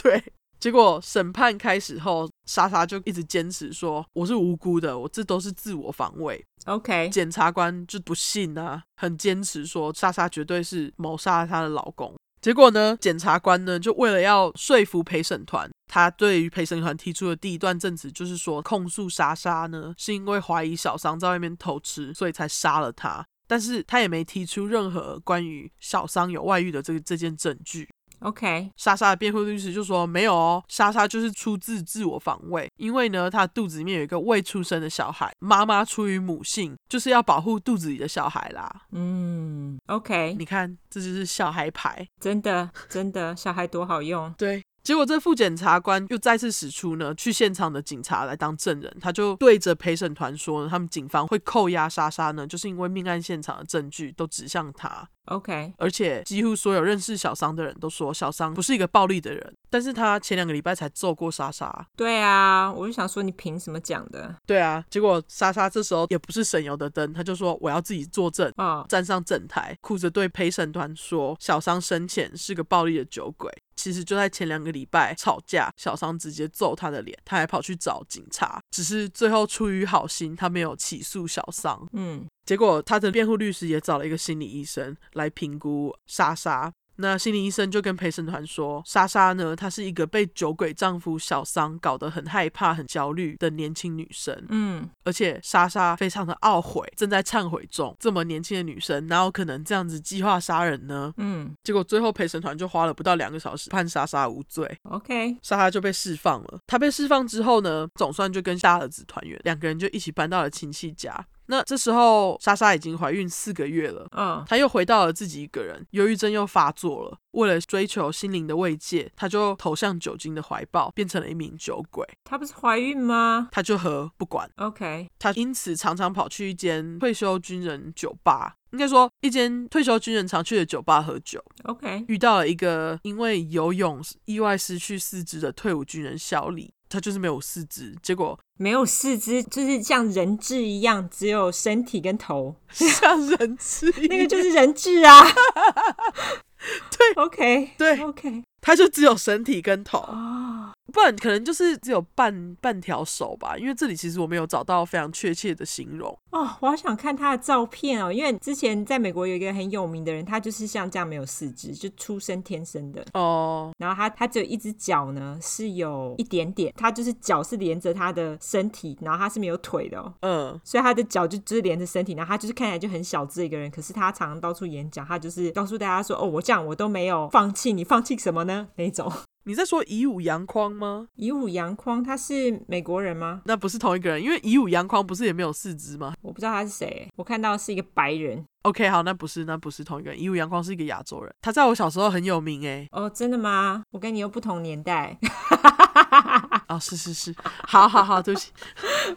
Speaker 2: 对，结果审判开始后，莎莎就一直坚持说我是无辜的，我这都是自我防卫。
Speaker 1: OK，
Speaker 2: 检察官就不信啊，很坚持说莎莎绝对是谋杀了她的老公。结果呢，检察官呢就为了要说服陪审团，他对于陪审团提出的第一段证词就是说，控诉莎莎呢是因为怀疑小桑在外面偷吃，所以才杀了她。但是他也没提出任何关于小桑有外遇的这个这件证据。
Speaker 1: OK，
Speaker 2: 莎莎的辩护律师就说没有哦，莎莎就是出自自我防卫，因为呢，她肚子里面有一个未出生的小孩，妈妈出于母性，就是要保护肚子里的小孩啦。
Speaker 1: 嗯，OK，
Speaker 2: 你看，这就是小孩牌。
Speaker 1: 真的真的，小孩多好用。
Speaker 2: 对。结果，这副检察官又再次使出呢，去现场的警察来当证人，他就对着陪审团说呢，他们警方会扣押莎莎呢，就是因为命案现场的证据都指向他。
Speaker 1: OK，
Speaker 2: 而且几乎所有认识小桑的人都说，小桑不是一个暴力的人，但是他前两个礼拜才揍过莎莎。
Speaker 1: 对啊，我就想说你凭什么讲的？
Speaker 2: 对啊，结果莎莎这时候也不是省油的灯，她就说我要自己作证，
Speaker 1: 哦，
Speaker 2: 站上正台，哭着对陪审团说小桑生前是个暴力的酒鬼。其实就在前两个礼拜吵架，小桑直接揍他的脸，他还跑去找警察，只是最后出于好心，他没有起诉小桑。
Speaker 1: 嗯
Speaker 2: 结果他的辩护律师也找了一个心理医生来评估莎莎。那心理医生就跟陪审团说，莎莎呢，她是一个被酒鬼丈夫小桑搞得很害怕、很焦虑的年轻女生。
Speaker 1: 嗯，
Speaker 2: 而且莎莎非常的懊悔，正在忏悔中。这么年轻的女生，哪有可能这样子计划杀人呢？
Speaker 1: 嗯
Speaker 2: 结果最后陪审团就花了不到两个小时判莎莎无罪，
Speaker 1: ，OK，
Speaker 2: 莎莎就被释放了。她被释放之后呢，总算就跟大儿子团圆，两个人就一起搬到了亲戚家。那这时候莎莎已经怀孕四个月了。
Speaker 1: 哦，
Speaker 2: 她又回到了自己一个人，忧郁症又发作了。为了追求心灵的慰藉，她就投向酒精的怀抱，变成了一名酒鬼。
Speaker 1: 她不是怀孕吗
Speaker 2: 她就喝不管，
Speaker 1: ？OK，
Speaker 2: 他因此常常跑去一间退休军人酒吧，应该说一间退休军人常去的酒吧喝酒，
Speaker 1: OK，
Speaker 2: 遇到了一个因为游泳意外失去四肢的退伍军人小李，他就是没有四肢，结 果
Speaker 1: 没有四肢，就是像人质一样，只有身体跟头，
Speaker 2: 像人吃一
Speaker 1: 那个就是人质啊。对，OK，
Speaker 2: 对，
Speaker 1: OK，
Speaker 2: 他就只有身体跟头。
Speaker 1: 哦，
Speaker 2: 不然可能就是只有半半条手吧，因为这里其实我没有找到非常确切的形容。
Speaker 1: 哦，我好想看他的照片哦，因为之前在美国有一个很有名的人，他就是像这样没有四肢，就出生天生的。
Speaker 2: 哦，
Speaker 1: 然后他他只有一只脚呢，是有一点点，他就是脚是连着他的身体，然后他是没有腿的哦，
Speaker 2: 嗯，
Speaker 1: 所以他的脚就就是连着身体，然后他就是看起来就很小只的一个人，可是他常常到处演讲，他就是告诉大家说，哦，我这样我都没有放弃，你放弃什么呢？那种
Speaker 2: 你在说以武扬匡吗？
Speaker 1: 以武扬匡，他是美国人吗？
Speaker 2: 那不是同一个人，因为以武扬匡不是也没有四肢吗
Speaker 1: 我不知道他是谁，我看到是一个白人。
Speaker 2: ？OK，好，那不是，那不是同一个人。以武扬匡是一个亚洲人，他在我小时候很有名欸诶。
Speaker 1: 哦，真的吗？我跟你又不同年代，
Speaker 2: 哦，是是是，好好好，对不起，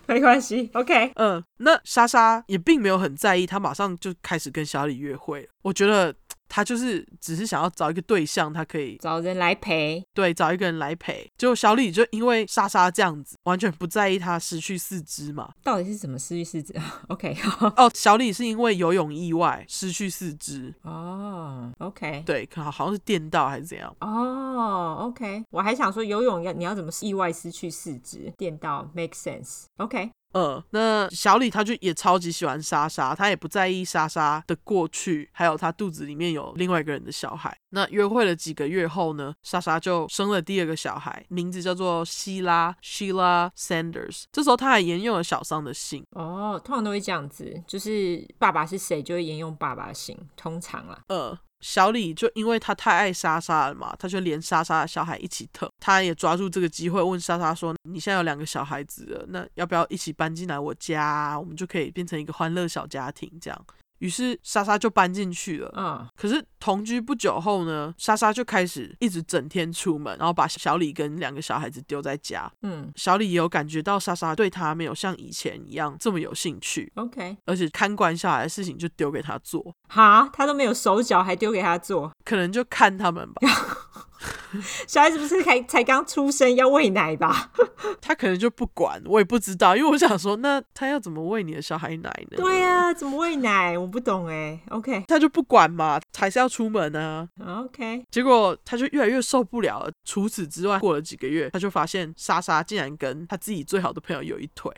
Speaker 1: 没关系，OK。
Speaker 2: 嗯，那莎莎也并没有很在意，她马上就开始跟小李约会了。我觉得她就是只是想要找一个对象，她可以
Speaker 1: 找人来陪，
Speaker 2: 对找一个人来陪。结果小李就因为莎莎这样子，完全不在意她失去四肢嘛。
Speaker 1: 到底是什么失去四肢 ？OK，
Speaker 2: 哦，小李是因为游泳意外失去四肢，
Speaker 1: 哦，OK，
Speaker 2: 对，可好像是电到还是怎样。
Speaker 1: 哦，OK，我还想说游泳要你要怎么意外失去四肢，电到 make sense。OK，
Speaker 2: 嗯，那小李他就也超级喜欢莎莎，他也不在意莎莎的过去，还有他肚子里面有另外一个人的小孩。那约会了几个月后呢，莎莎就生了第二个小孩，名字叫做希拉 （Sheila Sanders）。这时候他还沿用了小桑的姓。
Speaker 1: 哦、通常都会这样子，就是爸爸是谁就会沿用爸爸的姓，通常啦。
Speaker 2: 呃，小李就因为他太爱莎莎了嘛，他就连莎莎的小孩一起疼。他也抓住这个机会问莎莎说：“你现在有两个小孩子了，那要不要一起搬进来我家啊？我们就可以变成一个欢乐小家庭这样。”于是莎莎就搬进去了。
Speaker 1: 嗯，
Speaker 2: 可是同居不久后呢，莎莎就开始一直整天出门，然后把小李跟两个小孩子丢在家。
Speaker 1: 嗯
Speaker 2: 小李也有感觉到莎莎对他没有像以前一样这么有兴趣，
Speaker 1: ，OK，
Speaker 2: 而且看管小孩的事情就丢给他做，
Speaker 1: 哈，他都没有手脚，还丢给他做，
Speaker 2: 可能就看他们吧。
Speaker 1: 小孩子不是才才刚出生要喂奶吧？
Speaker 2: 他可能就不管，我也不知道，因为我想说，那他要怎么喂你的小孩奶呢？
Speaker 1: 对、啊呀、怎么喂奶？我不懂哎。OK，OK，、
Speaker 2: 他就不管嘛，还是要出门啊。结果他就越来越受不了了。除此之外，过了几个月，他就发现莎莎竟然跟他自己最好的朋友有一腿，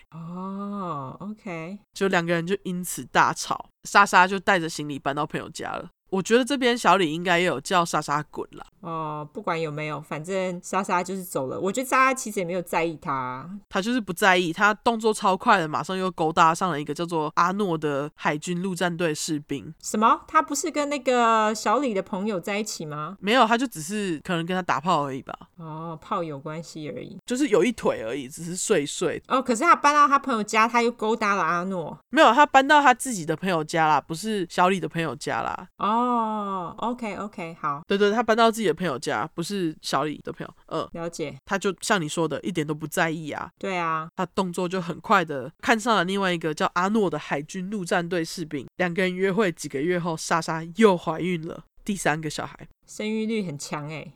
Speaker 1: 哦，OK，
Speaker 2: 就两个人就因此大吵。莎莎就带着行李搬到朋友家了。我觉得这边小李应该也有叫莎莎滚啦。
Speaker 1: 哦，不管有没有，反正莎莎就是走了。我觉得莎莎其实也没有在意他。
Speaker 2: 他就是不在意，他动作超快的，马上又勾搭上了一个叫做阿诺的海军陆战队士兵。
Speaker 1: 什么？他不是跟那个小李的朋友在一起吗？
Speaker 2: 没有，他就只是可能跟他打炮而已吧。
Speaker 1: 哦，炮友关系而已。
Speaker 2: 就是有一腿而已，只是睡睡。
Speaker 1: 哦，可是他搬到他朋友家，他又勾搭了阿诺。
Speaker 2: 没有，他搬到他自己的朋友家啦，不是小李的朋友家啦。
Speaker 1: 哦，OK OK，好，
Speaker 2: 对对，他搬到自己的朋友家，不是小李的朋友。嗯，
Speaker 1: 了解。
Speaker 2: 他就像你说的，一点都不在意啊。
Speaker 1: 对啊，
Speaker 2: 他动作就很快的看上了另外一个叫阿诺的海军陆战队士兵。两个人约会几个月后，莎莎又怀孕了第三个小孩。
Speaker 1: 生育率很强哎。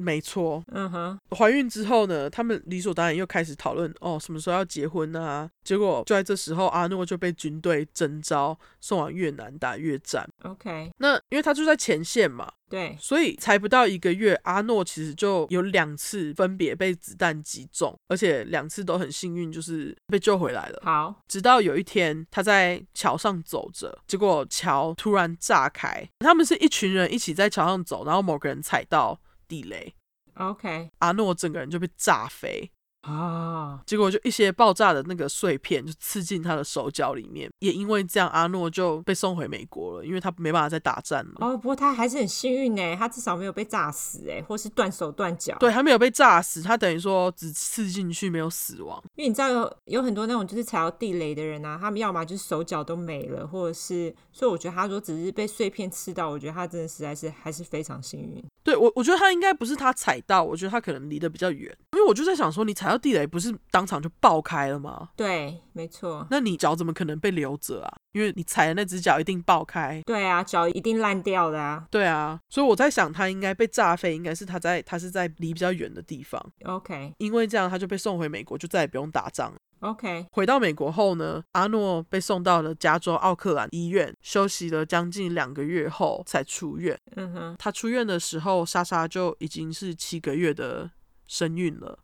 Speaker 2: 没错，
Speaker 1: 嗯哼，
Speaker 2: 怀孕之后呢，他们理所当然又开始讨论哦，什么时候要结婚啊？结果就在这时候，阿诺就被军队征召送往越南打越战。
Speaker 1: ，OK，
Speaker 2: 那因为他就在前线嘛，
Speaker 1: 对，
Speaker 2: 所以才不到一个月，阿诺其实就有两次分别被子弹击中，而且两次都很幸运，就是被救回来了。
Speaker 1: 好，
Speaker 2: 直到有一天，他在桥上走着，结果桥突然炸开，他们是一群人一起在桥上走，然后某个人踩到地雷，
Speaker 1: ，OK，
Speaker 2: 阿诺整个人就被炸飞。
Speaker 1: 哦，
Speaker 2: 结果就一些爆炸的那个碎片就刺进他的手脚里面，也因为这样，阿诺就被送回美国了，因为他没办法再打仗了。
Speaker 1: 哦，不过他还是很幸运呢，他至少没有被炸死哎，或是断手断脚。
Speaker 2: 对他没有被炸死，他等于说只刺进去没有死亡。
Speaker 1: 因为你知道有有很多那种就是踩到地雷的人啊，他们要么就是手脚都没了，或者是，所以我觉得他说只是被碎片刺到，我觉得他真的实在是还是非常幸运。
Speaker 2: 对我，我觉得他应该不是他踩到，我觉得他可能离得比较远，因为我就在想说，你踩到地雷不是当场就爆开了吗？
Speaker 1: 对，没错，
Speaker 2: 那你脚怎么可能被留着啊？因为你踩的那只脚一定爆开。
Speaker 1: 对啊，脚一定烂掉的啊。
Speaker 2: 对啊，所以我在想，他应该被炸飞，应该是他在他是在离比较远的地方，
Speaker 1: OK
Speaker 2: 因为这样他就被送回美国，就再也不用打仗了
Speaker 1: OK，
Speaker 2: 回到美国后呢，阿诺被送到了加州奥克兰医院休息了将近两个月后才出院。
Speaker 1: 嗯哼，
Speaker 2: 他出院的时候，莎莎就已经是七个月的身孕了。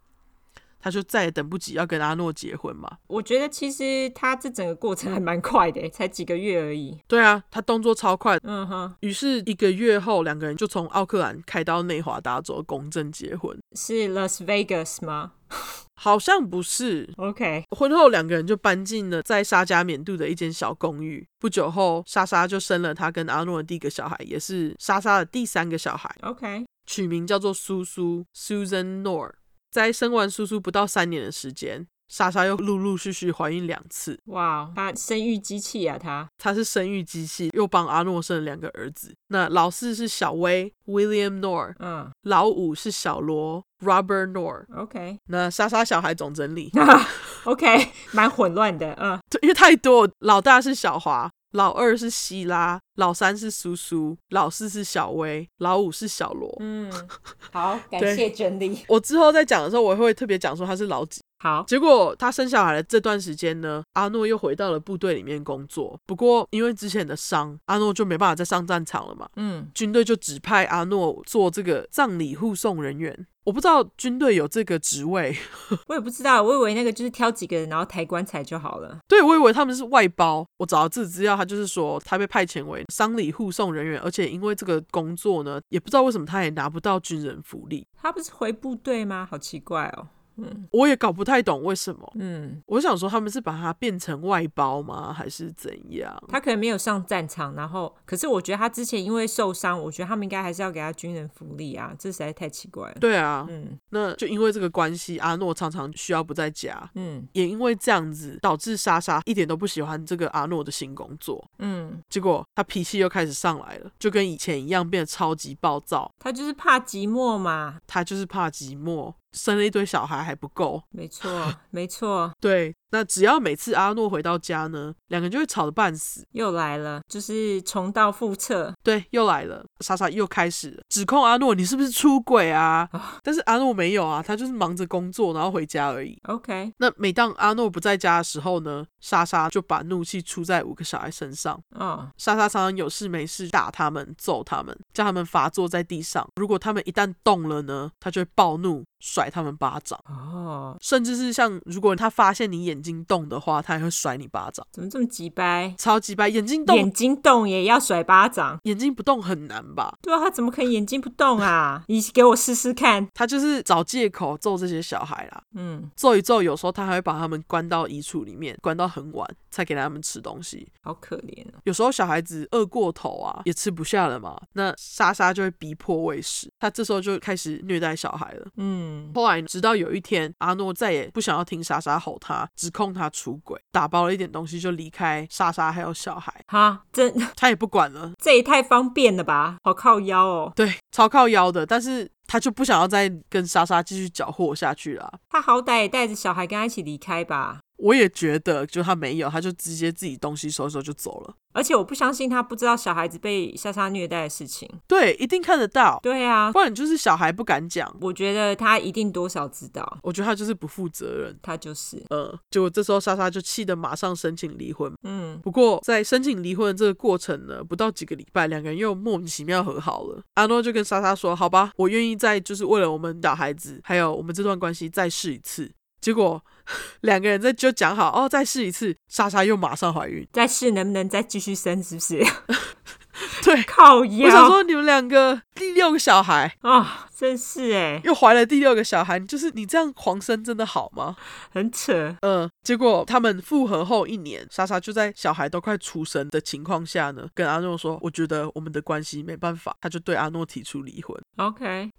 Speaker 2: 他就再也等不及要跟阿诺结婚嘛。
Speaker 1: 我觉得其实他这整个过程还蛮快的，欸才几个月而已。
Speaker 2: 对啊，他动作超快。
Speaker 1: 嗯哼，
Speaker 2: 于是一个月后，两个人就从奥克兰开到内华达州公证结婚，
Speaker 1: 是 Las Vegas 吗
Speaker 2: 好像不是。
Speaker 1: ？OK，
Speaker 2: 婚后，两个人就搬进了在沙加缅度的一间小公寓。不久后，莎莎就生了她跟阿诺的第一个小孩，也是莎莎的第三个小孩，
Speaker 1: OK，
Speaker 2: 取名叫做苏苏 （Susan Nor）。在生完苏苏不到三年的时间，莎莎又陆陆续续怀孕两次。
Speaker 1: 哇，哦他生育机器啊，他
Speaker 2: 她是生育机器，又帮阿诺生了两个儿子。那老四是小威 （William Nor），
Speaker 1: 嗯
Speaker 2: 老五是小罗 （Robert Nor）。
Speaker 1: ，OK，
Speaker 2: 那莎莎小孩总整理，
Speaker 1: OK，蛮 混乱的，嗯
Speaker 2: 对，因为太多，老大是小华，老二是希拉，老三是苏苏，老四是小薇，老五是小罗。
Speaker 1: 嗯，好，感
Speaker 2: 对
Speaker 1: 谢整理。
Speaker 2: 我之后在讲的时候，我会特别讲说他是老几。
Speaker 1: 好，
Speaker 2: 结果他生小孩的这段时间呢，阿诺又回到了部队里面工作。不过因为之前的伤，阿诺就没办法再上战场了嘛。
Speaker 1: 嗯，
Speaker 2: 军队就指派阿诺做这个葬礼护送人员。我不知道军队有这个职位，
Speaker 1: 我也不知道，我以为那个就是挑几个人然后抬棺材就好了。
Speaker 2: 对，我以为他们是外包。我找到这资料，他就是说他被派遣为丧礼护送人员，而且因为这个工作呢，也不知道为什么他也拿不到军人福利，
Speaker 1: 他不是回部队吗？好奇怪哦。
Speaker 2: 我也搞不太懂为什么。
Speaker 1: 嗯，
Speaker 2: 我想说他们是把它变成外包吗，还是怎样？
Speaker 1: 他可能没有上战场，然后可是我觉得他之前因为受伤，我觉得他们应该还是要给他军人福利啊，这实在太奇怪了。
Speaker 2: 对啊，
Speaker 1: 嗯
Speaker 2: 那就因为这个关系，阿诺常常需要不在家。
Speaker 1: 嗯
Speaker 2: 也因为这样子，导致莎莎一点都不喜欢这个阿诺的新工作，
Speaker 1: 嗯，
Speaker 2: 结果他脾气又开始上来了，就跟以前一样变得超级暴躁。
Speaker 1: 他就是怕寂寞嘛，
Speaker 2: 他就是怕寂寞，生了一堆小孩还不够。
Speaker 1: 没 错没错，
Speaker 2: 对，那只要每次阿诺回到家呢，两个人就会吵得半死。
Speaker 1: 又来了，就是重蹈覆辙。
Speaker 2: 对，又来了，莎莎又开始了指控阿诺，你是不是出轨啊？但是阿诺没有啊，他就是忙着工作，然后回家而已。
Speaker 1: OK，
Speaker 2: 那每当阿诺不在家的时候呢，莎莎就把怒气出在五个小孩身上。
Speaker 1: 哦，
Speaker 2: 莎莎常常有事没事打他们、揍他们，叫他们罚坐在地上。如果他们一旦动了呢，她就会暴怒，甩他们巴掌。
Speaker 1: 哦，
Speaker 2: 甚至是像如果他发现你眼睛动的话，他也会甩你巴掌，
Speaker 1: 怎么这么急掰？
Speaker 2: 超级白，眼睛动
Speaker 1: 眼睛动也要甩巴掌，
Speaker 2: 眼睛不动很难吧？
Speaker 1: 对啊，他怎么可以眼睛不动 啊？你给我试试看。
Speaker 2: 他就是找借口揍这些小孩啦，
Speaker 1: 嗯
Speaker 2: 揍一揍，有时候他还会把他们关到衣橱里面，关到很晚才给他们吃东西。
Speaker 1: 好可怜哦。
Speaker 2: 有时候小孩子饿过头啊，也吃不下了嘛，那莎莎就会逼迫喂食，他这时候就开始虐待小孩了。
Speaker 1: 嗯，
Speaker 2: 后来，直到有一天，阿诺再也不想要听莎莎吼他，指控他出轨，打包了一点东西就离开莎莎还有小孩，
Speaker 1: 好，这
Speaker 2: 他也不管了，
Speaker 1: 这也太方便了吧，好靠腰哦。
Speaker 2: 对，超靠腰的，但是他就不想要再跟莎莎继续搅和下去了。
Speaker 1: 他好歹也带着小孩跟他一起离开吧。
Speaker 2: 我也觉得，就他没有，他就直接自己东西收一收就走了。
Speaker 1: 而且我不相信他不知道小孩子被莎莎虐待的事情。
Speaker 2: 对，一定看得到，
Speaker 1: 对啊，
Speaker 2: 不然就是小孩不敢讲。
Speaker 1: 我觉得他一定多少知道，
Speaker 2: 我觉得他就是不负责任。
Speaker 1: 他就是，
Speaker 2: 呃，结果这时候莎莎就气得马上申请离婚。
Speaker 1: 嗯，
Speaker 2: 不过在申请离婚的这个过程呢，不到几个礼拜，两个人又莫名其妙和好了。阿诺就跟莎莎说：“好吧，我愿意再就是为了我们小孩子，还有我们这段关系再试一次。”结果两个人在就讲好哦，再试一次，莎莎又马上怀孕。
Speaker 1: 再试能不能再继续生，是不是？
Speaker 2: 对，
Speaker 1: 靠
Speaker 2: 我想
Speaker 1: 腰
Speaker 2: 说你们两个第六个小孩
Speaker 1: 啊、真是哎，
Speaker 2: 又怀了第六个小孩，就是你这样狂生真的好吗？
Speaker 1: 很扯。
Speaker 2: 嗯，结果他们复合后一年，莎莎就在小孩都快出生的情况下呢，跟阿诺说：“我觉得我们的关系没办法。”他就对阿诺提出离婚。
Speaker 1: OK，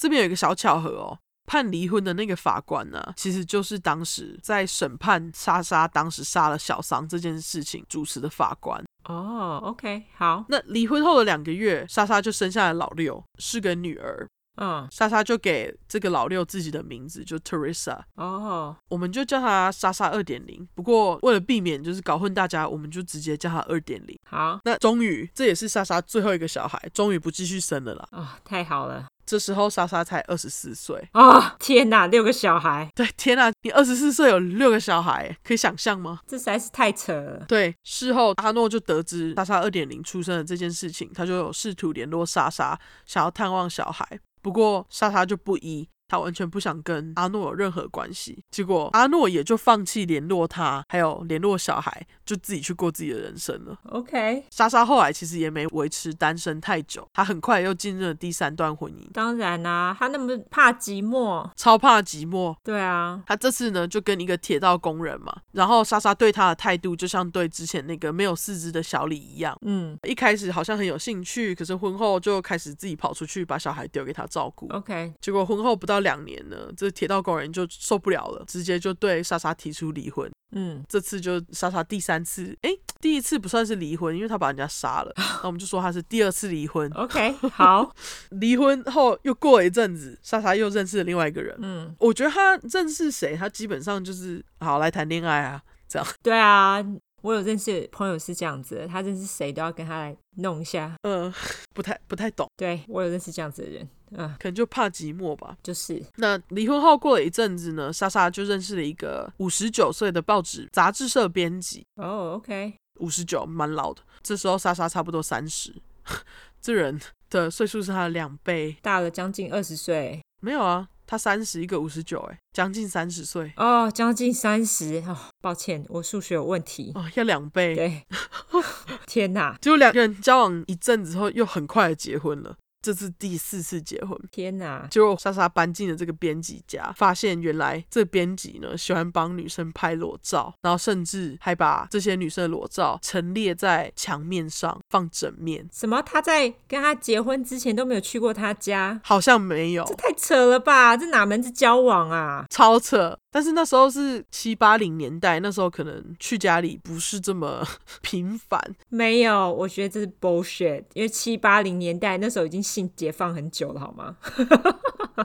Speaker 2: 这边有一个小巧合哦，判离婚的那个法官呢，其实就是当时在审判莎莎当时杀了小桑这件事情主持的法官。
Speaker 1: 哦、o k 好，
Speaker 2: 那离婚后的两个月，莎莎就生下了老六，是个女儿。
Speaker 1: 嗯，
Speaker 2: 莎莎就给这个老六自己的名字，就 Teresa。
Speaker 1: 哦、
Speaker 2: 我们就叫他莎莎二点零。不过为了避免就是搞混大家，我们就直接叫他二点零。
Speaker 1: 好，
Speaker 2: 那终于，这也是莎莎最后一个小孩，终于不继续生了啦。
Speaker 1: 啊、太好了，
Speaker 2: 这时候莎莎才二十四岁，
Speaker 1: 啊、天哪，六个小孩，
Speaker 2: 对，天啊，你二十四岁有六个小孩，可以想象吗？
Speaker 1: 这实在是太扯了。
Speaker 2: 对，事后阿诺就得知莎莎二点零出生的这件事情，他就有试图联络莎莎，想要探望小孩。不过莎莎就不依，他完全不想跟阿诺有任何关系。结果阿诺也就放弃联络他，还有联络小孩，就自己去过自己的人生了。
Speaker 1: OK，
Speaker 2: 莎莎后来其实也没维持单身太久，她很快又进入了第三段婚姻，
Speaker 1: 当然啦、他那么怕寂寞，
Speaker 2: 超怕寂寞。
Speaker 1: 对啊，
Speaker 2: 她这次呢就跟一个铁道工人嘛，然后莎莎对他的态度就像对之前那个没有四肢的小李一样，
Speaker 1: 嗯
Speaker 2: 一开始好像很有兴趣，可是婚后就开始自己跑出去把小孩丢给他照顾。
Speaker 1: ，OK，
Speaker 2: 结果婚后不到两年呢，这铁道工人就受不了了，直接就对莎莎提出离婚。
Speaker 1: 嗯，
Speaker 2: 这次就莎莎第三次，诶，第一次不算是离婚，因为她把人家杀了，那我们就说她是第二次离婚。
Speaker 1: OK，好，
Speaker 2: 离婚后又过了一阵子，莎莎又认识了另外一个人。
Speaker 1: 嗯，
Speaker 2: 我觉得她认识谁，她基本上就是好来谈恋爱啊，这样。
Speaker 1: 对啊，我有认识朋友是这样子的，他认识谁都要跟他来弄一下。
Speaker 2: 嗯、 不太不太懂，
Speaker 1: 对我有认识这样子的人，嗯，
Speaker 2: 可能就怕寂寞吧。
Speaker 1: 就是
Speaker 2: 那离婚后过了一阵子呢，莎莎就认识了一个五十九岁的报纸杂志社编辑，
Speaker 1: 哦，OK，
Speaker 2: 五十九蛮老的。这时候莎莎差不多三十， 这人的岁数是她的两倍。
Speaker 1: 大了将近二十岁，
Speaker 2: 没有啊，她三十，一个五十九，哎，将近三十岁
Speaker 1: 哦，将近三十，哦，抱歉，我数学有问题。
Speaker 2: 哦，要两倍。
Speaker 1: 对， 天哪，
Speaker 2: 结果两个人交往一阵子后，又很快的结婚了。这是第四次结婚。
Speaker 1: 天哪，
Speaker 2: 结果莎莎搬进了这个编辑家，发现原来这编辑呢喜欢帮女生拍裸照，然后甚至还把这些女生的裸照陈列在墙面上放整面，
Speaker 1: 什么？他在跟他结婚之前都没有去过他家，
Speaker 2: 好像没有
Speaker 1: 这，太扯了吧？这哪门子交往啊？
Speaker 2: 超扯。但是那时候是七八零年代，那时候可能去家里不是这么 频繁，
Speaker 1: 没有，我觉得这是 bullshit，因为七八零年代那时候已经性解放很久了，好吗？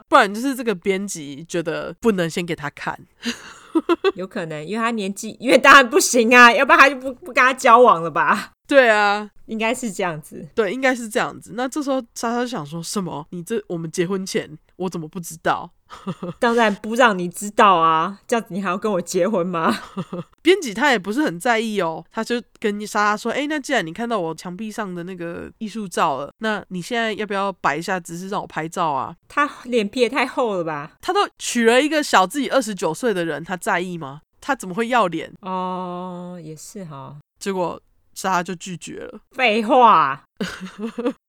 Speaker 2: 不然就是这个编辑觉得不能先给他看，
Speaker 1: 有可能，因为他年纪，因为当然不行啊，要不然他就不不跟他交往了吧？
Speaker 2: 对啊，
Speaker 1: 应该是这样子。
Speaker 2: 对，应该是这样子。那这时候莎莎就想说什么？你这我们结婚前我怎么不知道？
Speaker 1: 当然不让你知道啊，这样子你还要跟我结婚吗？
Speaker 2: 编辑他也不是很在意哦，他就跟莎莎说：“哎、那既然你看到我墙壁上的那个艺术照了，那你现在要不要摆一下姿势让我拍照啊
Speaker 1: 他脸皮也太厚了吧？”？
Speaker 2: 他都娶了一个小自己二十九岁的人，他在意吗？他怎么会要脸？
Speaker 1: 哦，也是哈、
Speaker 2: 结果莎莎就拒绝了。
Speaker 1: 废话，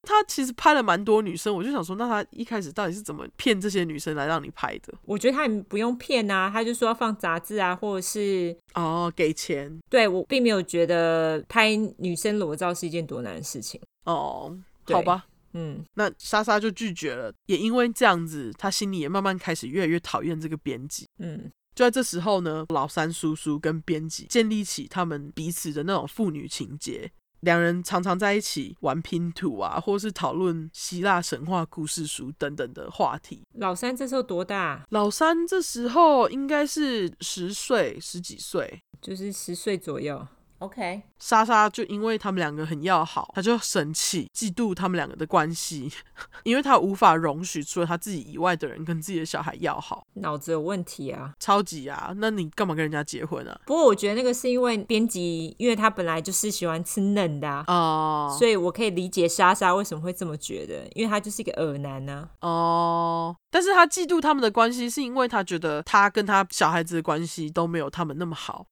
Speaker 2: 他其实拍了蛮多女生，我就想说，那他一开始到底是怎么骗这些女生来让你拍的？
Speaker 1: 我觉得他也不用骗啊，他就说要放杂志啊，或者是
Speaker 2: 哦，给钱
Speaker 1: 对我并没有觉得拍女生裸照是一件多难的事情。
Speaker 2: 哦，
Speaker 1: 对
Speaker 2: 好吧。
Speaker 1: 嗯，
Speaker 2: 那莎莎就拒绝了，也因为这样子，她心里也慢慢开始越来越讨厌这个编辑。
Speaker 1: 嗯，
Speaker 2: 就在这时候呢，老三叔叔跟编辑建立起他们彼此的那种父女情结。两人常常在一起玩拼图啊，或是讨论希腊神话故事书等等的话题。
Speaker 1: 老三这时候多大？啊
Speaker 2: 老三这时候应该是十岁、十几岁。
Speaker 1: 就是十岁左右。OK，
Speaker 2: 莎莎就因为他们两个很要好，她就生气、嫉妒他们两个的关系， 因为她无法容许除了她自己以外的人跟自己的小孩要好，
Speaker 1: 脑子有问题啊。
Speaker 2: 超级啊！那你干嘛跟人家结婚啊？
Speaker 1: 不过我觉得那个是因为编辑，因为他本来就是喜欢吃嫩的、啊。
Speaker 2: 哦、
Speaker 1: 所以，我可以理解莎莎为什么会这么觉得，因为他就是一个耳男啊呢、
Speaker 2: 哦，但是他嫉妒他们的关系，是因为他觉得他跟他小孩子的关系都没有他们那么好。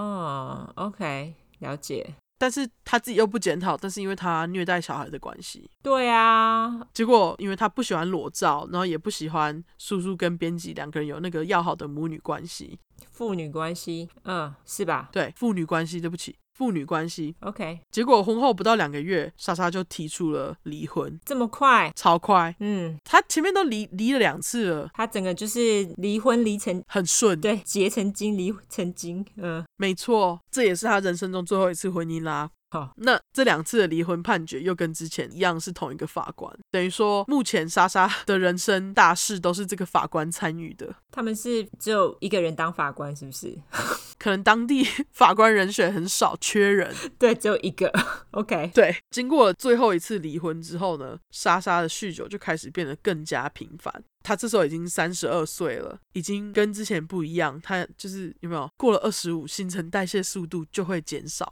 Speaker 1: 哦，OK，了解。
Speaker 2: 但是他自己又不检讨，但是因为他虐待小孩的关系，
Speaker 1: 对啊，
Speaker 2: 结果因为他不喜欢裸照，然后也不喜欢叔叔跟编辑两个人有那个要好的母女关系，
Speaker 1: 父女关系，嗯，是吧
Speaker 2: 对父女关系，对不起，父女关系。
Speaker 1: ？OK，
Speaker 2: 结果婚后不到两个月，莎莎就提出了离婚，
Speaker 1: 这么快，
Speaker 2: 超快，
Speaker 1: 嗯，
Speaker 2: 她前面都离离了两次了，
Speaker 1: 他整个就是离婚离成，
Speaker 2: 很顺，
Speaker 1: 对，结成精，离成精，嗯，
Speaker 2: 没错，这也是她人生中最后一次婚姻啦。
Speaker 1: 好，
Speaker 2: 那这两次的离婚判决又跟之前一样是同一个法官，等于说目前莎莎的人生大事都是这个法官参与的。
Speaker 1: 他们是只有一个人当法官，是不是？
Speaker 2: 可能当地 法官人选很少，缺人。
Speaker 1: 对，只有一个，OK，
Speaker 2: 对，经过了最后一次离婚之后呢，莎莎的酗酒就开始变得更加频繁。她这时候已经三十二岁了，已经跟之前不一样。她就是有没有过了二十五，新陈代谢速度就会减少，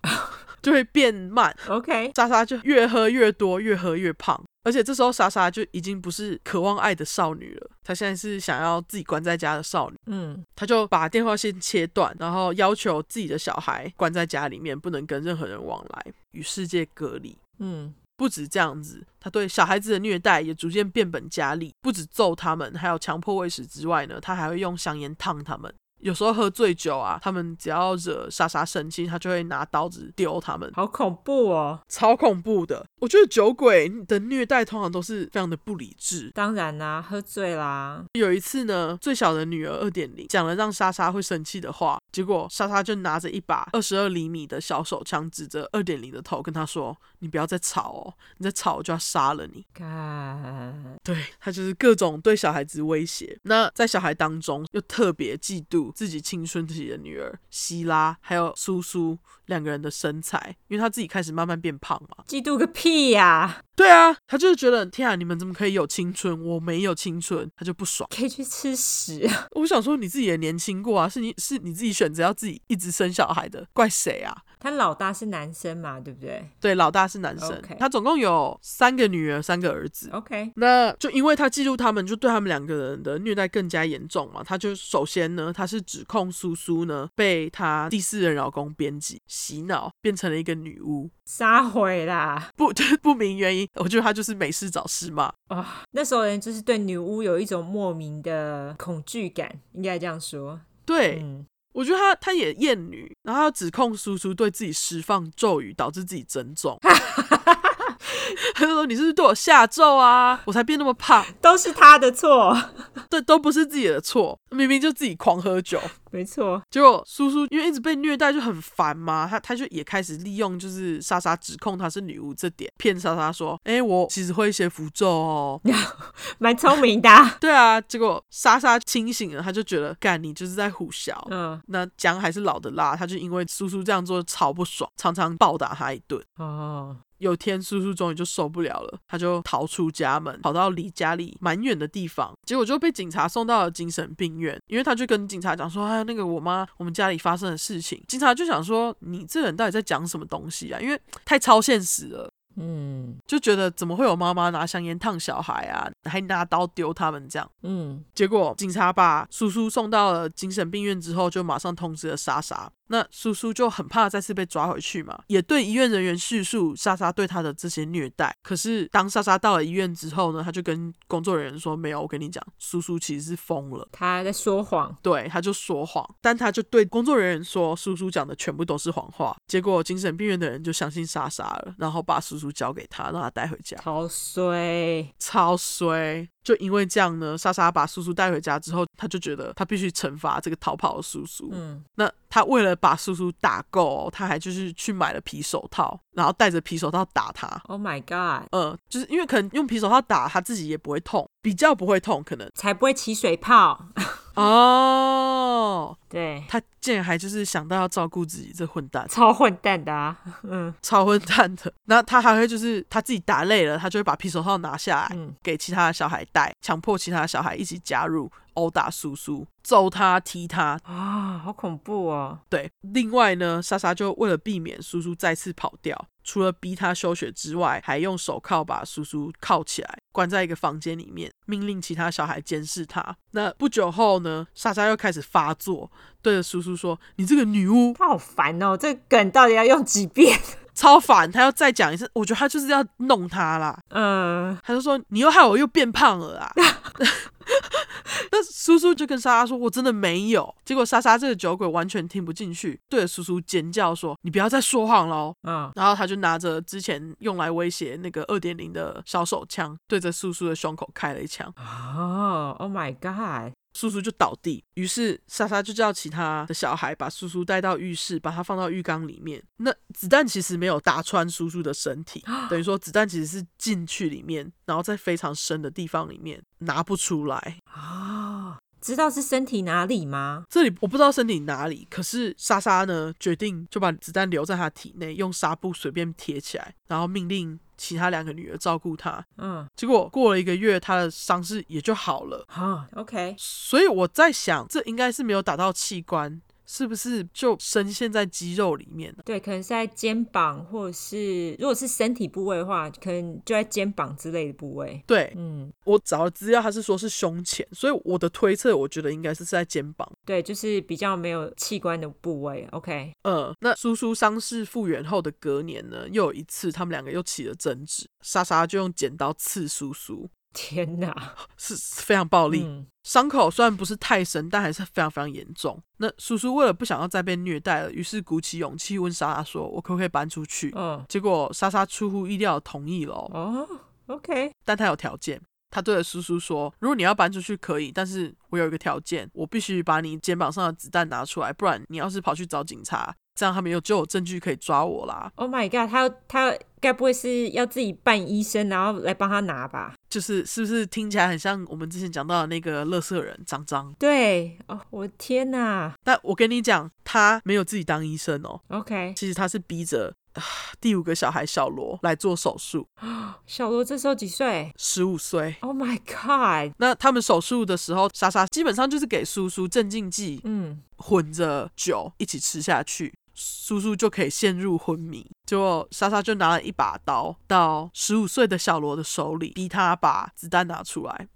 Speaker 2: 就会变慢。
Speaker 1: ，OK，
Speaker 2: 莎莎就越喝越多，越喝越胖。而且这时候莎莎就已经不是渴望爱的少女了，她现在是想要自己关在家的少女。
Speaker 1: 嗯，
Speaker 2: 她就把电话线切断，然后要求自己的小孩关在家里面，不能跟任何人往来，与世界隔离。
Speaker 1: 嗯，
Speaker 2: 不止这样子，他对小孩子的虐待也逐渐变本加厉，不止揍他们，还有强迫喂食之外呢，他还会用香烟烫他们。有时候喝醉酒啊，他们只要惹莎莎生气，他就会拿刀子丢他们，
Speaker 1: 好恐怖哦！
Speaker 2: 超恐怖的。我觉得酒鬼的虐待通常都是非常的不理智。
Speaker 1: 当然啦、喝醉啦，
Speaker 2: 有一次呢，最小的女儿二点零讲了让莎莎会生气的话，结果莎莎就拿着一把二十二厘米的小手枪指着二点零的头，跟她说：“你不要再吵哦，你再吵我就要杀了你。”
Speaker 1: 看，
Speaker 2: 对他就是各种对小孩子威胁。那在小孩当中，又特别嫉妒自己青春期的女儿希拉，还有苏苏两个人的身材，因为他自己开始慢慢变胖嘛。
Speaker 1: 嫉妒个屁呀、
Speaker 2: 对啊，他就是觉得天啊，你们怎么可以有青春，我没有青春，他就不爽。
Speaker 1: 可以去吃屎！啊
Speaker 2: 我想说，你自己也年轻过啊，是你是你自己选择要自己一直生小孩的，怪谁啊？
Speaker 1: 他老大是男生嘛，对不对
Speaker 2: 对，老大是男生
Speaker 1: OK 哦
Speaker 2: 他总共有三个女儿，三个儿子。
Speaker 1: ？OK，
Speaker 2: 那就因为他记录他们，就对他们两个人的虐待更加严重嘛。他就首先呢，他是指控苏苏呢被他第四任老公编辑洗脑，变成了一个女巫，
Speaker 1: 撒毁啦！
Speaker 2: 不 就是不明原因。我觉得他就是没事找事嘛。
Speaker 1: 那时候人就是对女巫有一种莫名的恐惧感，应该这样说。
Speaker 2: 对，
Speaker 1: 嗯，
Speaker 2: 我觉得他他也厌女，然后他指控苏苏对自己释放咒语，导致自己增重。 他就说：“你是不是对我下咒啊？我才变那么胖，
Speaker 1: 都是他的错，
Speaker 2: 这都不是自己的错，明明就自己狂喝酒。”
Speaker 1: 没错。
Speaker 2: 结果苏苏因为一直被虐待就很烦嘛，他他就也开始利用就是莎莎指控她是女巫这点骗莎莎说，哎、我其实会一些符咒哦。
Speaker 1: 蛮聪明的啊。
Speaker 2: 对啊，结果莎莎清醒了，她就觉得干你就是在胡笑。
Speaker 1: 嗯，
Speaker 2: 那姜还是老的辣，她就因为苏苏这样做超不爽，常常暴打她一顿。
Speaker 1: 哦，
Speaker 2: 有天苏苏终于就受不了了，她就逃出家门，跑到离家里蛮远的地方，结果就被警察送到了精神病院。因为她就跟警察讲说：“哎，那个我妈，我们家里发生的事情。”警察就想说：“你这人到底在讲什么东西啊？因为太超现实了。”
Speaker 1: 嗯
Speaker 2: 就觉得怎么会有妈妈拿香烟烫小孩啊，还拿刀丢他们这样。
Speaker 1: 嗯
Speaker 2: 结果警察把叔叔送到了精神病院之后，就马上通知了莎莎。那叔叔就很怕再次被抓回去嘛，也对医院人员叙述莎莎对他的这些虐待。可是当莎莎到了医院之后呢，他就跟工作人员说：“没有，我跟你讲，叔叔其实是疯了。”
Speaker 1: 他在说谎。
Speaker 2: 对，他就说谎，但他就对工作人员说叔叔讲的全部都是谎话。结果精神病院的人就相信莎莎了，然后把叔叔交给他，让他带回家。
Speaker 1: 好衰，
Speaker 2: 超衰。就因为这样呢，莎莎把叔叔带回家之后，她就觉得她必须惩罚这个逃跑的叔叔。
Speaker 1: 嗯，
Speaker 2: 那她为了把叔叔打够，她还就是去买了皮手套，然后戴着皮手套打他。
Speaker 1: ，Oh my god，
Speaker 2: 呃，就是因为可能用皮手套打他自己也不会痛，比较不会痛，可能
Speaker 1: 才不会起水泡。
Speaker 2: 哦。
Speaker 1: 对，
Speaker 2: 他竟然还就是想到要照顾自己，这混蛋，
Speaker 1: 超混蛋的啊。
Speaker 2: 超混蛋的。 然后他还会就是他自己打累了，他就会把皮手套拿下来，
Speaker 1: 嗯，
Speaker 2: 给其他的小孩带，强迫其他的小孩一起加入殴打叔叔，揍他、踢他。
Speaker 1: 啊，好恐怖哦。
Speaker 2: 对，另外呢，莎莎就为了避免叔叔再次跑掉，除了逼他休学之外，还用手铐把叔叔铐起来，关在一个房间里面，命令其他小孩监视他。那不久后呢，莎莎又开始发作，对着叔叔说：“你这个女巫
Speaker 1: 他好烦哦，这个梗到底要用几遍？
Speaker 2: 超烦！”他要再讲一次，我觉得他就是要弄他啦。
Speaker 1: 嗯，
Speaker 2: 他就说：“你又害我又变胖了啊！”那叔叔就跟莎莎说：“我真的没有。”结果莎莎这个酒鬼完全听不进去，对着叔叔尖叫说：“你不要再说谎喽
Speaker 1: 嗯！”，
Speaker 2: 然后他就拿着之前用来威胁那个二点零的小手枪，对着叔叔的胸口开了一枪，
Speaker 1: 哦，Oh my god，
Speaker 2: 叔叔就倒地。于是莎莎就叫其他的小孩把叔叔带到浴室，把他放到浴缸里面。那子弹其实没有打穿叔叔的身体，等于说子弹其实是进去里面，然后在非常深的地方里面拿不出来。
Speaker 1: 哦，知道是身体哪里吗？
Speaker 2: 这里我不知道身体哪里，可是莎莎呢决定就把子弹留在她体内，用纱布随便贴起来，然后命令其他两个女儿照顾她。
Speaker 1: 嗯，
Speaker 2: 结果过了一个月，她的伤势也就好了。
Speaker 1: 啊好，OK，
Speaker 2: 所以我在想，这应该是没有打到器官，是不是就深陷在肌肉里面呢、
Speaker 1: 对，可能是在肩膀，或者是如果是身体部位的话，可能就在肩膀之类的部位。
Speaker 2: 对
Speaker 1: 嗯，
Speaker 2: 我找了资料，他是说是胸前，所以我的推测，我觉得应该是在肩膀。
Speaker 1: 对，就是比较没有器官的部位。OK，
Speaker 2: 呃，那苏苏伤势复原后的隔年呢，又有一次他们两个又起了争执，莎莎就用剪刀刺苏苏，
Speaker 1: 天哪！
Speaker 2: 是是非常暴力。
Speaker 1: 嗯，
Speaker 2: 伤口虽然不是太深，但还是非常非常严重。那叔叔为了不想要再被虐待了，于是鼓起勇气问莎莎说：“我可不可以搬出去？”
Speaker 1: 哦，
Speaker 2: 结果莎莎出乎意料地同意了哦，
Speaker 1: 哦，OK，
Speaker 2: 但她有条件。她对着叔叔说：“如果你要搬出去可以，但是我有一个条件，我必须把你肩膀上的子弹拿出来，不然你要是跑去找警察，这样他们又就有证据可以抓我 啦。
Speaker 1: Oh my god，他他该不会是要自己扮医生，然后来帮他拿吧？
Speaker 2: 就是是不是听起来很像我们之前讲到的那个乐色人张张？
Speaker 1: 对，哦，我的天哪
Speaker 2: 但我跟你讲，他没有自己当医生哦，
Speaker 1: ！OK，
Speaker 2: 其实他是逼着啊第五个小孩小罗来做手术，
Speaker 1: 小罗这时候几岁
Speaker 2: 十五岁。
Speaker 1: ？Oh my god，
Speaker 2: 那他们手术的时候，莎莎基本上就是给叔叔镇静剂
Speaker 1: 嗯，
Speaker 2: 混着酒一起吃下去，叔叔就可以陷入昏迷。结果莎莎就拿了一把刀到十五岁的小罗的手里，逼他把子弹拿出来。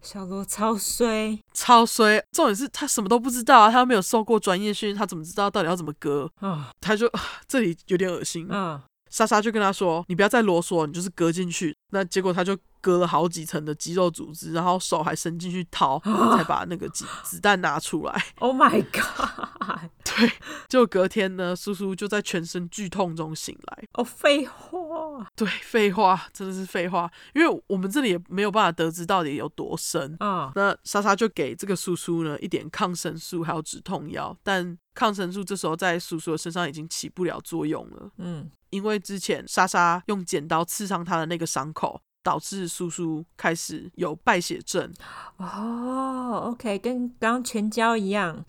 Speaker 1: 小罗超衰
Speaker 2: 超衰，重点是他什么都不知道啊，他又没有受过专业训练，他怎么知道到底要怎么割？
Speaker 1: 啊，
Speaker 2: 他就 这里有点恶心，
Speaker 1: 嗯，
Speaker 2: 莎莎就跟他说：“你不要再啰嗦，你就是割进去。”那结果他就割了好几层的肌肉组织，然后手还伸进去掏，才把那个子子弹拿出来。
Speaker 1: Oh my god！
Speaker 2: 对，就隔天呢，苏苏就在全身剧痛中醒来。
Speaker 1: 哦，废话
Speaker 2: 对，废话，真的是废话，因为我们这里也没有办法得知到底有多深。
Speaker 1: 啊、
Speaker 2: 那莎莎就给这个苏苏呢一点抗生素还有止痛药，但抗生素这时候在苏苏的身上已经起不了作用了。
Speaker 1: 嗯，
Speaker 2: 因为之前莎莎用剪刀刺伤他的那个伤口，导致叔叔开始有败血症。
Speaker 1: 哦，OK，跟刚刚全交一样，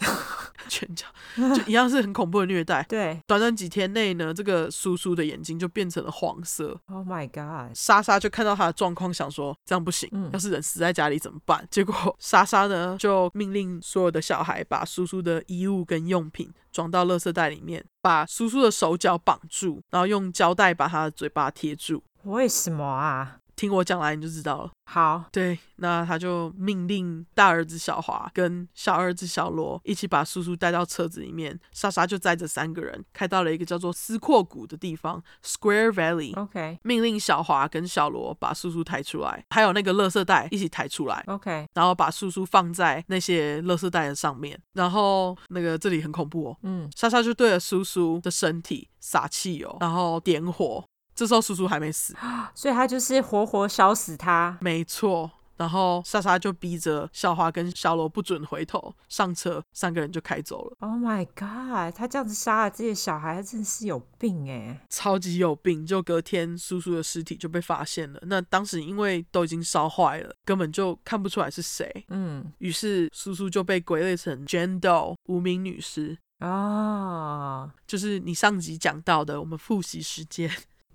Speaker 2: 全家就一样是很恐怖的虐待。
Speaker 1: 对
Speaker 2: 短短几天内呢，这个叔叔的眼睛就变成了黄色。
Speaker 1: ，Oh my god，
Speaker 2: 莎莎就看到他的状况，想说这样不行
Speaker 1: 嗯，
Speaker 2: 要是人死在家里怎么办？ 结果莎莎呢就命令所有的小孩把叔叔的衣物跟用品装到垃圾袋里面，把叔叔的手脚绑住，然后用胶带把他的嘴巴贴住。
Speaker 1: 为什么啊？
Speaker 2: 听我讲来你就知道了。
Speaker 1: 好，
Speaker 2: 对，那他就命令大儿子小华跟小儿子小罗一起把叔叔带到车子里面，莎莎就载着三个人开到了一个叫做斯阔谷的地方 （Square Valley），、
Speaker 1: OK，OK，、
Speaker 2: 命令小华跟小罗把叔叔抬出来，还有那个垃圾袋一起抬出来。然后把叔叔放在那些垃圾袋的上面，然后那个这里很恐怖哦，
Speaker 1: 嗯，
Speaker 2: 莎莎就对着叔叔的身体撒汽油，然后点火。这时候叔叔还没死，
Speaker 1: 所以他就是活活烧死他。
Speaker 2: 没错。然后莎莎就逼着校花跟小罗不准回头上车，三个人就开走了，
Speaker 1: Oh my god！他这样子杀了自己的小孩，他真的是有病哎。
Speaker 2: 超级有病。就隔天叔叔的尸体就被发现了，那当时因为都已经烧坏了，根本就看不出来是谁。
Speaker 1: 嗯，
Speaker 2: 于是叔叔就被归类成 Jane Doe 无名女尸，
Speaker 1: 哦，
Speaker 2: 就是你上集讲到的，我们复习时间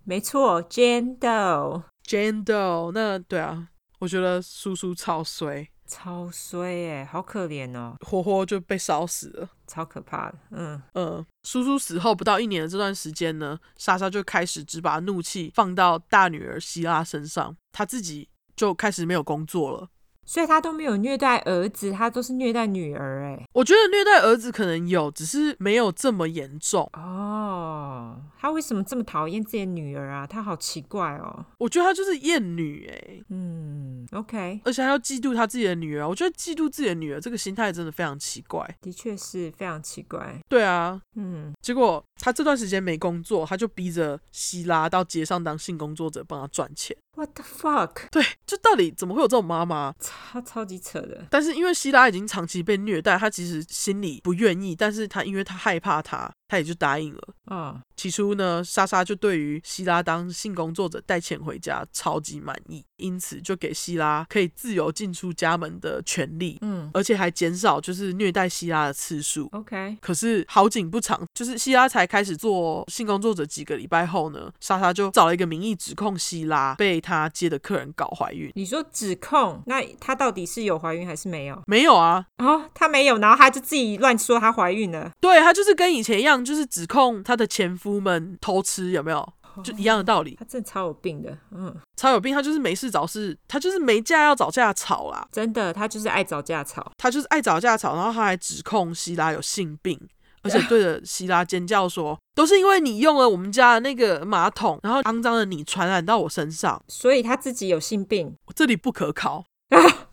Speaker 1: 没错，Jane Doe
Speaker 2: Jane Doe。那对啊，我觉得叔叔超衰，
Speaker 1: 超衰哎，好可怜哦，
Speaker 2: 活活就被烧死了。
Speaker 1: 超可怕的。嗯，
Speaker 2: 呃，叔叔死后不到一年的这段时间呢，莎莎就开始只把怒气放到大女儿希拉身上，她自己就开始没有工作了。
Speaker 1: 所以他都没有虐待儿子，他都是虐待女儿哎。
Speaker 2: 我觉得虐待儿子可能有，只是没有这么严重。
Speaker 1: 哦，他为什么这么讨厌自己的女儿啊？他好奇怪哦。
Speaker 2: 我觉得她就是厌女欸诶、
Speaker 1: 嗯，OK，
Speaker 2: 而且还要嫉妒她自己的女儿。我觉得嫉妒自己的女儿这个心态真的非常奇怪。
Speaker 1: 的确是非常奇怪。
Speaker 2: 对啊，
Speaker 1: 嗯，
Speaker 2: 结果她这段时间没工作，她就逼着希拉到街上当性工作者帮她赚钱。
Speaker 1: What the fuck？
Speaker 2: 对，就到底怎么会有这种妈妈？
Speaker 1: 他超级扯的。
Speaker 2: 但是因为希拉已经长期被虐待，她其实心里不愿意，但是她因为她害怕他，他也就答应了。
Speaker 1: 嗯，
Speaker 2: 起初呢，莎莎就对于希拉当性工作者带钱回家超级满意，因此就给希拉可以自由进出家门的权利，
Speaker 1: 嗯
Speaker 2: 而且还减少就是虐待希拉的次数。
Speaker 1: ，OK，
Speaker 2: 可是好景不长，就是希拉才开始做性工作者几个礼拜后呢，莎莎就找了一个名义指控希拉被她接的客人搞怀孕。
Speaker 1: 你说指控，那她到底是有怀孕还是没有？
Speaker 2: 没有啊，
Speaker 1: 哦，她没有，然后她就自己乱说她怀孕了。
Speaker 2: 对她就是跟以前一样，就是指控她的前夫们偷吃，有没有？就一样的道理。
Speaker 1: 她真的超有病的，嗯，
Speaker 2: 超有病，她就是没事找事，她就是没架要找架吵啦。
Speaker 1: 真的，她就是爱找架吵。
Speaker 2: 他就是爱找架吵，然后他还指控希拉有性病，而且对着希拉尖叫说：“都是因为你用了我们家的那个马桶，然后肮脏的你传染到我身上，
Speaker 1: 所以她自己有性病，”
Speaker 2: 我这里不可靠。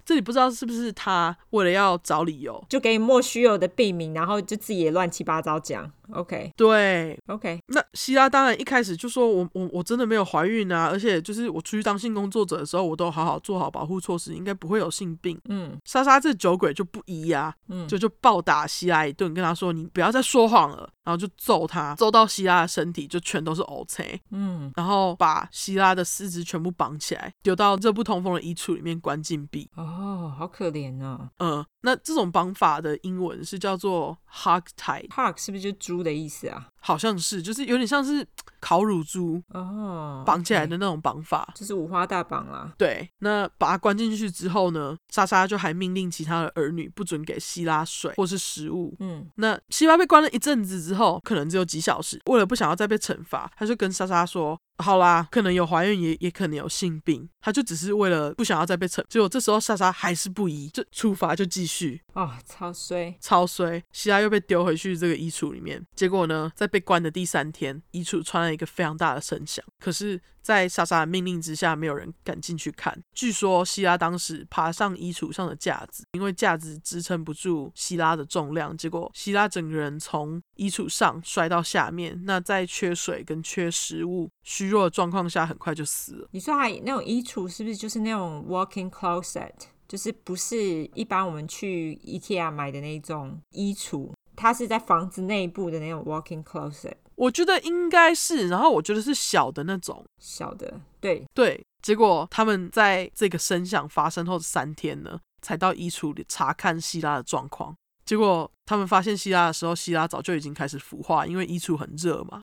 Speaker 2: 这里不知道是不是他为了要找理由。
Speaker 1: 就给你莫须有的病名，然后就自己也乱七八糟讲。OK
Speaker 2: 对，
Speaker 1: OK，
Speaker 2: 那希拉当然一开始就说我我我真的没有怀孕啊，而且就是我出去当性工作者的时候，我都有好好做好保护措施，应该不会有性病。
Speaker 1: 嗯
Speaker 2: 莎莎这酒鬼就不依啊，
Speaker 1: 嗯，
Speaker 2: 就就暴打希拉一顿，跟他说你不要再说谎了，然后就揍他，揍到希拉的身体就全都是 O C，
Speaker 1: 嗯
Speaker 2: 然后把希拉的四肢全部绑起来，丢到热不通风的衣橱里面关禁闭。
Speaker 1: 哦，好可怜哦。
Speaker 2: 嗯，那这种绑法的英文是叫做 hog tie，
Speaker 1: Hawk 是不是就猪的意思啊？
Speaker 2: 好像是，就是有点像是嘖烤乳猪
Speaker 1: 哦，
Speaker 2: 绑起来
Speaker 1: OK
Speaker 2: 的那种绑法。
Speaker 1: 就是五花大绑啦。
Speaker 2: 对，那把他关进去之后呢，莎莎就还命令其他的儿女不准给希拉水或是食物，
Speaker 1: 嗯
Speaker 2: 那西巴被关了一阵子之后，可能只有几小时，为了不想要再被惩罚，他就跟莎莎说：“好啦，可能有怀孕也，也可能有性病。”他就只是为了不想要再被惩。结果这时候莎莎还是不依，就处罚就继续
Speaker 1: 哦，超衰。
Speaker 2: 超衰，希拉又被丢回去这个衣橱里面。结果呢，在被关的第三天，衣橱传来一个非常大的声响，可是，在莎莎的命令之下，没有人敢进去看。据说希拉当时爬上衣橱上的架子，因为架子支撑不住希拉的重量，结果希拉整个人从衣橱上摔到下面。那在缺水跟缺食物虚弱的状况下，很快就死了。
Speaker 1: 你说还那种衣橱是不是就是那种 walking closet？就是不是一般我们去 IKEA 买的那种衣橱，它是在房子内部的那种 walking closet，
Speaker 2: 我觉得应该是，然后我觉得是小的那种。
Speaker 1: 小的。对，
Speaker 2: 对，结果他们在这个声响发生后的三天呢，才到衣橱里查看希拉的状况。结果他们发现希拉的时候，希拉早就已经开始腐化，因为衣橱很热嘛。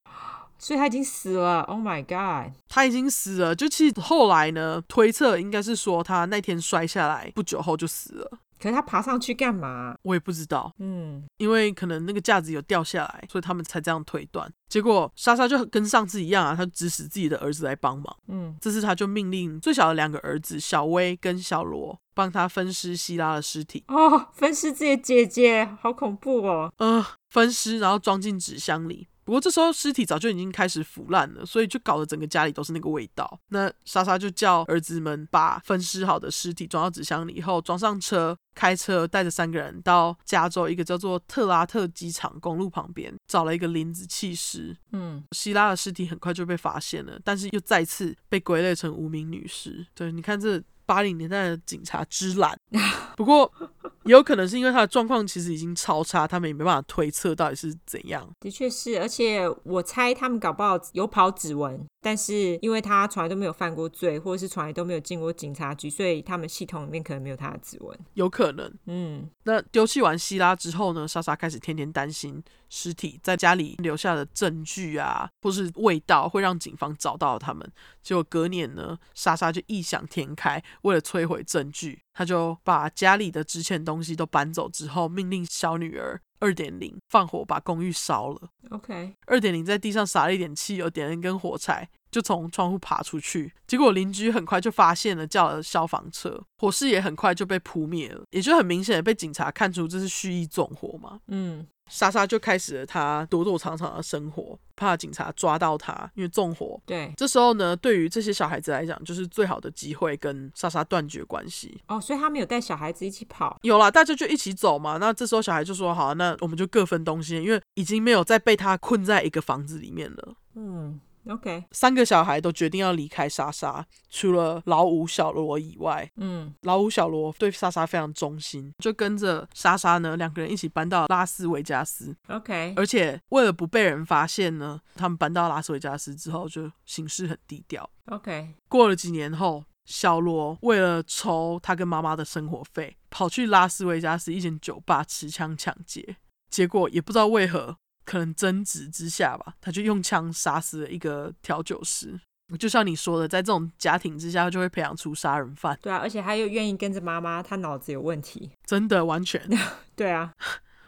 Speaker 1: 所以他已经死了。Oh my god！
Speaker 2: 他已经死了，就其实后来呢，推测应该是说他那天摔下来不久后就死了。
Speaker 1: 可是他爬上去干嘛？
Speaker 2: 我也不知道，
Speaker 1: 嗯，
Speaker 2: 因为可能那个架子有掉下来，所以他们才这样推断。结果莎莎就跟上次一样啊，她指使自己的儿子来帮忙。
Speaker 1: 嗯，
Speaker 2: 这次他就命令最小的两个儿子小威跟小罗帮他分尸希拉的尸体，
Speaker 1: 哦，分尸自己的姐姐，好恐怖哦。
Speaker 2: 呃，分尸然后装进纸箱里。不过这时候尸体早就已经开始腐烂了，所以就搞得整个家里都是那个味道。那莎莎就叫儿子们把分尸好的尸体装到纸箱里以后，装上车，开车带着三个人到加州一个叫做特拉特机场公路旁边，找了一个林子弃尸。
Speaker 1: 嗯，
Speaker 2: 希拉的尸体很快就被发现了，但是又再次被归类成无名女尸。对，你看这八零年代的警察之懒，不过也有可能是因为他的状况其实已经超差，他们也没办法推测到底是怎样。
Speaker 1: 的确是，而且我猜他们搞不好有跑指纹，但是因为他从来都没有犯过罪，或者是从来都没有进过警察局，所以他们系统里面可能没有他的指纹。
Speaker 2: 有可能。
Speaker 1: 嗯，
Speaker 2: 那丢弃完希拉之后呢，莎莎开始天天担心尸体在家里留下的证据啊，或是味道会让警方找到他们。结果隔年呢，莎莎就异想天开，为了摧毁证据，她就把家里的值钱东西都搬走之后，命令小女儿二点零放火把公寓烧了。
Speaker 1: OK，
Speaker 2: 二点零在地上撒了一点汽油，点了一根火柴，就从窗户爬出去。结果邻居很快就发现了，叫了消防车，火势也很快就被扑灭了，也就很明显的被警察看出这是蓄意纵火嘛。
Speaker 1: 嗯，
Speaker 2: 莎莎就开始了她躲躲藏藏的生活，怕警察抓到她，因为纵火。
Speaker 1: 对，
Speaker 2: 这时候呢，对于这些小孩子来讲，就是最好的机会跟莎莎断绝关系。
Speaker 1: 哦，所以他们有带小孩子一起跑。
Speaker 2: 有啦，大家就一起走嘛。那这时候小孩就说：“好啊、那我们就各分东西，因为已经没有再被他困在一个房子里面了。”
Speaker 1: 嗯， OK，
Speaker 2: 三个小孩都决定要离开莎莎，除了老五、小罗以外，
Speaker 1: 嗯，
Speaker 2: 老五、小罗对莎莎非常忠心，就跟着莎莎呢，两个人一起搬到拉斯维加斯。
Speaker 1: OK，
Speaker 2: 而且为了不被人发现呢，他们搬到拉斯维加斯之后就行事很低调。
Speaker 1: OK，
Speaker 2: 过了几年后，小罗为了筹他跟妈妈的生活费，跑去拉斯维加斯一间酒吧持枪抢劫，结果也不知道为何，可能争执之下吧，他就用枪杀死了一个调酒师。就像你说的，在这种家庭之下，就会培养出杀人犯，
Speaker 1: 对啊，而且他又愿意跟着妈妈，他脑子有问题。
Speaker 2: 真的完全。
Speaker 1: 对啊，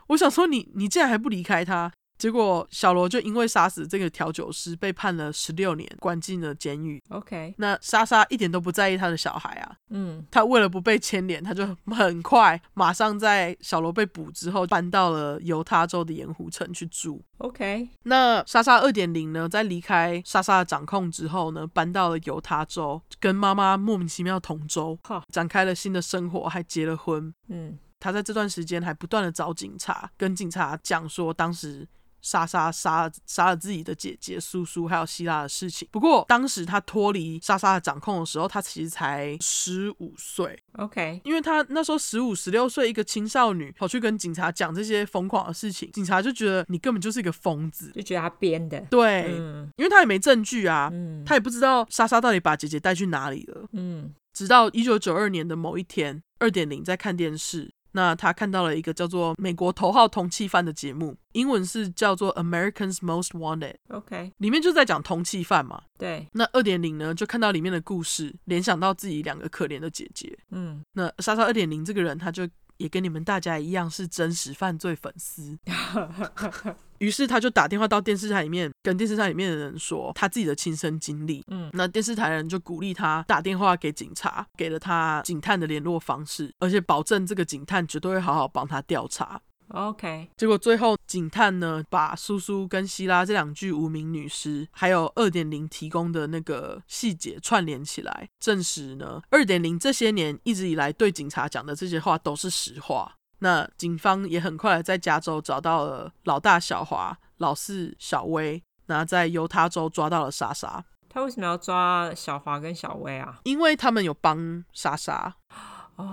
Speaker 2: 我想说你，你竟然还不离开他。结果小罗就因为杀死这个调酒师，被判了十六年，关进了监狱。
Speaker 1: OK，
Speaker 2: 那莎莎一点都不在意他的小孩啊，
Speaker 1: 嗯
Speaker 2: 他为了不被牵连，他就很快马上在小罗被捕之后搬到了犹他州的盐湖城去住。
Speaker 1: ，OK，
Speaker 2: 那莎莎二点零呢，在离开莎莎的掌控之后呢，搬到了犹他州，跟妈妈莫名其妙同州
Speaker 1: 哈，
Speaker 2: 展开了新的生活，还结了婚。
Speaker 1: 嗯
Speaker 2: 他在这段时间还不断的找警察，跟警察讲说当时莎莎杀杀了自己的姐姐苏苏还有希拉的事情。不过当时他脱离莎莎的掌控的时候，他其实才十五岁，
Speaker 1: ，OK，
Speaker 2: 因为他那时候十五十六岁，一个青少女跑去跟警察讲这些疯狂的事情，警察就觉得你根本就是一个疯子。
Speaker 1: 就觉得他编的。
Speaker 2: 对，
Speaker 1: 嗯
Speaker 2: 因为他也没证据啊，
Speaker 1: 嗯
Speaker 2: 他也不知道莎莎到底把姐姐带去哪里了。
Speaker 1: 嗯
Speaker 2: 直到一九九二年的某一天，二点零在看电视，那他看到了一个叫做《美国头号通缉犯》的节目，英文是叫做《Americans Most Wanted》，
Speaker 1: ，OK，
Speaker 2: 里面就在讲通缉犯嘛。
Speaker 1: 对，
Speaker 2: 那二点零呢，就看到里面的故事，联想到自己两个可怜的姐姐。
Speaker 1: 嗯
Speaker 2: 那莎莎二点零这个人，他就也跟你们大家一样是真实犯罪粉丝，于是他就打电话到电视台里面，跟电视台里面的人说他自己的亲身经历。
Speaker 1: 嗯，
Speaker 2: 那电视台人就鼓励他打电话给警察，给了他警探的联络方式，而且保证这个警探绝对会好好帮他调查。
Speaker 1: ，OK，
Speaker 2: 结果最后，警探呢把苏苏跟希拉这两具无名女尸，还有二点零提供的那个细节串联起来，证实呢二点零这些年一直以来对警察讲的这些话都是实话。那警方也很快地在加州找到了老大小华、老四小威，然后在犹他州抓到了莎莎，
Speaker 1: 他为什么要抓小华跟小薇啊？
Speaker 2: 因为他们有帮莎莎。
Speaker 1: 哦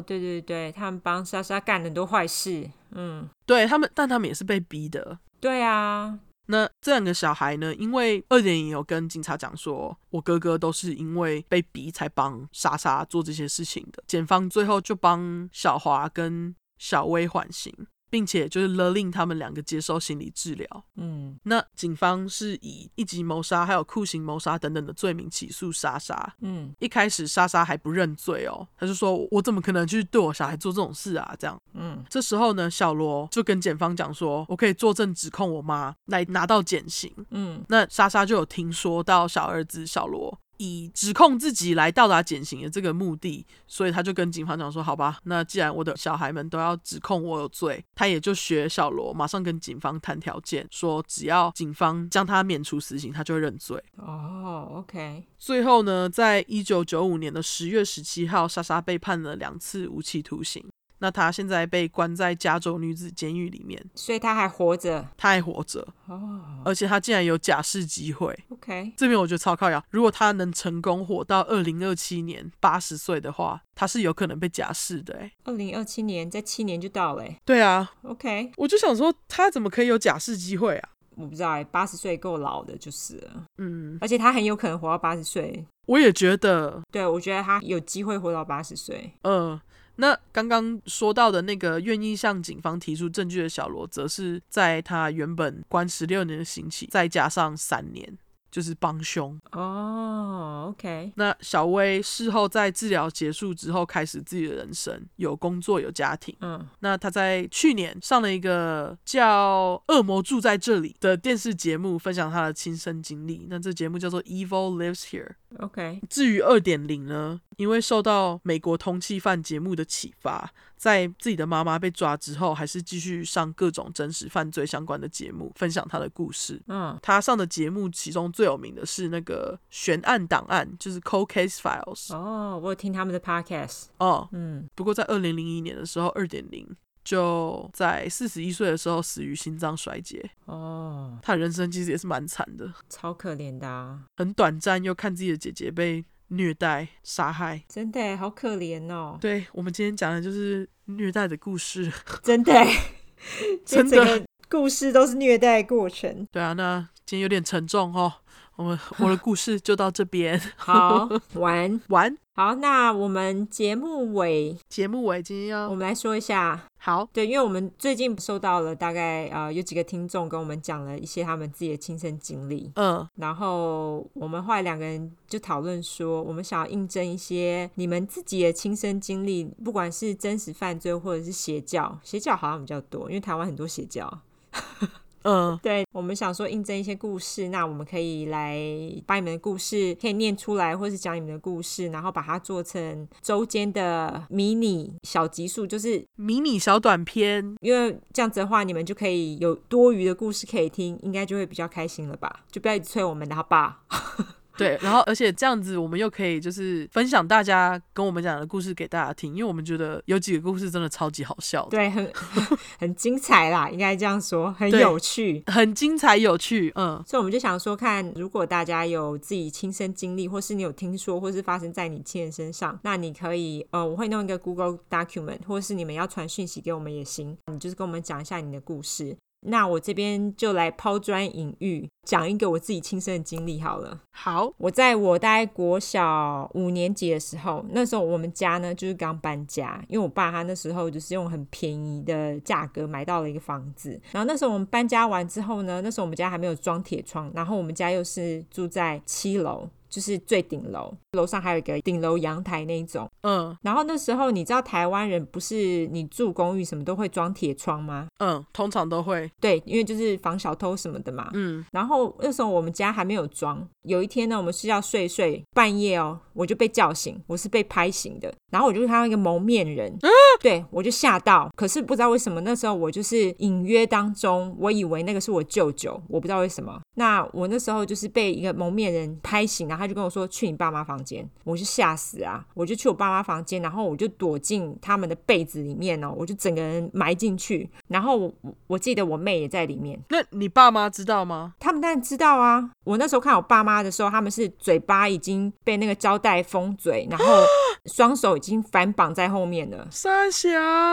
Speaker 1: 哦，对对对，他们帮莎莎干了很多坏事。嗯，
Speaker 2: 对他们，但他们也是被逼的。
Speaker 1: 对啊，
Speaker 2: 那这两个小孩呢？因为二点也有跟警察讲说，我哥哥都是因为被逼才帮莎莎做这些事情的。检方最后就帮小华跟小薇缓刑，并且就是勒令他们两个接受心理治疗。
Speaker 1: 嗯
Speaker 2: 那警方是以一级谋杀还有酷刑谋杀等等的罪名起诉莎莎。
Speaker 1: 嗯
Speaker 2: 一开始莎莎还不认罪哦，她就说：“我怎么可能去对我小孩做这种事啊？”这样。
Speaker 1: 嗯
Speaker 2: 这时候呢，小罗就跟检方讲说：“我可以作证指控我妈，来拿到减刑。”
Speaker 1: 嗯
Speaker 2: 那莎莎就有听说到小儿子小罗以指控自己来到达减刑的这个目的，所以他就跟警方讲说：“好吧，那既然我的小孩们都要指控我有罪，他也就学小罗，马上跟警方谈条件，说只要警方将他免除死刑，他就会认罪。”
Speaker 1: 哦，OK，
Speaker 2: 最后呢，在一九九五年的十月十七号，莎莎被判了两次无期徒刑。那她现在被关在加州女子监狱里面，
Speaker 1: 所以他还活着。
Speaker 2: 她还活着，
Speaker 1: 哦
Speaker 2: 而且她竟然有假释机会。
Speaker 1: ，OK，
Speaker 2: 这边我觉得超靠呀！如果她能成功活到二零二七年八十岁的话，她是有可能被假释的。哎，
Speaker 1: 二零二七年在七年就到了欸。
Speaker 2: 对啊，
Speaker 1: OK，
Speaker 2: 我就想说，她怎么可以有假释机会啊？
Speaker 1: 我不知道欸，八十岁够老的就是了，
Speaker 2: 嗯，
Speaker 1: 而且他很有可能活到八十岁。
Speaker 2: 我也觉得，
Speaker 1: 对，我觉得他有机会活到八十岁。
Speaker 2: 呃，那刚刚说到的那个愿意向警方提出证据的小罗，则是在他原本关十六年的刑期，再加上三年，就是帮凶。
Speaker 1: 哦，OK，
Speaker 2: 那小薇事后在治疗结束之后，开始自己的人生，有工作，有家庭。
Speaker 1: 嗯
Speaker 2: 那他在去年上了一个叫《恶魔住在这里》的电视节目，分享他的亲身经历。那这节目叫做《Evil Lives Here》。
Speaker 1: ，OK，
Speaker 2: 至于二点零呢，因为受到美国通缉犯节目的启发，在自己的妈妈被抓之后，还是继续上各种真实犯罪相关的节目，分享他的故事。
Speaker 1: 嗯
Speaker 2: 他上的节目其中最有名的是那个悬案档案，就是 Cold Case Files。
Speaker 1: 哦，我有听他们的 Podcast。
Speaker 2: 哦，
Speaker 1: 嗯
Speaker 2: 不过在二零零一年的时候，二点零就在四十一岁的时候死于心脏衰竭。
Speaker 1: 哦，
Speaker 2: 他人生其实也是蛮惨的，
Speaker 1: 超可怜的、啊，
Speaker 2: 很短暂，又看自己的姐姐被虐待、杀害。
Speaker 1: 真的耶欸好可怜哦，
Speaker 2: 对我们今天讲的就是虐待的故 事。
Speaker 1: 真的耶，这
Speaker 2: 真的
Speaker 1: 整个故事都是虐待过程。
Speaker 2: 对啊，那今天有点沉重哦。我 们我的故事就到这边
Speaker 1: 好，完，
Speaker 2: 完。
Speaker 1: 好，那我们节目尾，
Speaker 2: 节目尾今天
Speaker 1: 我
Speaker 2: 要
Speaker 1: 们来说一下
Speaker 2: 好，
Speaker 1: 对，因为我们最近收到了大概呃有几个听众跟我们讲了一些他们自己的亲身经历，
Speaker 2: 嗯，
Speaker 1: 然后我们后来两个人就讨论说，我们想要印证一些你们自己的亲身经历，不管是真实犯罪或者是邪教，邪教好像比较多，因为台湾很多邪教。
Speaker 2: 嗯，
Speaker 1: 对，我们想说印证一些故事，那我们可以来把你们的故事可以念出来，或是讲你们的故事，然后把它做成周间的迷你小集数，就是
Speaker 2: 迷你小短片，
Speaker 1: 因为这样子的话，你们就可以有多余的故事可以听，应该就会比较开心了吧？就不要一直催我们了，好吧？
Speaker 2: 对，然后而且这样子我们又可以就是分享大家跟我们讲的故事给大家听，因为我们觉得有几个故事真的超级好笑的，
Speaker 1: 对，很 很精彩啦，应该这样说，很
Speaker 2: 对
Speaker 1: 有趣。
Speaker 2: 很精彩有趣，嗯，
Speaker 1: 所以我们就想说看，如果大家有自己亲身经历，或是你有听说，或是发生在你亲人身上，那你可以，呃，我会弄一个 Google document，或是你们要传讯息给我们也行，你就是跟我们讲一下你的故事。那我这边就来抛砖引玉，讲一个我自己亲身的经历好了。
Speaker 2: 好，
Speaker 1: 我在我大概国小五年级的时候，那时候我们家呢就是刚搬家，因为我爸他那时候就是用很便宜的价格买到了一个房子。然后那时候我们搬家完之后呢，那时候我们家还没有装铁窗，然后我们家又是住在七楼。就是最顶楼，楼上还有一个顶楼阳台那一种。
Speaker 2: 嗯
Speaker 1: 然后那时候你知道台湾人不是你住公寓什么都会装铁窗吗？
Speaker 2: 嗯，通常都会，
Speaker 1: 对，因为就是防小偷什么的嘛。
Speaker 2: 嗯，
Speaker 1: 然后那时候我们家还没有装。有一天呢，我们睡觉睡一睡，半夜哦，我就被叫醒，我是被拍醒的。然后我就看到一个蒙面人，对我就吓到。可是不知道为什么，那时候我就是隐约当中，我以为那个是我舅舅，我不知道为什么。那我那时候就是被一个蒙面人拍醒，然后他就跟我说去你爸妈房间，我就吓死啊！我就去我爸妈房间，然后我就躲进他们的被子里面哦，我就整个人埋进去。然后我我我记得我妹也在里面。
Speaker 2: 那你爸妈知道吗？
Speaker 1: 他们当然知道啊！我那时候看我爸妈的时候，他们是嘴巴已经被那个胶带封嘴，然后双手已经反绑在后面了。
Speaker 2: 三小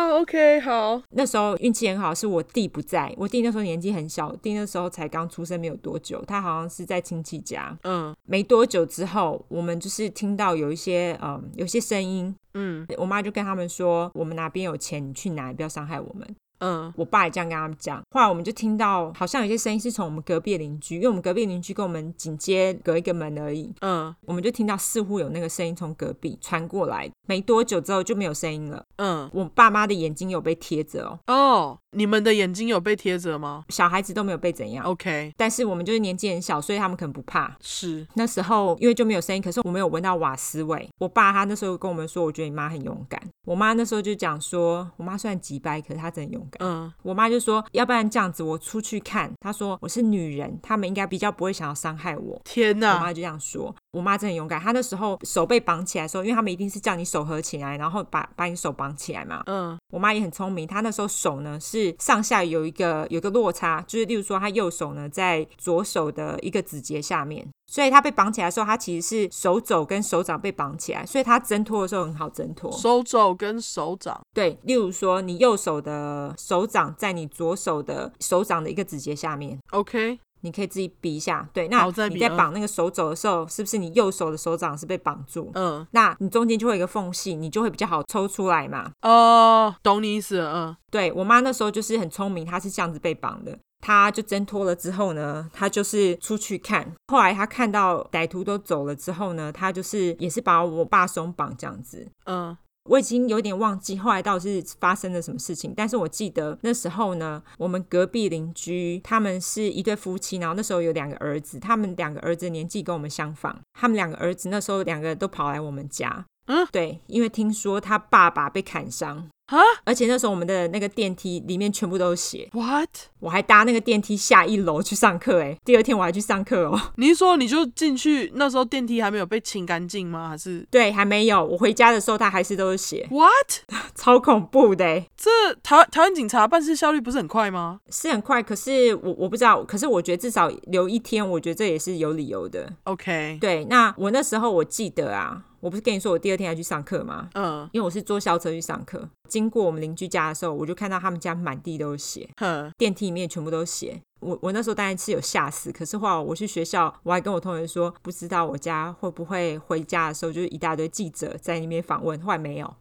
Speaker 2: ，OK，好，
Speaker 1: 那时候运气很好，是我弟不在，我弟那时候年纪很小，我弟那时候才刚出生没有多久，他好像是在亲戚家。
Speaker 2: 嗯
Speaker 1: 没多久之后，我们就是听到有一些嗯，有些声音，
Speaker 2: 嗯
Speaker 1: 我妈就跟他们说，我们哪边有钱，你去拿，不要伤害我们。
Speaker 2: 嗯
Speaker 1: 我爸也这样跟他们讲。后来我们就听到好像有些声音是从我们隔壁的邻居，因为我们隔壁邻居跟我们紧接隔一个门而已，
Speaker 2: 嗯
Speaker 1: 我们就听到似乎有那个声音从隔壁传过来。没多久之后就没有声音了。
Speaker 2: 嗯，
Speaker 1: 我爸妈的眼睛有被贴着哦，
Speaker 2: 哦，你们的眼睛有被贴着吗
Speaker 1: 小孩子都没有被怎样。
Speaker 2: ？OK，
Speaker 1: 但是我们就是年纪很小，所以他们可能不怕。
Speaker 2: 是，
Speaker 1: 那时候因为就没有声音，可是我们有闻到瓦斯味。我爸他那时候跟我们说，我觉得你妈很勇敢。我妈那时候就讲说，我妈虽然急掰，可是她真的勇敢。
Speaker 2: 嗯
Speaker 1: 我妈就说：“要不然这样子，我出去看。”她说：“我是女人，他们应该比较不会想要伤害我。”
Speaker 2: 天
Speaker 1: 我
Speaker 2: 哪，
Speaker 1: 妈就这样说。我妈真的很勇敢，她那时候手被绑起来的时候，因为他们一定是叫你手合起来，然后把把你手绑起来嘛。
Speaker 2: 嗯
Speaker 1: 我妈也很聪明，她那时候手呢是上下有一个有一个落差，就是例如说她右手呢在左手的一个指节下面，所以她被绑起来的时候，她其实是手肘跟手掌被绑起来，所以她挣脱的时候很好挣脱。
Speaker 2: 手肘跟手掌，
Speaker 1: 对，例如说，你右手的手掌在你左手的手掌的一个指节下面，
Speaker 2: OK，
Speaker 1: 你可以自己比一下。对，
Speaker 2: 好
Speaker 1: 那
Speaker 2: 我再比
Speaker 1: 你在
Speaker 2: 嗯
Speaker 1: 绑那个手肘的时候，是不是你右手的手掌是被绑住？
Speaker 2: 嗯，
Speaker 1: 那你中间就会有一个缝隙，你就会比较好抽出来嘛。
Speaker 2: 哦，懂你意思了，
Speaker 1: 对我妈那时候就是很聪明，她是这样子被绑的。她就挣脱了之后呢，她就是出去看。后来她看到歹徒都走了之后呢，她就是也是把我爸松绑这样子。
Speaker 2: 嗯嗯
Speaker 1: 我已经有点忘记后来到底是发生了什么事情，但是我记得那时候呢，我们隔壁邻居他们是一对夫妻，然后那时候有两个儿子，他们两个儿子的年纪跟我们相仿，他们两个儿子那时候两个都跑来我们家，
Speaker 2: 嗯，
Speaker 1: 对，因为听说他爸爸被砍伤，
Speaker 2: 啊
Speaker 1: 而且那时候我们的那个电梯里面全部都是血，
Speaker 2: ？What？
Speaker 1: 我还搭那个电梯下一楼去上课，哎，第二天我还去上课哦。
Speaker 2: 你是说你就进去那时候电梯还没有被清干净吗？还是
Speaker 1: 对，还没有，我回家的时候它还是都是血，
Speaker 2: What？
Speaker 1: 超恐怖的欸，
Speaker 2: 这台湾台湾警察办事效率不是很快吗？
Speaker 1: 是很快，可是我我不知道，可是我觉得至少留一天，我觉得这也是有理由的。
Speaker 2: OK，
Speaker 1: 对，那我那时候我记得啊，我不是跟你说我第二天要去上课吗？
Speaker 2: 嗯，
Speaker 1: 因为我是坐校车去上课，经过我们邻居家的时候，我就看到他们家满地都是血，
Speaker 2: 哼，
Speaker 1: 电梯里面全部都是血。我我那时候当然是有吓死，可是后来我去学校，我还跟我同学说，不知道我家会不会回家的时候就是一大堆记者在那边访问，后来没有。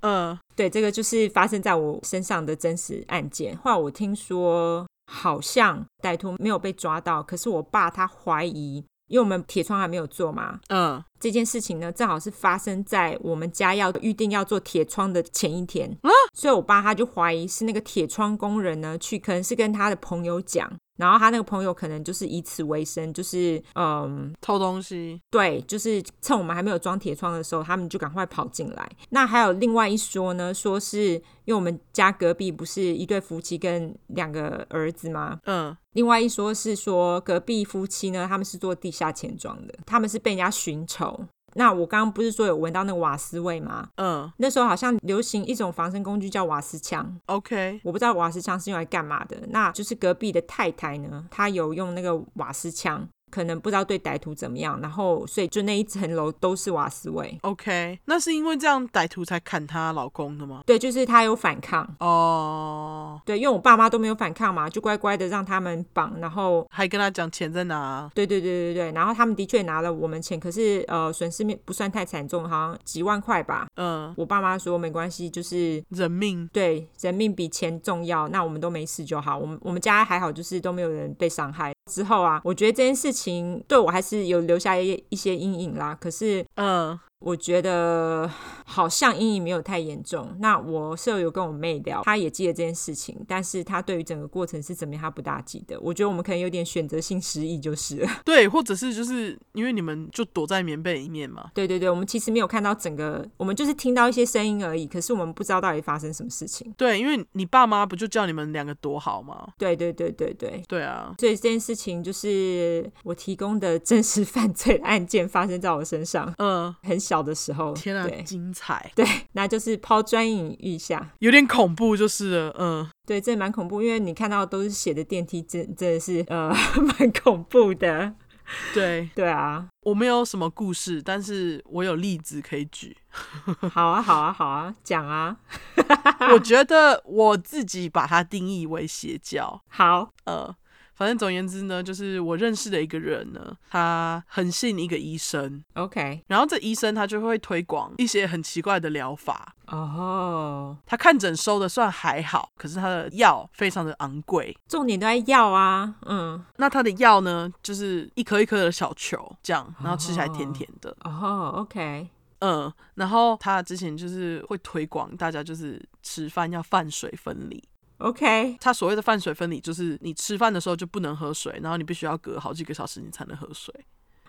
Speaker 2: 嗯，
Speaker 1: 对，这个就是发生在我身上的真实案件。后来我听说好像歹徒没有被抓到，可是我爸他怀疑，因为我们铁窗还没有做嘛，
Speaker 2: 嗯，
Speaker 1: 这件事情呢，正好是发生在我们家要预定要做铁窗的前一天，所以我爸他就怀疑是那个铁窗工人呢，去可能是跟他的朋友讲，然后他那个朋友可能就是以此为生，就是嗯，
Speaker 2: 偷东西，
Speaker 1: 对，就是趁我们还没有装铁窗的时候，他们就赶快跑进来。那还有另外一说呢，说是因为我们家隔壁不是一对夫妻跟两个儿子吗？
Speaker 2: 嗯，
Speaker 1: 另外一说是说隔壁夫妻呢，他们是做地下钱庄的，他们是被人家寻仇。那我刚刚不是说有闻到那个瓦斯味吗？
Speaker 2: 嗯
Speaker 1: 那时候好像流行一种防身工具叫瓦斯枪，
Speaker 2: ，OK，
Speaker 1: 我不知道瓦斯枪是用来干嘛的。那就是隔壁的太太呢，她有用那个瓦斯枪，可能不知道对歹徒怎么样，然后所以就那一层楼都是瓦斯味。
Speaker 2: OK，那是因为这样歹徒才砍她老公的吗？
Speaker 1: 对，就是她有反抗，
Speaker 2: 哦，
Speaker 1: 对，因为我爸妈都没有反抗嘛，就乖乖的让他们绑，然后
Speaker 2: 还跟他讲钱在哪？
Speaker 1: 对对对对对，然后他们的确拿了我们钱，可是呃损失没不算太惨重，好像几万块吧。
Speaker 2: 嗯，
Speaker 1: 我爸妈说没关系，就是
Speaker 2: 人命。
Speaker 1: 对人命比钱重要，那我们都没事就好。我们我们家还好，就是都没有人被伤害。之后啊，我觉得这件事情对我还是有留下一一些阴影啦。可是
Speaker 2: 嗯
Speaker 1: 我觉得好像阴影没有太严重。那我舍友跟我妹聊，她也记得这件事情，但是她对于整个过程是怎么样，她不大记得。我觉得我们可能有点选择性失忆就是了。
Speaker 2: 对，或者是就是因为你们就躲在棉被里面嘛。
Speaker 1: 对对对，我们其实没有看到整个，我们就是听到一些声音而已，可是我们不知道到底发生什么事情。
Speaker 2: 对，因为你爸妈不就叫你们两个躲好吗？
Speaker 1: 对对对对对，
Speaker 2: 对啊，
Speaker 1: 所以这件事情就是我提供的真实犯罪案件发生在我身上，
Speaker 2: 嗯，
Speaker 1: 很小的时候。
Speaker 2: 天啊，
Speaker 1: 对
Speaker 2: 精彩，
Speaker 1: 对，那就是抛砖引玉下。
Speaker 2: 有点恐怖就是了。嗯，
Speaker 1: 对，这蛮恐怖，因为你看到都是写的电梯，真真的是呃 蛮恐怖的。
Speaker 2: 对，
Speaker 1: 对啊，
Speaker 2: 我没有什么故事，但是我有例子可以举。
Speaker 1: 好啊，好啊，好啊，讲啊，
Speaker 2: 我觉得我自己把它定义为邪教。
Speaker 1: 好，
Speaker 2: 呃，反正总而言之呢，就是我认识的一个人呢，他很信一个医生，
Speaker 1: OK，
Speaker 2: 然后这医生他就会推广一些很奇怪的疗法。
Speaker 1: 哦、
Speaker 2: 他看诊收的算还好，可是他的药非常的昂贵。
Speaker 1: 重点都在要啊，嗯，
Speaker 2: 那他的药呢，就是一颗一颗的小球这样，然后吃起来甜甜的。
Speaker 1: 哦、o k
Speaker 2: 嗯，然后他之前就是会推广大家就是吃饭要饭水分离。
Speaker 1: OK，
Speaker 2: 他所谓的饭水分离，就是你吃饭的时候就不能喝水，然后你必须要隔好几个小时你才能喝水。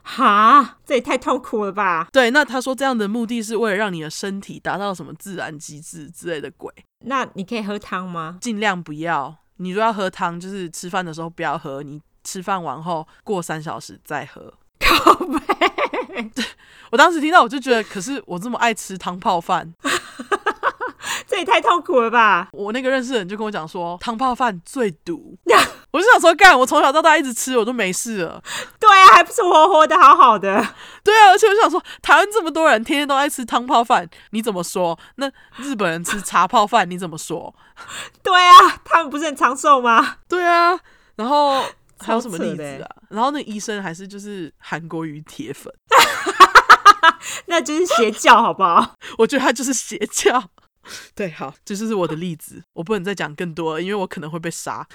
Speaker 1: 哈，这也太痛苦了吧？
Speaker 2: 对，那他说这样的目的是为了让你的身体达到什么自然机制之类的鬼，
Speaker 1: 那你可以喝汤吗？
Speaker 2: 尽量不要。你如果要喝汤，就是吃饭的时候不要喝，你吃饭完后过三小时再喝。
Speaker 1: 靠背，
Speaker 2: 我当时听到我就觉得，可是我这么爱吃汤泡饭，
Speaker 1: 这也太痛苦了吧？
Speaker 2: 我那个认识的人就跟我讲说汤泡饭最毒，我就想说干，我从小到大一直吃，我都没事了。
Speaker 1: 对啊，还不是活活的好好的？
Speaker 2: 对啊，而且我就想说，台湾这么多人天天都爱吃汤泡饭，你怎么说？那日本人吃茶泡饭，你怎么说？
Speaker 1: 对啊，他们不是很长寿吗？
Speaker 2: 对啊，然后还有
Speaker 1: 超
Speaker 2: 什么
Speaker 1: 扯
Speaker 2: 例子
Speaker 1: 的欸
Speaker 2: 啊？然后那医生还是就是韩国瑜铁粉，
Speaker 1: 那就是邪教，好不好？
Speaker 2: 我觉得他就是邪教。 对，好，这就是我的例子，我不能再讲更多了，因为我可能会被杀。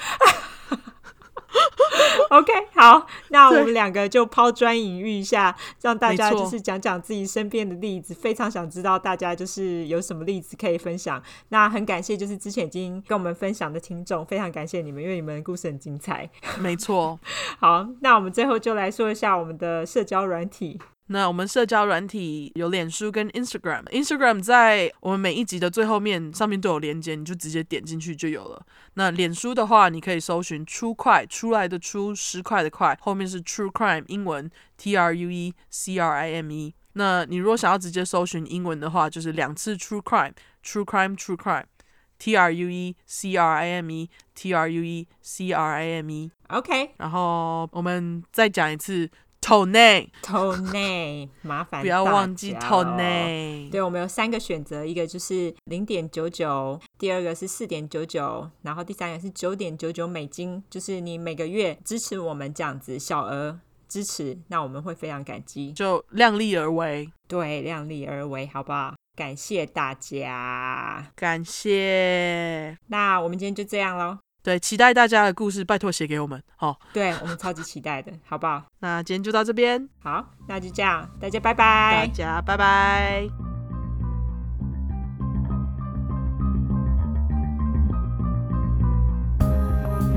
Speaker 1: OK，好，那我
Speaker 2: 对
Speaker 1: 们两个就抛砖引玉一下，让大家
Speaker 2: 没错
Speaker 1: 就是讲讲自己身边的例子，非常想知道大家就是有什么例子可以分享。那很感谢就是之前已经跟我们分享的听众，非常感谢你们，因为你们的故事很精彩。
Speaker 2: 没错，
Speaker 1: 好，那我们最后就来说一下我们的社交软体。
Speaker 2: 那我们社交软体有脸书跟 Instagram，Instagram 在我们每一集的最后面上面都有连接，你就直接点进去就有了。那脸书的话，你可以搜寻“出快”，出来的出，十块的块，后面是 True Crime 英文 T R U E C R I M E。那你如果想要直接搜寻英文的话，就是两次 True Crime，True Crime，True Crime，T R U E C R I M E，T R U E C R I M E。
Speaker 1: OK，
Speaker 2: 然后我们再讲一次 Tone，
Speaker 1: 头内麻烦
Speaker 2: 不要忘记
Speaker 1: 大家哦
Speaker 2: Tone。
Speaker 1: 对，我们有三个选择，一个就是零点九九，第二个是四点九九，然后第三个是九点九九美金，就是你每个月支持我们这样子小额支持，那我们会非常感激。
Speaker 2: 就量力而为。
Speaker 1: 对，量力而为，好不好？感谢大家，
Speaker 2: 感谢，
Speaker 1: 那我们今天就这样喽。
Speaker 2: 对，期待大家的故事，拜托写给我们。好，
Speaker 1: 对我们超级期待的，好不好？
Speaker 2: 那今天就到这边，
Speaker 1: 好，那就这样，大家拜
Speaker 2: 大
Speaker 1: 拜。
Speaker 2: 家拜拜。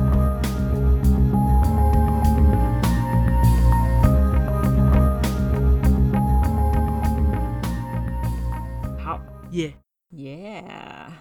Speaker 1: 好
Speaker 2: 耶、
Speaker 1: ，Yeah。